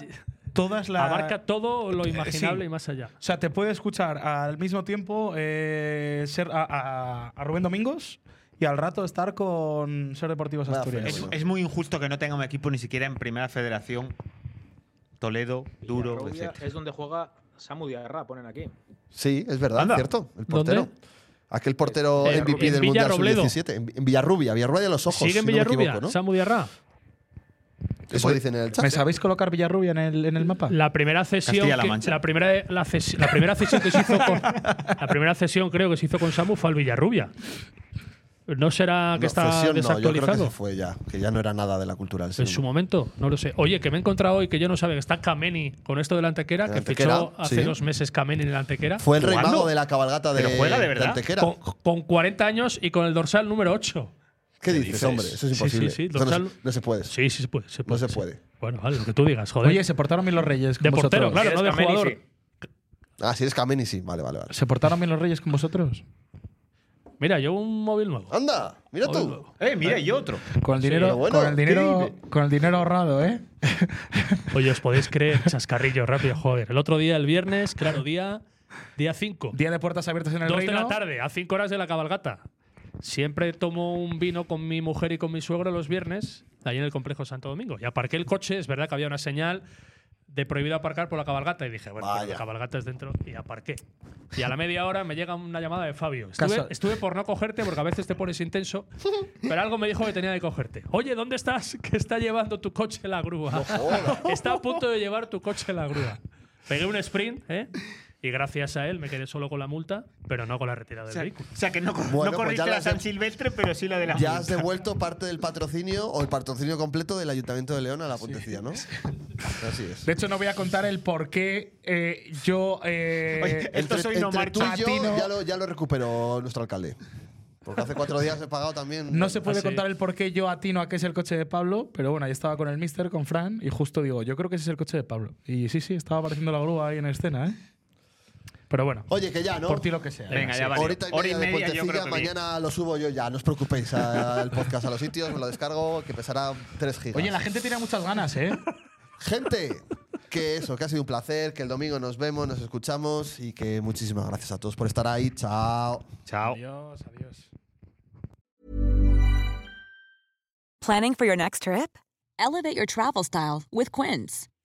todas las.
Abarca todo lo imaginable
sí.
y más allá.
O sea, te puede escuchar al mismo tiempo eh, ser a, a- a Rubén Domingos y al rato estar con Ser Deportivos
Vaya
Asturias.
Es,
fenómeno.
es muy injusto que no tenga un equipo ni siquiera en Primera Federación. Toledo, Duro,
Villarrubia
etc.
es donde juega Samu Diarra, ponen aquí.
Sí, es verdad,
Anda.
cierto. El portero.
¿Dónde?
Aquel portero
En
MVP del
Villarrubia.
Mundial
Villarrobledo.
Sub-17. En en Villarrubia, Villarrubia de los Ojos.
¿Sigue en
si no
Villarrubia?
me equivoco, ¿no?
Samu Diarra.
Eso dicen en el chat.
¿Me sabéis colocar Villarrubia en el, en el mapa?
La primera cesión,
Castilla-La
que-
Mancha.
la primera la, ces- la primera cesión que se hizo
(laughs)
con la primera cesión creo que se hizo con Samu fue al Villarrubia. No será que
No,
está
cesión no, yo creo que
desactualizado.
se fue ya, que ya no era nada de la cultura.
en su momento, no lo sé. Oye, que me he encontrado hoy que yo no sabía que está Kameni con esto de la Antequera,
De
que
Antequera,
fichó hace
sí.
dos meses Kameni en la Antequera.
Fue el rey
¿Jugando?
mago de la cabalgata de,
¿Pero juega de verdad?
Antequera.
con, con 40 años y con el dorsal número 8.
¿Qué dices, hombre? Eso es
Sí, sí,
imposible.
sí,
Eso no,
dorsal-
se- no se puede.
Sí, sí, se puede. Se puede
se
sí.
puede.
Bueno, vale, lo que tú digas, joder.
Oye, se portaron bien los Reyes. Con
de portero,
vosotros?
claro,
Si
no de
eres Kameni,
jugador.
sí.
Ah, si eres Kameni, sí. Vale, vale, vale.
¿Se portaron bien los Reyes con vosotros?
Mira, yo un móvil nuevo.
Anda, mira
Móvil
tú.
nuevo.
Eh, mira, y otro.
Con el dinero,
pero bueno,
con el
¿qué
dinero,
dices?
con el dinero ahorrado, ¿eh?
Oye, os podéis creer, chascarrillo, rápido, joder. El otro día, el viernes, claro, día 5.
Día de puertas abiertas en el
Dos
reino.
de la tarde, a cinco horas de la cabalgata. Siempre tomo un vino con mi mujer y con mi suegro los viernes, allí en el complejo Santo Domingo. Y aparqué el coche, es verdad que había una señal de prohibido aparcar por la cabalgata. Y dije, bueno, pues
Vaya.
la cabalgata es dentro y aparqué. Y a la media hora me llega una llamada de Fabio. Estuve,
Casa-
estuve por no cogerte porque a veces te pones intenso, pero algo me dijo que tenía que cogerte. Oye, ¿dónde estás? Que está llevando tu coche la grúa. está a punto de llevar tu coche la grúa. Pegué un sprint, ¿eh? Y gracias a él me quedé solo con la multa, pero no con la
O
retirada del
sea,
vehículo.
o sea, que no, cor-
Bueno,
no
pues
corriste
ya la
la San
has-
Silvestre, pero sí la de la
Ya has
multa.
devuelto parte del patrocinio o el patrocinio completo del Ayuntamiento de León a la
(laughs)
puentecilla, ¿no? Así es.
De hecho, no voy a contar el por qué eh, yo. eh,
Oye, esto
entre
soy no
entre tú
marcha.
y yo
Patino.
ya lo, ya lo recuperó nuestro alcalde. Porque hace cuatro días he pagado también.
no se puede
Ah, sí.
contar el por qué yo atino a qué es el coche de Pablo, pero bueno, ahí estaba con el mister, con Fran, y justo digo, yo creo que ese es el coche de Pablo. Y sí, sí, estaba apareciendo la grúa ahí en escena, ¿eh? Pero bueno,
Oye, que ya, ¿no?
por ti lo que sea.
Venga, ya vale.
Ahorita y media de puentecilla, mañana lo subo yo ya. No os preocupéis (laughs) al podcast a los sitios, me lo descargo, que pesará 3 gigas.
Oye, la gente tiene muchas ganas, ¿eh?
Gente, que eso, que ha sido un placer, que el domingo nos vemos, nos escuchamos y que muchísimas gracias a todos por estar ahí. Chao.
Chao.
Adiós, adiós.
Planning for your next trip? Elevate your travel style with Quince.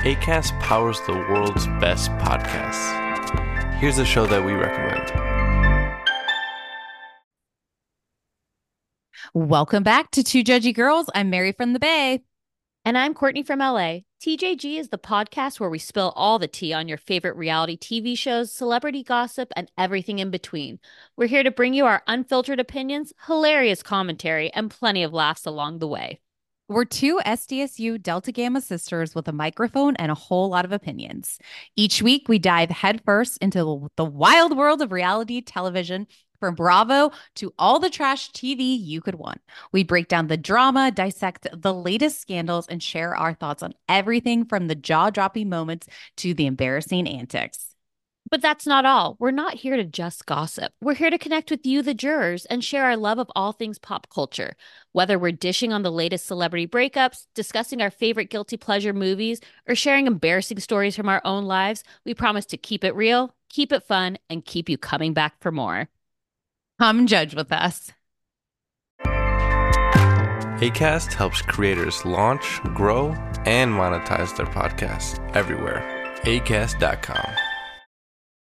ACAST powers the world's best podcasts. Here's a show that we recommend.
Welcome back to Two Judgy Girls. I'm Mary from the Bay. And I'm Courtney from LA. TJG is the podcast where we spill all the tea on your favorite reality TV shows, celebrity gossip, and everything in between. We're here to bring you our unfiltered opinions, hilarious commentary, and plenty of laughs along the way.
We're two SDSU Delta Gamma sisters with a microphone and a whole lot of opinions. Each week, we dive headfirst into the wild world of reality television. From Bravo to all the trash TV you could want. We break down the drama, dissect the latest scandals, and share our thoughts on everything from the jaw dropping moments to the embarrassing antics.
But that's not all. We're not here to just gossip. We're here to connect with you, the jurors, and share our love of all things pop culture. Whether we're dishing on the latest celebrity breakups, discussing our favorite guilty pleasure movies, or sharing embarrassing stories from our own lives, we promise to keep it real, keep it fun, and keep you coming back for more.
Come judge with us.
ACAST helps creators ¿eh? launch, grow, and monetize their podcasts everywhere. ACAST.com.